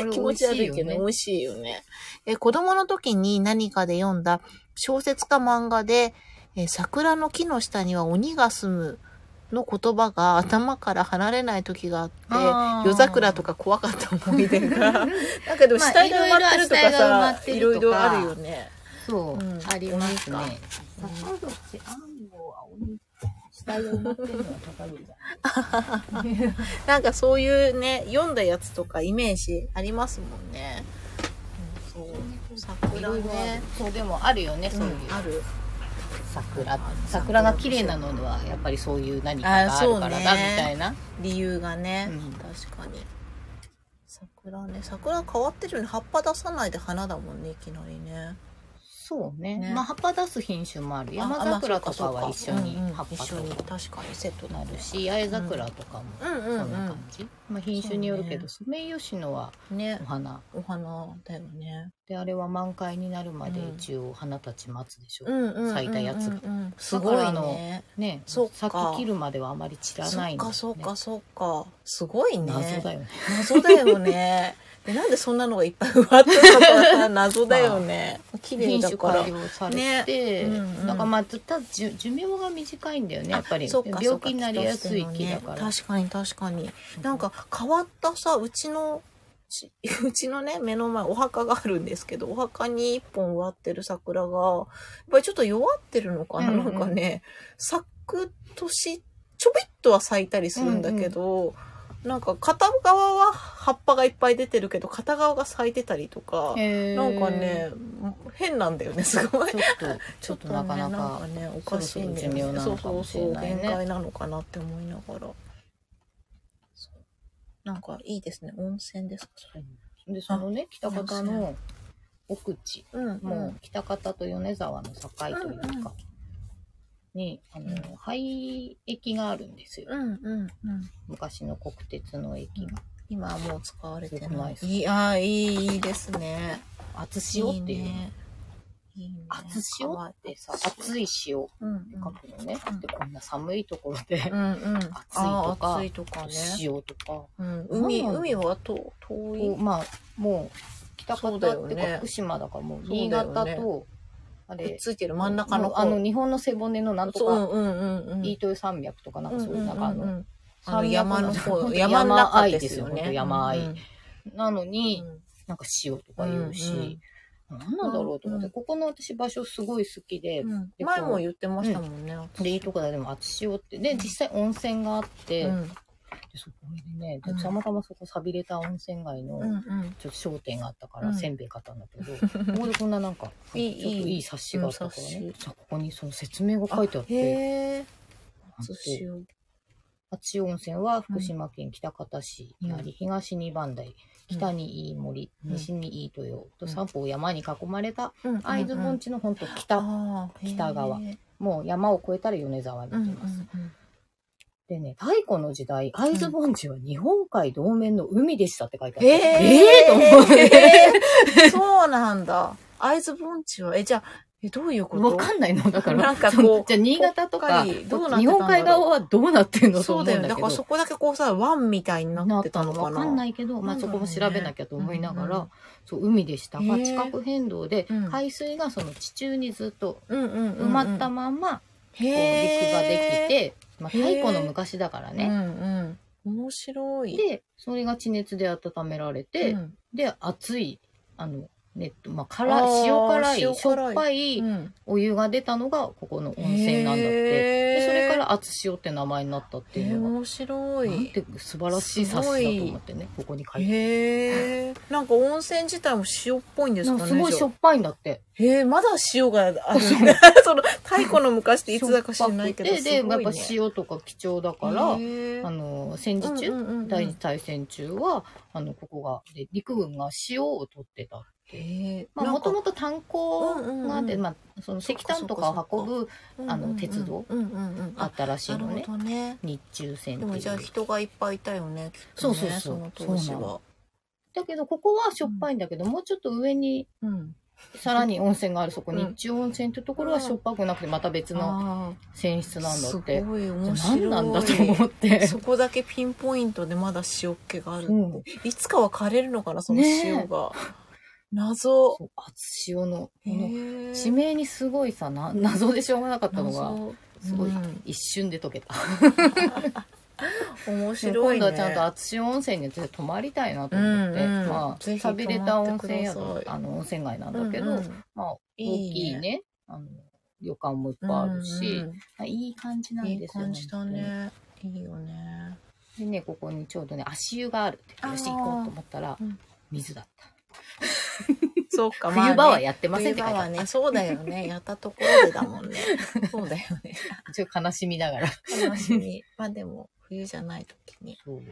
S2: れ
S1: 気持ち悪いけどね、
S2: 美
S1: 美
S2: 味
S1: 味しいよね。え、子供の時に何かで読んだ小説か漫画で、え、桜の木の下には鬼が住むの言葉が頭から離れない時があって、
S2: あー
S1: 夜桜とか怖かった思い出が、 [laughs] なんかでも
S2: まあ
S1: 死体が埋まってるとか
S2: いろいろ死体が埋ま
S1: さ
S2: っ、て
S1: い
S2: る
S1: ろい
S2: と
S1: ろ
S2: か
S1: あるよね。
S2: そうう、
S1: ん
S2: ありますね
S1: 鬼。うん
S2: 坂口安吾青鬼、死体が埋まってるのは高口だ。
S1: なんかそういうね、読んだやつとかイメージありますもんね。うんそう。
S2: い
S1: 桜
S2: ろいろある
S1: ね。
S2: そう、でもあるよね、そういう。
S1: うんある。
S2: 桜桜が綺麗なのはやっぱりそういう何か
S1: あ
S2: があ
S1: そ
S2: る
S1: うね
S2: からだみたいな、
S1: 理由がね、
S2: うん
S1: 確かに。桜ね、桜変わってるよね。葉っぱ出さないで花だもんね、いきなりね。
S2: そうね
S1: ね
S2: まあ葉っぱ出す品種もある山桜とかは一緒に葉っぱ
S1: 一緒
S2: と
S1: に、
S2: か
S1: 確かにセット
S2: な
S1: な
S2: る
S1: るし。
S2: し八重桜とかも
S1: うんう
S2: そん
S1: ん
S2: な感じ、まあ、品種によるけど、ソメイヨシノは
S1: うん。ね
S2: お、花
S1: お花だよね。
S2: であれは満開になるまで
S1: うん
S2: 一応花たち待つでしょ、
S1: んう
S2: 咲いたやつが
S1: うんうんうんすご
S2: だ
S1: い
S2: からあ
S1: ね
S2: の。ね
S1: そっか
S2: 咲き切るまではあまり散ら
S1: そ
S2: な
S1: っ
S2: いんだよ
S1: か
S2: ね
S1: そっかそっか。すごいね。
S2: 謎だよね
S1: 謎だ
S2: [laughs]
S1: よね。で、なんでそんなのがいっぱい植わってるのかさ、謎だよね。綺麗
S2: 品
S1: だ
S2: 種
S1: から
S2: 改。良されて、
S1: ねうんうん
S2: なんかまあただ寿寿命が短いんだよねやっぱり
S1: あそっか
S2: 病気になりやすい木だか
S1: そ
S2: ら
S1: っか確かに確かに。なんか変わったさ、うちの、ち [laughs] うちのね、目の前お墓があるんですけど、お墓に一本植わってる桜が、やっぱりちょっと弱ってるのか
S2: う
S1: な、
S2: んうん
S1: なんかね、咲く年、ちょびっとは咲いたりするんだけど、なんか片側は葉っぱがいっぱい出てるけど、片側が咲いてたりとか、
S2: へー
S1: なんかね、変なんだよね、すごい
S2: ち。ょっ [laughs] とちょっとなかなか
S1: ねんかねおかしいんだよね
S2: そろそろ寿命なのかもしれないね
S1: そうそうそう限界なのかなって思いながらそうなんかいいですね温泉ですかそれ
S2: でそのね北方の奥地
S1: うん
S2: もう北方と米沢の境という
S1: うんうん
S2: かにあ
S1: うん
S2: の廃駅があるんですよ
S1: うんうんうん
S2: 昔の国鉄の駅が
S1: 今はもう使われて
S2: よくな
S1: ないい
S2: です
S1: いやいいいいですね
S2: 厚塩っていうの
S1: いいね
S2: 厚塩ってさ熱
S1: い
S2: い塩って
S1: うんうん
S2: 書くのね
S1: うん
S2: でこんな寒いところで
S1: うんうんあー
S2: 暑
S1: 暑
S2: い
S1: いとかね
S2: 塩とか
S1: うん海
S2: なんなんだ
S1: 海はと遠い
S2: こうまあもう北
S1: そ
S2: 方っ
S1: うだ
S2: て
S1: よ
S2: いう
S1: ね
S2: か福島だからもう
S1: そう
S2: 新
S1: だよね
S2: 潟とあ
S1: くっ
S2: れ、
S1: ついてる真ん中の方
S2: あの、日本の背骨のなんと
S1: そう
S2: か、
S1: うんうんうん
S2: イートイ山脈とか、なんかそういう、なんかあ
S1: うんうんう
S2: の、
S1: んあの山の
S2: [laughs]
S1: 方
S2: 山
S1: 山の中ですよ
S2: 本当
S1: ね
S2: 山あい
S1: うん
S2: なの
S1: う
S2: に、
S1: ん
S2: なんか塩とか言うし、なんなんだろうと思っ
S1: う
S2: て、
S1: ん
S2: ここの私場所すごい好きで
S1: う、ん前も言ってましたもんね
S2: で、いいとこだ、でも、あつ塩って。で、実際温泉があって、
S1: う
S2: で
S1: ん
S2: そこにね、
S1: うん
S2: でたまたまそこ寂れた温泉街の、
S1: うんうん
S2: ちょっと商店があったか
S1: う
S2: ら
S1: ん
S2: せんべい買ったんだけど、
S1: [laughs]
S2: ここでこんななんか、
S1: いい
S2: ちょっといい冊子があったから
S1: う
S2: ね
S1: ん冊。
S2: じゃあここにその説明が書いてあって、
S1: へえ
S2: あと
S1: 塩
S2: 八千代温泉は福島県喜多方市にあり、東に磐梯、北にいい森、
S1: うん
S2: 西にいい豊
S1: う
S2: と
S1: ん
S2: 三方山に囲まれた
S1: うん
S2: 会津盆地の本当北、
S1: あー
S2: 北側
S1: へー
S2: もう山を越えたら米沢に
S1: うん
S2: 行
S1: う
S2: き
S1: ん
S2: ます。でね、太古の時代、会津盆地は日本海同面の海でしたって書いてあ
S1: うん
S2: って、えーと思って。
S1: えー [laughs] そうなんだ会津盆地はえじゃあえどういうこと
S2: わかんないのだから。
S1: なんかこう
S2: そ [laughs] のじゃあ新潟とか、
S1: 北海どうなってたんだろう
S2: 日本海側はどうなってんのと
S1: そ
S2: 思う
S1: うんだ
S2: だ
S1: よ
S2: け
S1: ね
S2: ど。
S1: だからそこだけこうさ湾みたいにな
S2: なっ
S1: っ
S2: てた
S1: たの
S2: の
S1: か
S2: わ
S1: な
S2: かんないけど、まあ
S1: なんだ
S2: そ
S1: ろうね
S2: こも調べなきゃと思いながら、
S1: うんうん
S2: そう、海でした
S1: へ
S2: が、
S1: え
S2: 地殻変動で
S1: うん、
S2: 海水がその地中にずっと
S1: うんうんうんうん
S2: 埋まったまま、こう
S1: 陸
S2: 陸ができて、まあ
S1: へえ
S2: 太古の昔だから
S1: う
S2: ね。
S1: んうん、面白い。
S2: で、それが地熱で温められて、
S1: うん
S2: で、熱い、あの、ね、まあ、辛
S1: あ
S2: い、
S1: ー
S2: 塩辛
S1: 塩辛い
S2: い、しょっぱい
S1: うん
S2: お湯が出たのが、ここの温泉なんだって。
S1: へ
S2: で
S1: ー
S2: それから「厚塩」って名前になったって
S1: へ
S2: い
S1: ー
S2: うのが、
S1: 面白
S2: なん
S1: い。
S2: て素晴らしい冊子だと思ってねここに書いて
S1: へえ。なんか温泉自体も塩っぽいんです
S2: なん
S1: か
S2: か
S1: ね。
S2: すごいしょっぱいんだって
S1: じゃあへえ、まだ塩があるんだ。 [laughs] その、太古の昔っていつだか知らないけど。
S2: しょっぱくて
S1: すごいね
S2: でやっぱ塩とか貴重だから、
S1: へー
S2: あの戦時中、
S1: うんうんうんうん
S2: 第二次大戦中はあのここがで陸軍が塩を取ってた
S1: へえ。
S2: まあ
S1: なん
S2: も
S1: か
S2: ともと炭鉱があって、
S1: うんうんうん
S2: まあ、その石炭とかを運ぶあの
S1: うんうんうん
S2: 鉄道
S1: うんうんうん。
S2: あ
S1: あ、
S2: ったらしい
S1: なる
S2: のね
S1: ほどね。
S2: 日中戦って
S1: でも
S2: い
S1: じゃあ
S2: う
S1: 人がいっぱいいたよね、きっと
S2: そう
S1: ね。
S2: そうそう
S1: の当時
S2: そうな
S1: は。
S2: だけどここはしょっぱいんだけど、もうちょっと上に
S1: うん。
S2: さらに温泉があるそこ、
S1: うん
S2: 日中温泉ってところはしょっぱくなくて、また別の
S1: あ
S2: 泉質
S1: あ
S2: なんだ
S1: す
S2: っ
S1: ご
S2: て。
S1: い面白い。
S2: 何なんだと思って。 [laughs]
S1: そこだけピンポイントでまだ塩っ気がある。
S2: うん
S1: いつかは枯れるのかな、その
S2: ねえ
S1: 塩が。謎。
S2: そう、厚塩の、この、
S1: へえ
S2: 地名にすごいさ、な、謎でしょうがなかったのが、
S1: 謎
S2: すごい
S1: うん
S2: 一瞬で溶けた。
S1: 面白
S2: 今
S1: い、
S2: 度
S1: ね。
S2: はちゃんと厚塩温泉に私は泊まりたいなと思って、
S1: うんうん
S2: ま
S1: ぜ
S2: あ、
S1: ひ泊まって
S2: 寂れた温泉
S1: ください
S2: 宿、あの、温泉街なんだけど、
S1: うんうん
S2: まあ、大きいね、あの、旅館もいっぱいあるし、
S1: うんうん
S2: まあいい感じなん
S1: いい
S2: ですよ
S1: 感じだ。ね。いいよね。
S2: でね、ここにちょうどね、足湯があるって言って、よし、
S1: あー
S2: 行こうと思ったら、
S1: うん
S2: 水だった。
S1: そうか、
S2: 冬場は
S1: や
S2: やってませんって書いてあ
S1: は
S2: る。
S1: ね、そうだよね。やったところでだも [laughs] んね。そうだよね。
S2: ちょっと悲しみながら。
S1: 楽しみ。まあでも、冬じゃない時に。
S2: そう。
S1: うん。う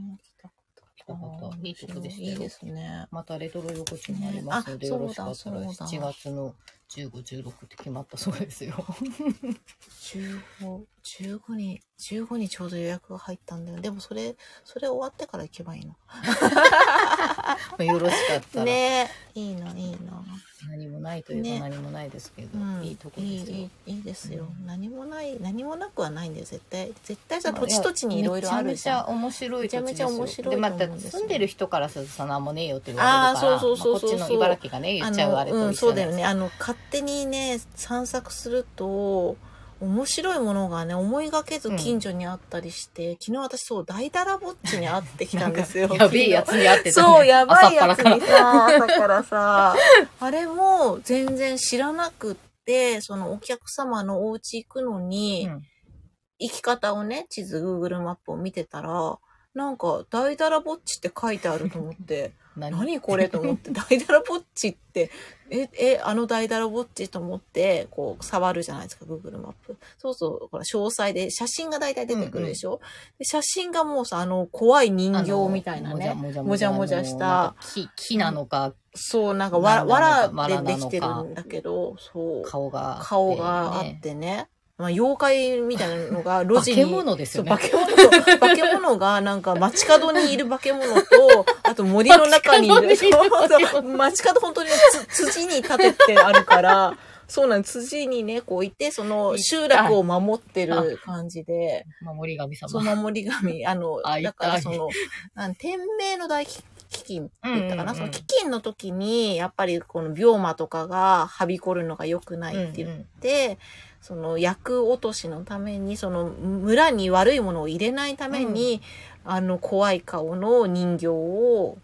S1: ん来たこと
S2: 来たこといいとこでしたよ
S1: いいですね。
S2: またレトロ横地もありますので、
S1: ねあ
S2: よろしかった
S1: そう
S2: ら
S1: だそうだ
S2: 7月の15、16って決まったそうです
S1: [laughs]
S2: よ。
S1: 15 15に15にちょうど予約が入ったんだよでもそれそれ終わってから行けばいいの
S2: まあよろしかったら、
S1: ねえいいないいな
S2: 何もないといえ
S1: ね
S2: ば何もないですけど、
S1: うん
S2: いいとこですよ。
S1: いいいいいいですよ、
S2: うん
S1: 何もない何もなくはないんで絶対絶対さ
S2: まあ
S1: 土地土地にいろいろある
S2: めち
S1: じ
S2: ゃ
S1: ゃ
S2: めち
S1: ん
S2: ゃ面白い土地ですよ。
S1: めちゃめちゃ面白い
S2: で、ま
S1: と思
S2: た
S1: うんですよ
S2: 住んでる人からするとさ、なんもねえよって言われるから、
S1: あーそうそうそうそう
S2: まあこっちの茨城がね、言っちゃうあれと一緒
S1: の
S2: で
S1: うんそうだよねあの勝手にね散策すると面白いものがね思いがけず近所にあったりして、昨日私そう大だらぼっちに会ってきたんですよ
S2: やべえやつに会ってた、
S1: そう、やばいやつ
S2: 朝っぱら
S1: に
S2: か
S1: さ、朝からさ、あれも全然知らなくって、そのお客様のお家行くのに、
S2: ら。うん
S1: 行き方をね、地図、Google マップを見てたら、なんか、大だらぼっちって書いてあると思 [laughs] って、何これと思って、大だらぼっちって、え、え、あの大だらぼっちと思って、こう、触るじゃないですか、Google マップ。そうそう、ほら、詳細で、写真が大体出てくるでしょ、で写真がもうさ、あの、怖い人
S2: あの
S1: 形みたいなね。
S2: もじゃ
S1: もじゃもじゃした
S2: なんか木木なのか
S1: そう、なんかわ、わ
S2: な
S1: ら
S2: んだろう
S1: で
S2: な
S1: できてるんだけど、そう。
S2: 顔があって
S1: 顔があっ
S2: ね
S1: てね。まあ、妖怪みたいなの
S2: [laughs]
S1: が路地に。
S2: 化け物ですよね
S1: そう化け物、化け物が、なんか街角にいる化け物と、
S2: [laughs]
S1: あと森の中にいる。
S2: 街角にいる化け物
S1: そうそう街角本当につ辻に立ててあるから、そうなんです辻にね、こういて、その集落を守ってる感じで。
S2: 守り神様
S1: その守り神、あの
S2: あ、いた
S1: だからその、なん天命の大飢饉って言ったかな、
S2: うんうんうん
S1: その飢饉の時に、やっぱりこの病魔とかがはびこるのが良くないって言って、その薬落としのために、その村に悪いものを入れないために、あの怖い顔の人形を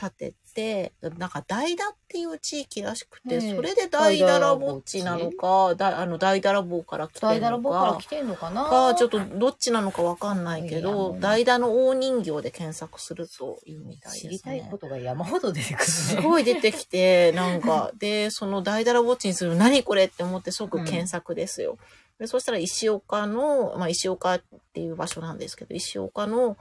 S1: 立てて、なんか代打っていう地域らしくて、
S2: ねえ
S1: それで大だらぼっちなのか、だあの大だらぼうから来て
S2: 大
S1: る
S2: だら
S1: の
S2: ぼから
S1: か
S2: 来、てんのかな
S1: か、ちょっとどっちなのかわかんないけ
S2: いやも
S1: ど、
S2: う
S1: 代打の大人形で検索するといいみたい
S2: 知
S1: で
S2: り
S1: す
S2: たい
S1: ね
S2: こ。とが山ほど出てくるね。
S1: すごい出てきて、なんか、で、その大だらぼっちにする、何これって思って即検索ですよ。で、そしたら石岡の、まあ石岡っていう場所なんですけど、石岡の、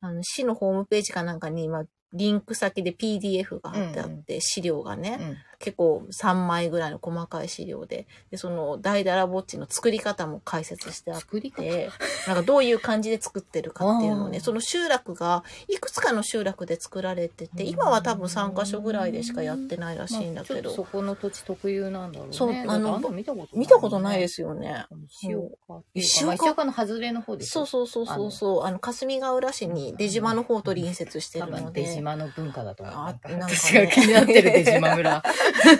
S1: あの、市のホームページかなんかに今、リンク先で PDF が貼ってあって、
S2: うん
S1: 資料がね、
S2: うん
S1: 結構3枚ぐらいの細かい資料で、で、その、大だらぼっちの作り方も解説してあって、
S2: 作り方
S1: でなんかどういう感じで作ってるかっていうのをね、
S2: あー
S1: その集落が、いくつかの集落で作られてて、今は多分3カ所ぐらいでしかやってないらしいんだけ
S2: まあちょっと
S1: ど、
S2: そこの土地特有なんだろうね。
S1: そう
S2: あ
S1: あの
S2: の、あんま見たことない、
S1: 見たことないで。すよね。
S2: 石岡。
S1: 石
S2: 石
S1: 岡
S2: 岡。石岡の外れの方です
S1: そうそうそうそうそう、あの、霞ヶ浦市に出島の方と隣接して
S2: 多
S1: るの
S2: 分、出
S1: で、
S2: 島の文化だと思う。
S1: あ
S2: なんか
S1: なんかね
S2: 私が気になってる出島村。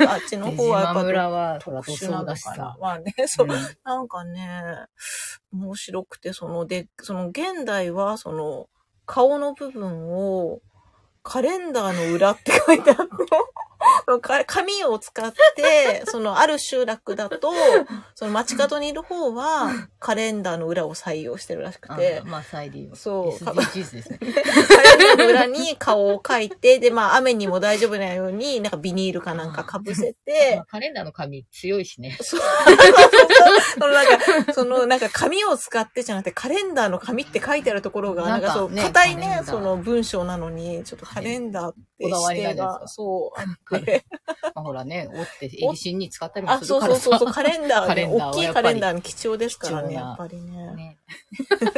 S1: あっちの
S2: 出
S1: 方はやっ
S2: 島
S1: ぱ
S2: 村は、ほら、
S1: 特
S2: 土
S1: 殊な
S2: 葬
S1: の
S2: だし
S1: かな
S2: さ。。
S1: まあね、そう、
S2: うん
S1: なんかね、面白くて、その、で、その現代は、その、顔の部分を、カレンダーの裏って書いてあ [laughs] って、そのか紙を使って、その、ある集落だと、その街角にいる方は、カレンダーの裏を採用してるらしくて
S2: あ、まあ、再利用。
S1: そう
S2: SDGs ですね。
S1: カレンダーの裏に顔を描いて、で、まあ、雨にも大丈夫なように、なんかビニールかなんか被せて
S2: まあ、、カレンダーの紙強いしね。
S1: そうそう [laughs] そうそのなんか、そのなんか紙を使ってじゃなくてカレンダーの紙って書いてあるところが、な
S2: なんん
S1: か
S2: か
S1: そう、
S2: ね
S1: 硬い
S2: カレン
S1: ね
S2: ダ、ー
S1: その文章なのに、ちょっとカレンダーって
S2: こだわ
S1: 指
S2: りなん
S1: 定
S2: ですか
S1: が、そう、あ
S2: カ [laughs]
S1: って。
S2: まあ、ほらね、折って、エリシンに使ったりも
S1: あ、
S2: す
S1: そ
S2: る
S1: う
S2: か
S1: そう
S2: ら
S1: そうそう、
S2: さ。
S1: カレンダー
S2: カレ
S1: ね、
S2: ンダー
S1: 大
S2: は
S1: きい
S2: やっ
S1: カ
S2: ぱり
S1: レンダーの貴重ですからね、
S2: 貴重な
S1: やっぱりね。
S2: ね [laughs]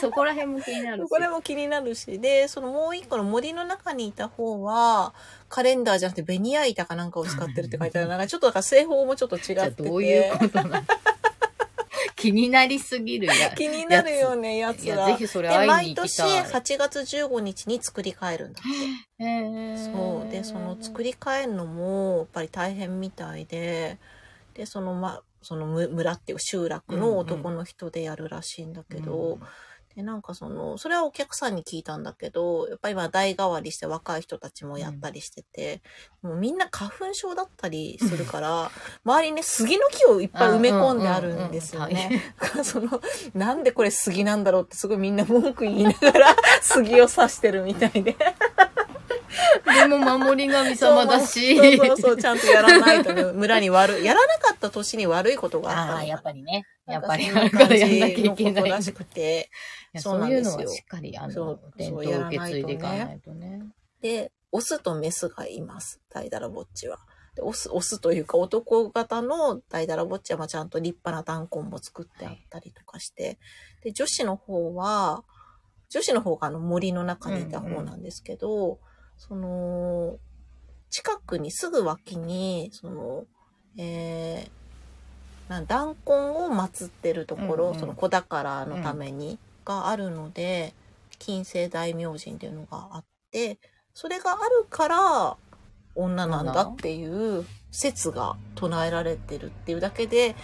S2: そこら辺も気になるし。
S1: これも気になるし、で、そのもう一個の森の中にいた方は、カレンダーじゃなくてベニヤ板かなんかを使ってるって書いてある。なんかちょっとだから製法もちょっと違って
S2: じゃあ
S1: て。
S2: どういうことなの気になりすぎるや。
S1: 気になるよね、や
S2: い
S1: つ
S2: や、
S1: が。
S2: ぜひそれ
S1: で、
S2: 会い
S1: 毎
S2: に行き
S1: 年
S2: たい。
S1: 8月15日に作り変えるんだっ
S2: え
S1: て。
S2: ー
S1: そう。で、その作り変えるのも、やっぱり大変みたいで、で、その、ま、そのむ村っていう集落の男の人でやるらしいんだけど、
S2: うん
S1: で、なんかその、それはお客さんに聞いたんだけど、やっぱり今代替わりして若い人たちもやったりしてて、もうみんな花粉症だったりするから、周りにね、杉の木をいっぱい埋め込んであるんですよね。だから [laughs] その、なんでこれ杉なんだろうってすごいみんな文句言いながら [laughs] 杉を刺してるみた
S2: [laughs]
S1: いで。
S2: でも守り神様だし。
S1: そうそうそう、ちゃんとやらないとね、 [laughs] 村に悪い、やらなかった年に悪いことがあった
S2: ああ、やっぱ
S1: り。
S2: りね。やっ
S1: なんか
S2: ぱり
S1: そん
S2: あ
S1: な
S2: るから
S1: 感
S2: やんなき
S1: じ
S2: ゃい
S1: のこ
S2: けな
S1: と
S2: い。い
S1: らしくて。
S2: や
S1: そう
S2: そ
S1: な
S2: うんい
S1: で
S2: う
S1: すよ
S2: のはしっかり、あ
S1: そ
S2: の
S1: う、
S2: 伝
S1: そうや
S2: 統
S1: ら
S2: を
S1: な
S2: 受
S1: いとね
S2: け継いでいかないと
S1: [laughs]
S2: ね。
S1: で、オスとメスがいます。大だらぼっちは。でオス、オスというか男型の大だらぼっちはまあちゃんと立派な弾痕も作ってあったりとかして。で、女子の方は、女子の方があの森の中にいた方なんですけど、その、近くに、すぐ脇に、その、えー、なん弾痕を祀ってるところ、
S2: うんうん
S1: その子宝のために、があるので、金星大明神っていうのがあって、それがあるから女なんだっていう説が唱えられてるっていうだけで、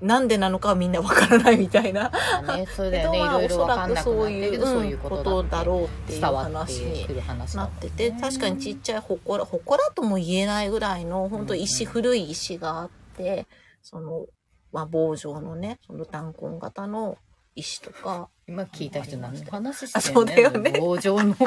S1: なんでなのかはみんなわからないみたいな。
S2: まあね、それだよね。
S1: け
S2: い
S1: どまあ
S2: ろいろわかんなくな
S1: おそらくそう
S2: ってる
S1: い
S2: け
S1: う
S2: ど、そう
S1: うん
S2: いうこ
S1: こと
S2: とだ
S1: だ
S2: っ
S1: ろ
S2: て
S1: うっていう
S2: 伝わっ
S1: 話
S2: て
S1: に
S2: くる話
S1: な
S2: だ
S1: ってて、確かにちっちゃい祠、祠とも言えないぐらいの、本当石、
S2: うんうん
S1: 古い石があって、その、まあ、棒状のね、その弾痕型の石とか、
S2: 今聞いた人何の話してん
S1: あそうだよね
S2: 棒状の。 [laughs]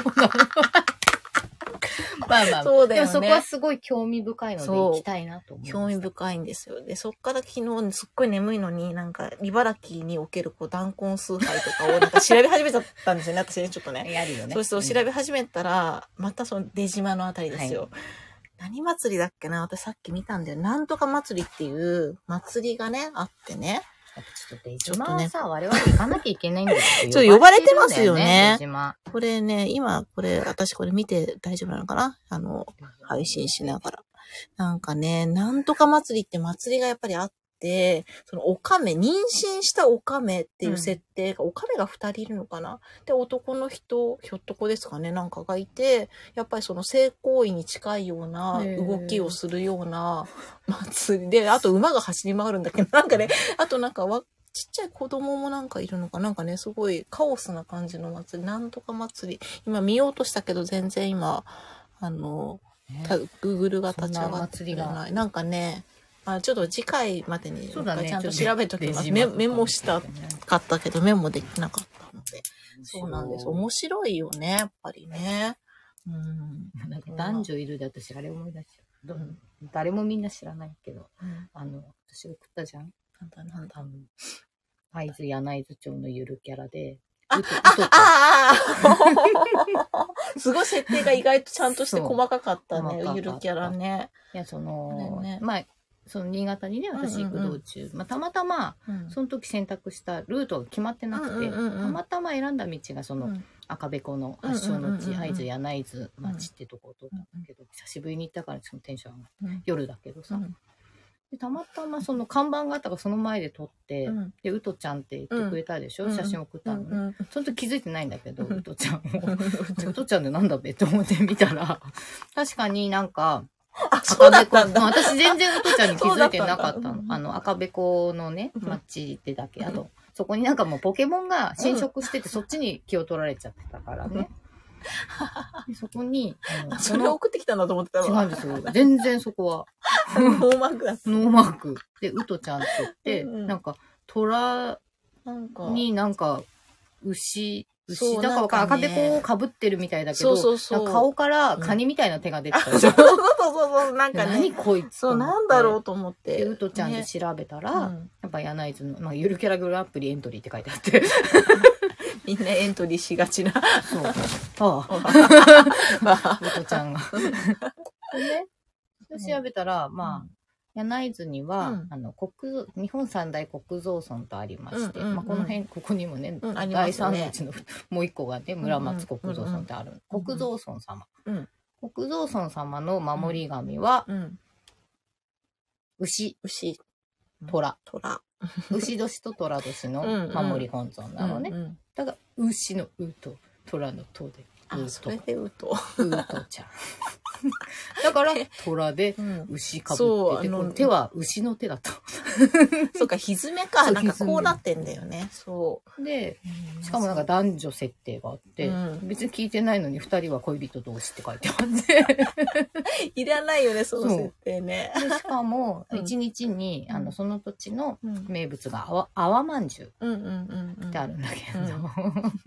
S2: まあまあ、
S1: そうだよ
S2: でも
S1: ね
S2: そこはすごい興味深いので
S1: そう
S2: 行きたいなと思い
S1: 興
S2: ま
S1: 味
S2: す。
S1: 深いんですよ。で、そっから昨日、すっごい眠いのに、なんか、茨城における、こう、弾痕崇拝とかを、なんか調べ始めちゃったんですよね、 [laughs] 私ね、ちょっとね。
S2: やるよね。
S1: そうそう、調べ始めたら、またその出島のあたりですよ。
S2: は
S1: 何祭りだっけな私さっき見たんだよ。なんとか祭りっていう祭りがね、あってね。
S2: やっぱちょっと出
S1: ちょっと
S2: 島
S1: ね
S2: はさ、我々行かなきゃいけないんだ
S1: [laughs]
S2: けど。
S1: ちょっと呼ばれてますよね
S2: 出島。
S1: これね、今、これ、私これ見て大丈夫なのかなあの、配信しながら。なんかね、なんとか祭りって祭りがやっぱりあっって、そのおかめ、妊娠したおかめっていう設定が、おかめが2人いるのかなで、男の人、ひょっとこですかね、なんかがいて、やっぱりその性行為に近いような
S2: へー
S1: 動きをするような [laughs] 祭りで、あと馬が走り回るんだけど、なんかね、あとなんかわ、ちっちゃい子供もなんかいるのかなんかね、すごいカオスな感じの祭り、なんとか祭り。今見ようとしたけど、全然今、あの、た Google が立ち上がってくれ
S2: そんな
S1: ない。なんかね、あちょっと次回までに、
S2: そうだね
S1: ちゃんと調べときます。メメモしたかったけど、メモできなかったので。そうなんです。面白いよね、やっぱりね。うん。
S2: なんか男女いるで私あれ思い出したど
S1: うん
S2: 誰もみんな知らないけど
S1: うん
S2: あの私送ったじゃん
S1: なんだなんだ。
S2: あの会津柳津町のゆるキャラで
S1: あ
S2: うとうとと
S1: ああ [laughs] すごい設定が意外とちゃんとして
S2: そう
S1: 細かかったね
S2: 細かかっ。た
S1: ゆるキャラね。
S2: いやその、
S1: あれね
S2: まあその新潟にね私行く道中、まあ、たまたま
S1: うん
S2: その時選択したルートが決まってなくて、
S1: うんうんうんうん
S2: たまたま選んだ道がその、
S1: うん
S2: 赤べこの発祥の
S1: うん
S2: 地
S1: うんうんうん
S2: 会津柳津町ってとこを通ったんだけど、久しぶりに行ったからちょっとテンション上がる
S1: うん
S2: 夜だけど
S1: う
S2: さ、
S1: ん
S2: でたまたまその看板があったからその前で撮って、
S1: うん
S2: でウトちゃんって言ってくれたでしょ、
S1: うん
S2: 写真送っ
S1: う
S2: たのね、
S1: ん
S2: その時気づいてないんだ
S1: [laughs]
S2: けど、
S1: うん
S2: ウトちゃんを。ウトちゃんでなんだべって思って見た
S1: [laughs]
S2: ら、確かになんか、
S1: あ、そうだったんだ。
S2: 私全然お父ちゃんに気づいてなかっ
S1: そう
S2: た
S1: だった
S2: の
S1: ん。だ
S2: あの、赤べこのね、
S1: うん
S2: 街でだけ。あと、そこになんかもうポケモンが侵食してて、そっちに気を取られちゃってたからね。でそこに、あの
S1: あそれ送ってきたんだと思ってた
S2: 違う
S1: わ。
S2: んですよ。全然そこは、
S1: ノーマークだった。
S2: ノーマーク。で、ウトちゃんって言って、
S1: うんうん
S2: なんか、虎
S1: なんか。
S2: になんか、牛、
S1: そう
S2: 牛だからか
S1: なんか
S2: 赤
S1: ね
S2: べこをかぶってるみたいだけど、
S1: そうそうそう
S2: なんか顔からカニみたいな手が出てたでし
S1: そ
S2: ょ
S1: うそうそうそう、なんか
S2: 何
S1: ね。
S2: こいつと
S1: そう、
S2: 思って。
S1: なんだろうと思って。
S2: で、ウトちゃんで
S1: ね
S2: 調べたら、
S1: うん
S2: やっぱ柳津の、まあ、ゆるキャラグランプリエントリーって書いてあ
S1: [laughs]
S2: って。
S1: みんなエントリーしがちな。
S2: そう。ああ、ウトちゃんが。でね、調べたら、まあ、柳津には、
S1: うん
S2: あの、国造、日本三大国造村とありまして、
S1: うんうんうん
S2: まあ、この辺、ここにもね、
S1: うんありま
S2: 第
S1: すね
S2: 三 [laughs] のうちの、もう一個がね、村松国造村ってある。
S1: うんうん
S2: 国造村様。
S1: うん
S2: 国造村様の守り神は、
S1: うん。
S2: 牛、
S1: 牛、
S2: 虎。
S1: 虎。
S2: 牛年と虎年
S1: [laughs]
S2: の守り本尊なのね
S1: う。んうん
S2: だから、牛のうと、虎のとで、う
S1: あ、
S2: と
S1: そ、れでウト。
S2: うとちゃん。 [laughs] だ
S1: [laughs]
S2: から、虎で、
S1: うん。
S2: 牛かぶ
S1: そ
S2: っ
S1: うあ
S2: てて、
S1: の
S2: この手は牛の手だと。
S1: [laughs] そうか、ひずめか。
S2: そう
S1: なんか
S2: ひづめ
S1: こうなってんだよね。そ
S2: で、
S1: う。
S2: しかもなんか男女設定があって、
S1: うん
S2: 別に聞いてないのに二人は恋人同士って書いてあって。
S1: いらないよね、その
S2: そう
S1: 設定ね。
S2: でしかも、
S1: うん
S2: 一日に、あ
S1: うん
S2: の、その土地の
S1: うん
S2: 名物が泡、泡まんじゅう
S1: うんうんうんうん。
S2: ってあるんだけど、
S1: う
S2: [laughs]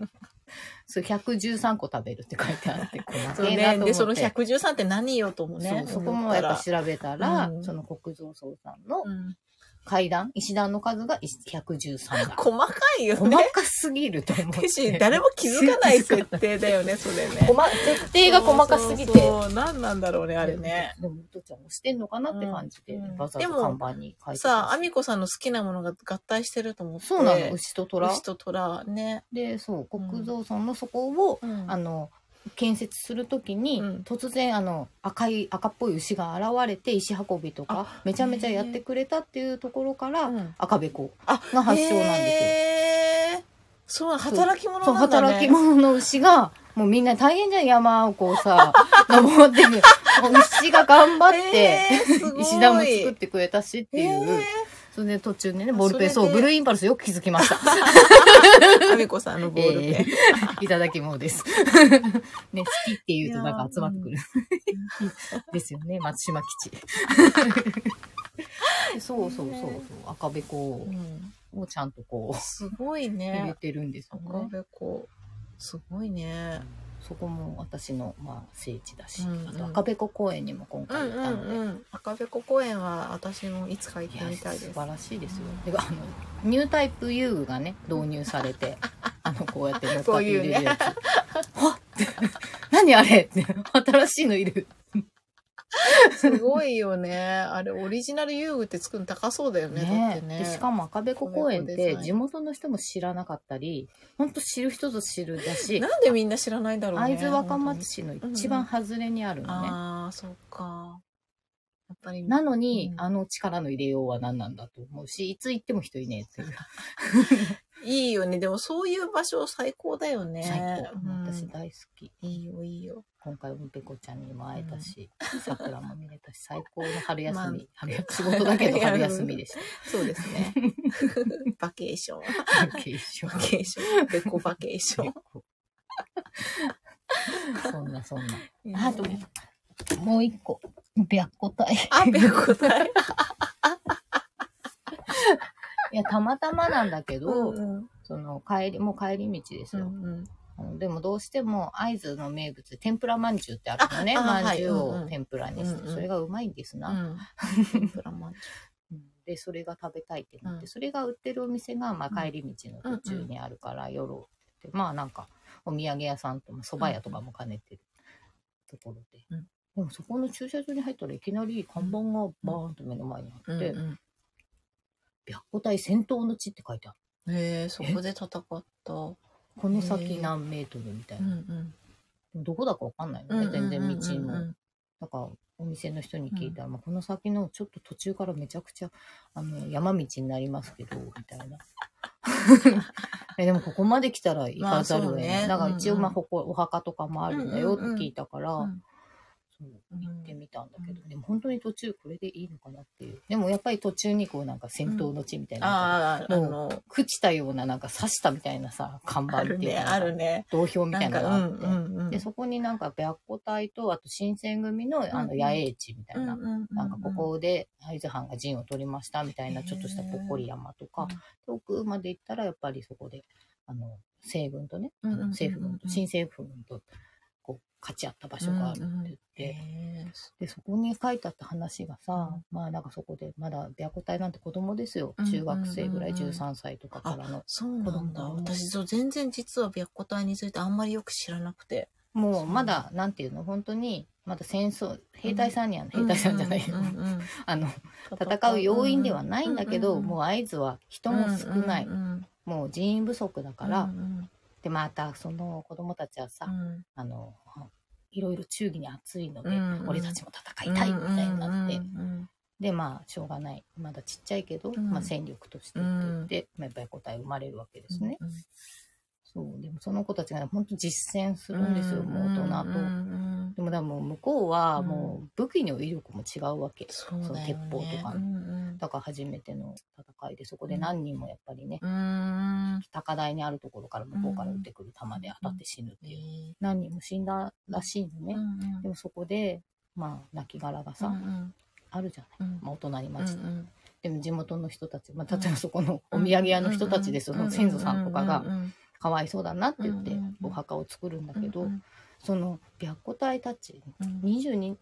S2: それ113個食べるって書いてあって、
S1: そう
S2: 細けえな
S1: ね。
S2: と思って
S1: で、その113って何よともね。
S2: そうそこもやっぱ調べたら、
S1: うん
S2: その国蔵総さんの
S1: うん
S2: 階段、石段の数が113だ。
S1: 細かいよ
S2: 細
S1: ね。
S2: かすぎると思って。
S1: だ
S2: [laughs]
S1: し、誰も気づかない設定だよね、それね。
S2: 細設定が細かすぎて。
S1: そうそうそう何なんだろうね、あれね。
S2: でも、お父ちゃん押してんのかなって感じで、
S1: うん
S2: わざわざ看板に書いて
S1: さあ、
S2: あ
S1: アミコさんの好きなものが合体してると思って。
S2: そうなの、牛と虎
S1: 牛。と虎。ね。
S2: で、そう、国蔵村のそこを、
S1: うん
S2: あの、建設するときに、
S1: うん
S2: 突然あの赤い赤っぽい牛が現れて石運びとかめちゃめちゃやってくれたっていうところから、
S1: うん
S2: 赤べこ
S1: あ
S2: が発祥なんですよ。
S1: へーそう、働き者
S2: そう、
S1: なんだね。
S2: 働き者の牛が、もうみんな大変じゃん、山をこう
S1: [laughs]
S2: さ、登ってく。もう牛が頑張って、
S1: へーすごい
S2: 石段も作ってくれたしっていう。
S1: へー
S2: それで途中にね、ボールペン、
S1: そ
S2: そ
S1: れで
S2: う、ブルーインパルスよく気づきました。
S1: アミコさんのボールペン。
S2: え [laughs] ーいただきものです。ね、好きって言うとなんか集まってくる。ですよね、松島基地。 [laughs] そうそうそうそう、赤べこ
S1: うん
S2: をちゃんとこう、
S1: すごい
S2: 入れ
S1: ね。
S2: てるんですよ
S1: 赤
S2: ね。
S1: べこ。すごいね。
S2: そこも私の、まあ、聖地だし、
S1: うんうん
S2: あと赤べこ公園にも今
S1: うん
S2: 回行っ
S1: う
S2: た
S1: ん
S2: ので、
S1: うん。赤べこ公園は私もいつか行って
S2: い
S1: み
S2: や
S1: たい
S2: 素
S1: です。
S2: 晴らしいですよ、であのニュータイプ遊具がね導入され [laughs] てあのこうやって乗っかって入れるやつ「はっ!」 [laughs] 何あれ?」って新しいのいる
S1: すごいよね。あれ、オリジナル遊具って作るの高そうだよね。だってね。
S2: でしかも赤べこ公園っ
S1: 赤べこデ
S2: て
S1: ザイン
S2: 地元の人も知らなかったりほんと知る人ぞ知るだ
S1: [laughs]
S2: し
S1: なんでみんな知らないんだろうね。
S2: 会津若松市の一番外れにある
S1: 本
S2: の
S1: 当に
S2: ね、
S1: ああ、そうか。っぱり
S2: なのに、
S1: うん
S2: あの力の入れようは何なんだと思うし、いつ行っても人いねえっていう。
S1: いいよね。でもそういう場所最高だよね。
S2: 最高。
S1: うん
S2: 私大好き。
S1: いいよ、いいよ。
S2: 今回、うんぺこちゃんにも会えたし、桜も見れたし、最高の春休み。
S1: まあ
S2: 春休仕事だけど
S1: [laughs]
S2: 春休みでした。 [laughs]
S1: そうです [laughs] ね。バケーション。
S2: バケーション
S1: バケーション。ベコバケーション。
S2: そんなそん
S1: [laughs]
S2: な。
S1: あ
S2: あと、もう一個。白虎隊。
S1: あ、ベコだよ。
S2: いや、たまたまなんだけど、
S1: うん
S2: その、帰り、もう帰り道です
S1: う
S2: よ。
S1: ん。
S2: あのでもどうしても会津の名物天ぷらまんじゅうってあるのね
S1: ああ
S2: まんじゅう
S1: はいうんう
S2: を
S1: ん
S2: 天ぷらにして、
S1: うんうん
S2: それがうまいんです
S1: う
S2: な、
S1: ん。天ぷらまんじ
S2: うんでそれが食べたいってなって、
S1: うん
S2: それが売ってるお店が、まあ、帰り道の途中にあるから夜って、まあなんかお土産屋さんともそば屋とかも兼ねてるところで、
S1: うん
S2: でもそこの駐車場に入ったらいきなり看板がバーンと目の前にあ
S1: ゅ
S2: っ
S1: う。
S2: て「
S1: うん
S2: 白虎隊戦闘の地」って書いてある
S1: うん。へえ、そこで戦った。うん
S2: この先何メートルみたいな、
S1: うん。
S2: どこだかわかんないのね、全然道も。なんかお店の人に聞いたら、まあ、この先のちょっと途中からめちゃくちゃあの山道になります
S1: [laughs]
S2: けどみたいな [laughs] えでもここまで来たら行かざるを得
S1: まあそう
S2: ない、
S1: ね
S2: だから一応、
S1: うんうん
S2: まあ、ここお墓とかもあるんだよって聞いたから、
S1: う
S2: そう
S1: んうん
S2: 行ってみたんだけど、でも本当に途中これでいいのかなっていうでもやっぱり途中にこうなんか戦闘の地みたいな、
S1: ああ、あの、
S2: 朽ちたようななんか刺したみたいなさ看板
S1: あ
S2: ってい
S1: る
S2: う
S1: ね、
S2: か
S1: あるね。
S2: 道標み
S1: な
S2: たい
S1: ん
S2: なの
S1: か、
S2: が
S1: う
S2: あ
S1: ん
S2: って。
S1: うんうん。
S2: で、そこになんか、白虎隊と、あと、新選組の、あ
S1: うんう
S2: の、
S1: ん
S2: 野営地みた
S1: う
S2: い
S1: ん
S2: な、
S1: うんうん、
S2: なんか、ここで、会津藩が陣を取りました、みたいな、ちょっとしたぽっこり山とか、遠くまで行ったら、やっぱりそこで、あの、西軍とね、あ
S1: うんうんうんう
S2: の
S1: ん
S2: 政府軍と、新政府軍と、こう、勝ち合った場所があるって言って、
S1: へえ
S2: で、そこに書いてあった話がさ、
S1: うん
S2: まあ、なんかそこで、まだ、白虎隊なんて子供ですよ
S1: うん。うんうんう
S2: 中
S1: ん
S2: 学生ぐらい、13歳とかからの。
S1: そうなん
S2: 子
S1: だ。
S2: 供も
S1: 私、そう、全然実は白虎隊についてあんまりよく知らなくて。
S2: もう、まだ、なんていうの、本当に、まだ戦争、兵隊さんには、兵隊さんじゃないよ。
S1: うんうんうんうん
S2: [laughs] あの、戦う要因ではないんだけど、も
S1: う
S2: う合図は人
S1: ん
S2: も少ない、
S1: うんうんうん
S2: もう人員不足だから、
S1: うん
S2: でまたその子供たちはさ、
S1: うん
S2: あのいろいろ忠義に熱いので、
S1: うんうん
S2: 俺たちも戦いたいみたいになって、
S1: うんうん
S2: でまあしょうがないまだちっちゃいけど、
S1: うん
S2: まあ、戦力としてって言って、まあ、やっぱり答え生まれるわけで
S1: うん
S2: すね、そうでもその子たちが本当実践するんですよ、もう大人と。
S1: うんうん
S2: でもだからもう向こうはもう武器の威力も違うわけ、
S1: そうだよね
S2: 鉄砲とか
S1: うんうん
S2: だから初めての戦いでそこで何人もやっぱりね、
S1: うん
S2: 高台にあるところから向こうから撃ってくる弾で当たって死ぬっていう、
S1: ね
S2: 何人も死んだらしいのね、
S1: うん
S2: でもそこでまあ亡骸がさ、
S1: うん
S2: あるじゃない、
S1: うん
S2: まあ、大人に
S1: うん
S2: 町、
S1: うん
S2: でも地元の人たち、まあ、
S1: うん
S2: 例えばそこのお土産屋の人たちでその先祖さんとか
S1: う
S2: が
S1: んうん
S2: かわいそうだなって言って
S1: うんうんうん
S2: お墓を作るんだ
S1: うん
S2: けど、
S1: うん
S2: その白虎隊たち
S1: うん
S2: 22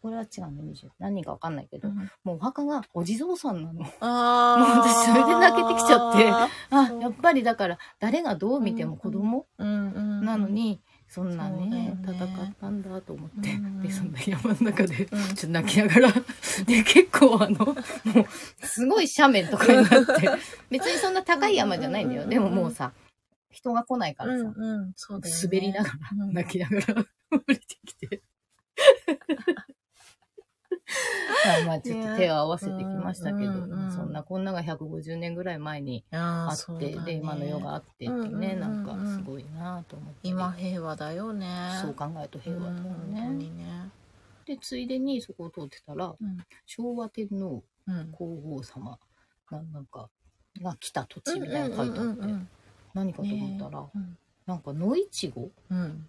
S2: それは違うの20何人か分かんないけど、もうお墓がお地蔵さんなの
S1: あー
S2: 私それで泣けてきちゃってあやっぱりだから誰がどう見ても子供、
S1: うんうん
S2: なのに、そんな
S1: そうだ
S2: ね
S1: よね
S2: 戦ったんだと思って、
S1: うん
S2: でそんな山の中で、
S1: うん
S2: ちょっと泣きながら [laughs] で結構あのもうすごい斜面とかにな
S1: [laughs]
S2: って別にそんな高い山じゃないんだよ、
S1: うん
S2: でももうさ人が来ないからさ、
S1: うんうんそうだよね
S2: 滑りながら
S1: うん
S2: 泣きな
S1: [laughs]
S2: がら降りてきて。 [laughs] まあまあちょっと手を合わせてきましたけど、
S1: うんうんうん
S2: そんなこんなが150年ぐらい前に
S1: あ
S2: あ
S1: ー
S2: っ
S1: そう
S2: て、
S1: だね
S2: で今の世があってってね、
S1: うんうんうんうん
S2: なんかすごいなと思って
S1: 今平和だよね
S2: そう考えると平和だよ
S1: うん本当
S2: ね。
S1: にね
S2: でついでにそこを通ってたら
S1: うん
S2: 昭和天皇
S1: うん
S2: 皇后様ななんかが来た土地みたいなの書いてあって、
S1: うん
S2: 何かと思ったら、
S1: うん
S2: なんか野いちご
S1: うんうん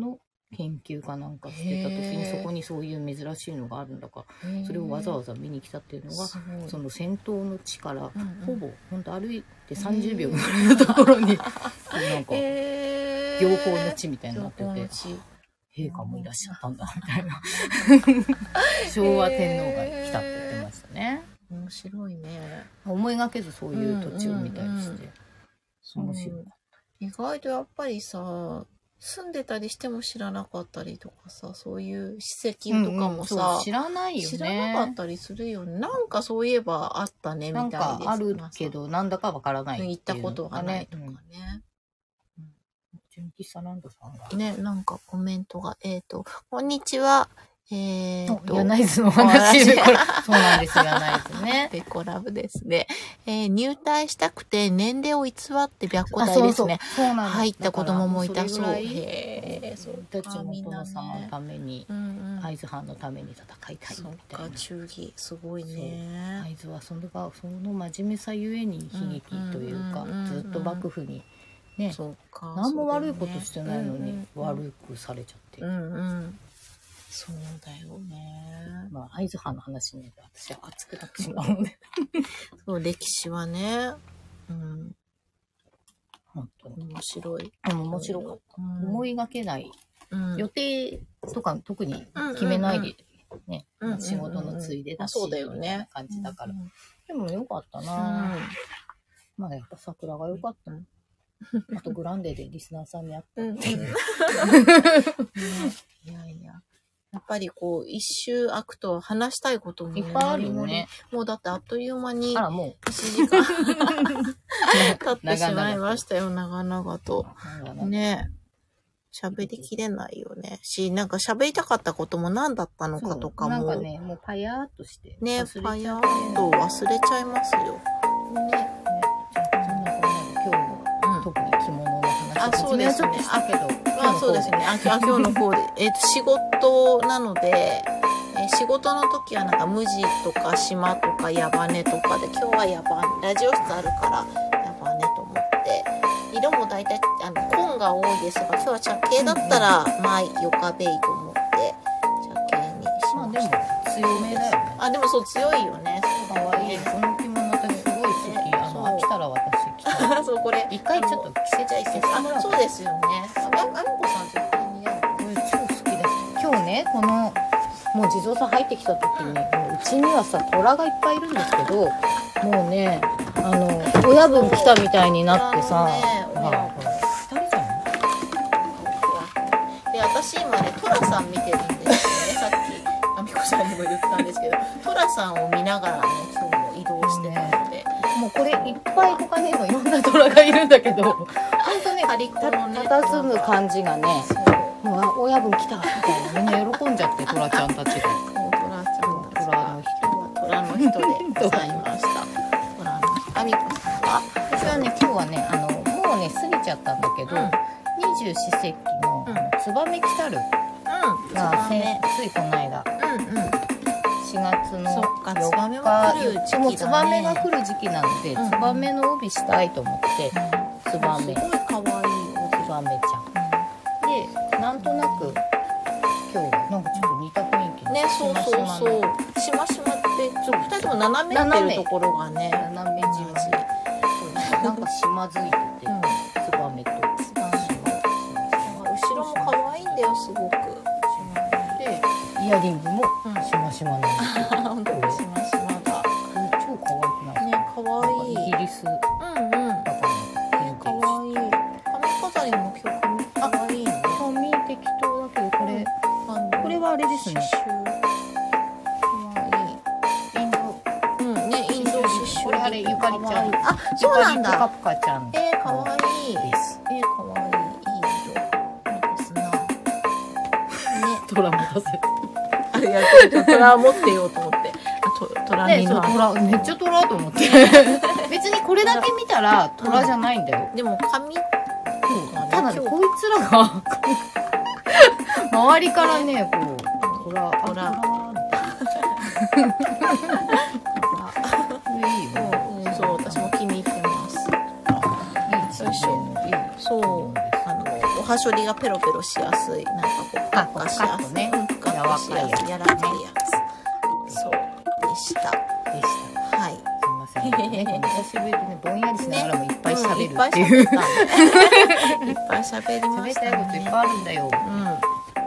S2: の研究かなんかしてた時に
S1: へー
S2: そこにそういう珍しいのがあるんだから
S1: うん
S2: それをわざわざ見に来たっていうのが
S1: すごい
S2: その戦闘の地から
S1: うんうん
S2: ほぼほんと歩いて30秒ぐらいのところ
S1: [laughs]
S2: になんか
S1: えー
S2: 養蜂の地みたいになって
S1: 養蜂の
S2: て。
S1: 地
S2: 陛下もいらっしゃったんだみたい [laughs] な昭和天皇が来たって言ってましたね、
S1: 面白いね
S2: 思いがけずそういう土地を見たりして、
S1: うんうん
S2: 面白い
S1: 意外とやっぱりさ住んでたりしても知らなかったりとかさそういう史跡とかもさ、
S2: うんうんそう知らないよね
S1: 知らなかったりするよね。なんかそういえばあったねみた
S2: ないん
S1: です
S2: かあるけ、どなんだかわからな
S1: なんか
S2: い
S1: 行ったことがないとか
S2: う
S1: ね
S2: ん。純喫茶ランドさんが
S1: ね、なんかコメントが、えっ、と、こんにちは。えー、と、
S2: 柳津の話
S1: 素晴
S2: で、
S1: らし
S2: こ
S1: い
S2: れ。 [laughs] そうなんですよ、柳津ね。
S1: ペコラブですね。えー入隊したくて年齢を偽って白虎隊ですね。
S2: そうそう。そうなんです
S1: 入った子供もいた
S2: だ
S1: そう。
S2: からもうそれぐらい
S1: へえ、そう
S2: たち
S1: か、
S2: も
S1: みんな
S2: 殿様の
S1: ね。
S2: ために、
S1: うんうん。
S2: 会津藩のために戦いたい
S1: そ
S2: み
S1: う
S2: たい
S1: か、
S2: な。
S1: 忠義、すごいね。
S2: 会津はそのがその真面目さゆえに悲劇というか、
S1: うんうんうんうん
S2: ずっと幕府にね
S1: そうか。
S2: 何も悪いことしてないのに、
S1: い。
S2: 悪くされちゃって、
S1: うんうん。そうだよね。
S2: まあ会津藩の話ね私は熱くなってしまうので
S1: そう、歴史はね。うん、
S2: 本当に
S1: 面白い。。
S2: でも面白かったた、思いがけない
S1: うん、
S2: 予定とか特に決めないで、ね
S1: うんうんうん
S2: 仕事のついでだし、
S1: あそうだよね
S2: みたいな感じだから、
S1: うん
S2: でもよかったな、まあやっぱ桜が良かった
S1: [laughs]
S2: なあとグランデでリスナーさんに会っ
S1: うん
S2: [laughs]
S1: うんねいやいや。やっぱりこう、一周空くと話したいことも
S2: いっぱいあるよね。
S1: もうだってあっという間に
S2: たら
S1: [laughs]
S2: もう
S1: 1時
S2: [laughs]
S1: 間経ってしまいましたよ、長々と。ね喋りきれないよね。し、なんか喋りたかったことも何だったのかとか
S2: なん
S1: も。
S2: かね、もうパヤーっとして。忘
S1: ね
S2: れちゃって
S1: パヤーっと忘れちゃいますよ。ね
S2: そんなこんなで今日の
S1: うん。
S2: 特に着物の話。
S1: あそうです
S2: 説明はちょ
S1: ね
S2: っとしたけど。
S1: まあそうですね。あ今日今日の [laughs] コーデ。えっ、と、仕事なので、えー仕事の時はなんか無地とか島とか矢羽とかで、今日は矢羽、ラジオ室あるから矢羽と思って、色も大体、あの、紺が多いですが、今日は茶系だったら、まあ、よかべいと思って、茶系にし
S2: まあ
S1: ま
S2: で
S1: し
S2: も
S1: た。
S2: 強めだよね。
S1: あ、でもそう強いよね。
S2: 可愛いい。この着物私すごい好き。あの
S1: そう
S2: 飽きたら私着たい。
S1: あ [laughs] そう、これ。
S2: 一回ちょっと着せ
S1: じ
S2: ち
S1: ゃ
S2: ゃ
S1: あ
S2: い
S1: 一
S2: け
S1: 回
S2: ない。
S1: あ、そうですよね。あ、ああみこさん絶対似合う。
S2: これ超好きです。今日ねこのもう地蔵さん入ってきた時に、もううちにはさ虎がいっぱいいるんですけど、もうねあの親分来たみたいになってさ、
S1: そう
S2: ほらほら二人じゃない？
S1: で私今ねトラさん見てるんですよねさっきあみこさんにも言ったんですけどトラさんを見ながらね今日も移動してたので、
S2: もうこれいっぱい他にもいろんな虎がいるんだけど、本当ね、
S1: パリコ
S2: た
S1: のね
S2: たずむ感じがね、
S1: そう
S2: もうあ親分来たみたいなみんな喜んじゃって虎ちゃんたちが。
S1: もうトラちゃんたちが今日はトラの人でございましたトラの人あみこさんは
S2: 私はね今日はねあのもうね過ぎちゃったんだけど、
S1: うん
S2: 二十四節気の
S1: うん
S2: あの燕来たる
S1: う
S2: が、
S1: んツバ
S2: ね
S1: メ、
S2: ついこの間
S1: うんうん
S2: 4月の
S1: そっかツバメも来る時期だね
S2: もうツバメが来る時期なので、
S1: うんうん
S2: ツバメの帯したいと思ってツバメ
S1: す
S2: ツ
S1: ごい可愛いおじ
S2: バメちゃん。でなんとなく今日はなんかちょっと似た雰囲気の
S1: ね、そうそうそう
S2: う。
S1: しましまって、ちょっと二人とも斜めってるところがね。
S2: 斜めじまじなんか島づいてて
S1: う
S2: ツ
S1: ん
S2: バメと
S1: ツバメ後ろも可愛いんだよ、すごく。
S2: でイヤリングも
S1: うん、
S2: しましまなんですよ
S1: [laughs] 本当にしましま
S2: こ
S1: だ。
S2: れ超可愛くない
S1: ね、可愛い。
S2: なんかイギリスだ
S1: うんうん。ね、
S2: からね
S1: 可愛い。髪飾りも今日髪可愛いね。
S2: 紙適当だけどこれこれはあれですねインド
S1: 可愛い。うん、ね、インド刺繍。
S2: これあれゆかりちゃん
S1: あ、そうなん
S2: ゆかりぷ
S1: だ。
S2: かぷかちゃん
S1: えー、可愛い。
S2: です
S1: えー、可愛い。いい色。いいですな。ね。
S2: トラも出せ
S1: あれやって虎持ってようと思って。あ、と虎
S2: ね
S1: に
S2: そうト
S1: の。
S2: ラめっちゃトラと [laughs] 思って別にこれだけ見たらトラじゃないんだよ、
S1: でも髪
S2: ただねこいつらが周りからねこうトラあ
S1: トラ
S2: トラいいよね
S1: うん、そう、私も気に入ってます。
S2: いいチームのいい
S1: そう、あの、おはしょりがペロペロしやすい、なんかこう、
S2: あ
S1: ふかふかしや
S2: ふかっ
S1: す
S2: と
S1: い、
S2: ね
S1: うんふかふかしやすい、
S2: 柔
S1: 柔ら
S2: ら
S1: か
S2: か
S1: い
S2: い
S1: やつ。そう、でした。
S2: でした
S1: はい。
S2: すみません、ね、この久しぶりでね、ぼんやりしながらもいっぱい喋る
S1: うんいっぱい
S2: っていう。
S1: 喋ったね。いっぱい喋りま
S2: 喋り
S1: したた
S2: いこといっぱ
S1: ね。
S2: いあるんだよ。いっ
S1: うん、いっ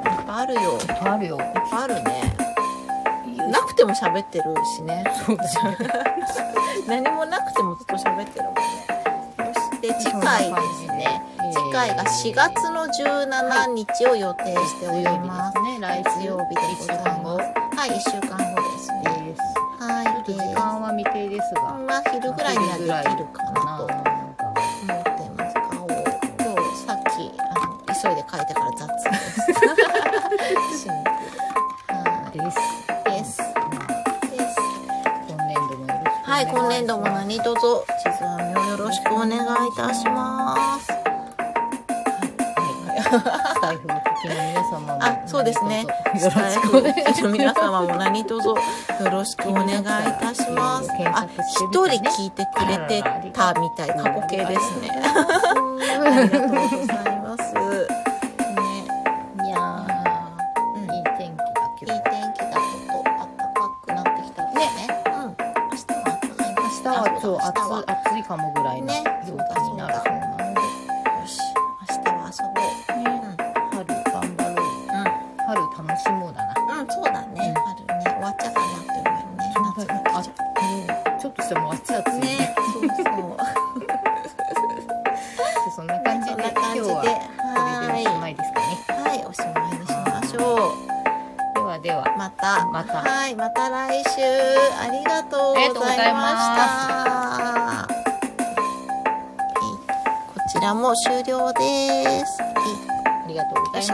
S1: ぱいあるよ。いっ
S2: ぱいあるよ。
S1: ぱいあるね。なくても喋ってるしね。
S2: そうだね。
S1: 何もなくてもずっと喋ってるもんね。そして次回ですね。次回が4月の17日を予定しております。
S2: ね。来
S1: 月曜日でご
S2: 一
S1: ざい
S2: 番後
S1: ま。
S2: です
S1: はい、1週間後ですね。
S2: す。ち
S1: は
S2: ょっと
S1: い、で、
S2: 時間は未定ですが。
S1: は昼ぐらいにはできるかなと
S2: なんか
S1: 思ってます。顔を今日さっきあの急いで書いたから雑です。シンプル。はい年度も何卒地図編みをよろしくお願いいたします。
S2: 財布の時の皆様も。
S1: あそうですね
S2: よろしくお願いします。
S1: スタッフの皆様も何卒よろしくお願いいたします。あ、一人聞いてくれてたみたい過去形ですね。ありがとうございます。ね、
S2: いや
S1: うん
S2: ー、いい天気だけ
S1: いい
S2: ど
S1: 天。気だこと暖かくなってきたね。うん。明日は暖かい
S2: 明日はそう
S1: 明日は
S2: 暑い暑いかもぐらいの
S1: ね
S2: 陽気になるそうな
S1: よ
S2: の
S1: し、明日は遊ぼう。
S2: で、ね、春頑張ろう春楽しもうだな
S1: うん、うん、そうだね。春ね、終わっちゃったなって思うよね。夏が来ちゃう。
S2: ちょっとしても暑い暑いね
S1: ね、そうそう。
S2: そんな感じで
S1: そんな感じ
S2: 今
S1: で、
S2: 日はこれでおしま
S1: はい
S2: ですかね
S1: い、はい、おしまいにしましょう。
S2: ではでは
S1: また、
S2: また
S1: はい、また来週、ありがとう
S2: ありがとうご
S1: ござ
S2: ざい
S1: いました。はいこちらも終了です。はい
S2: ありがとうございます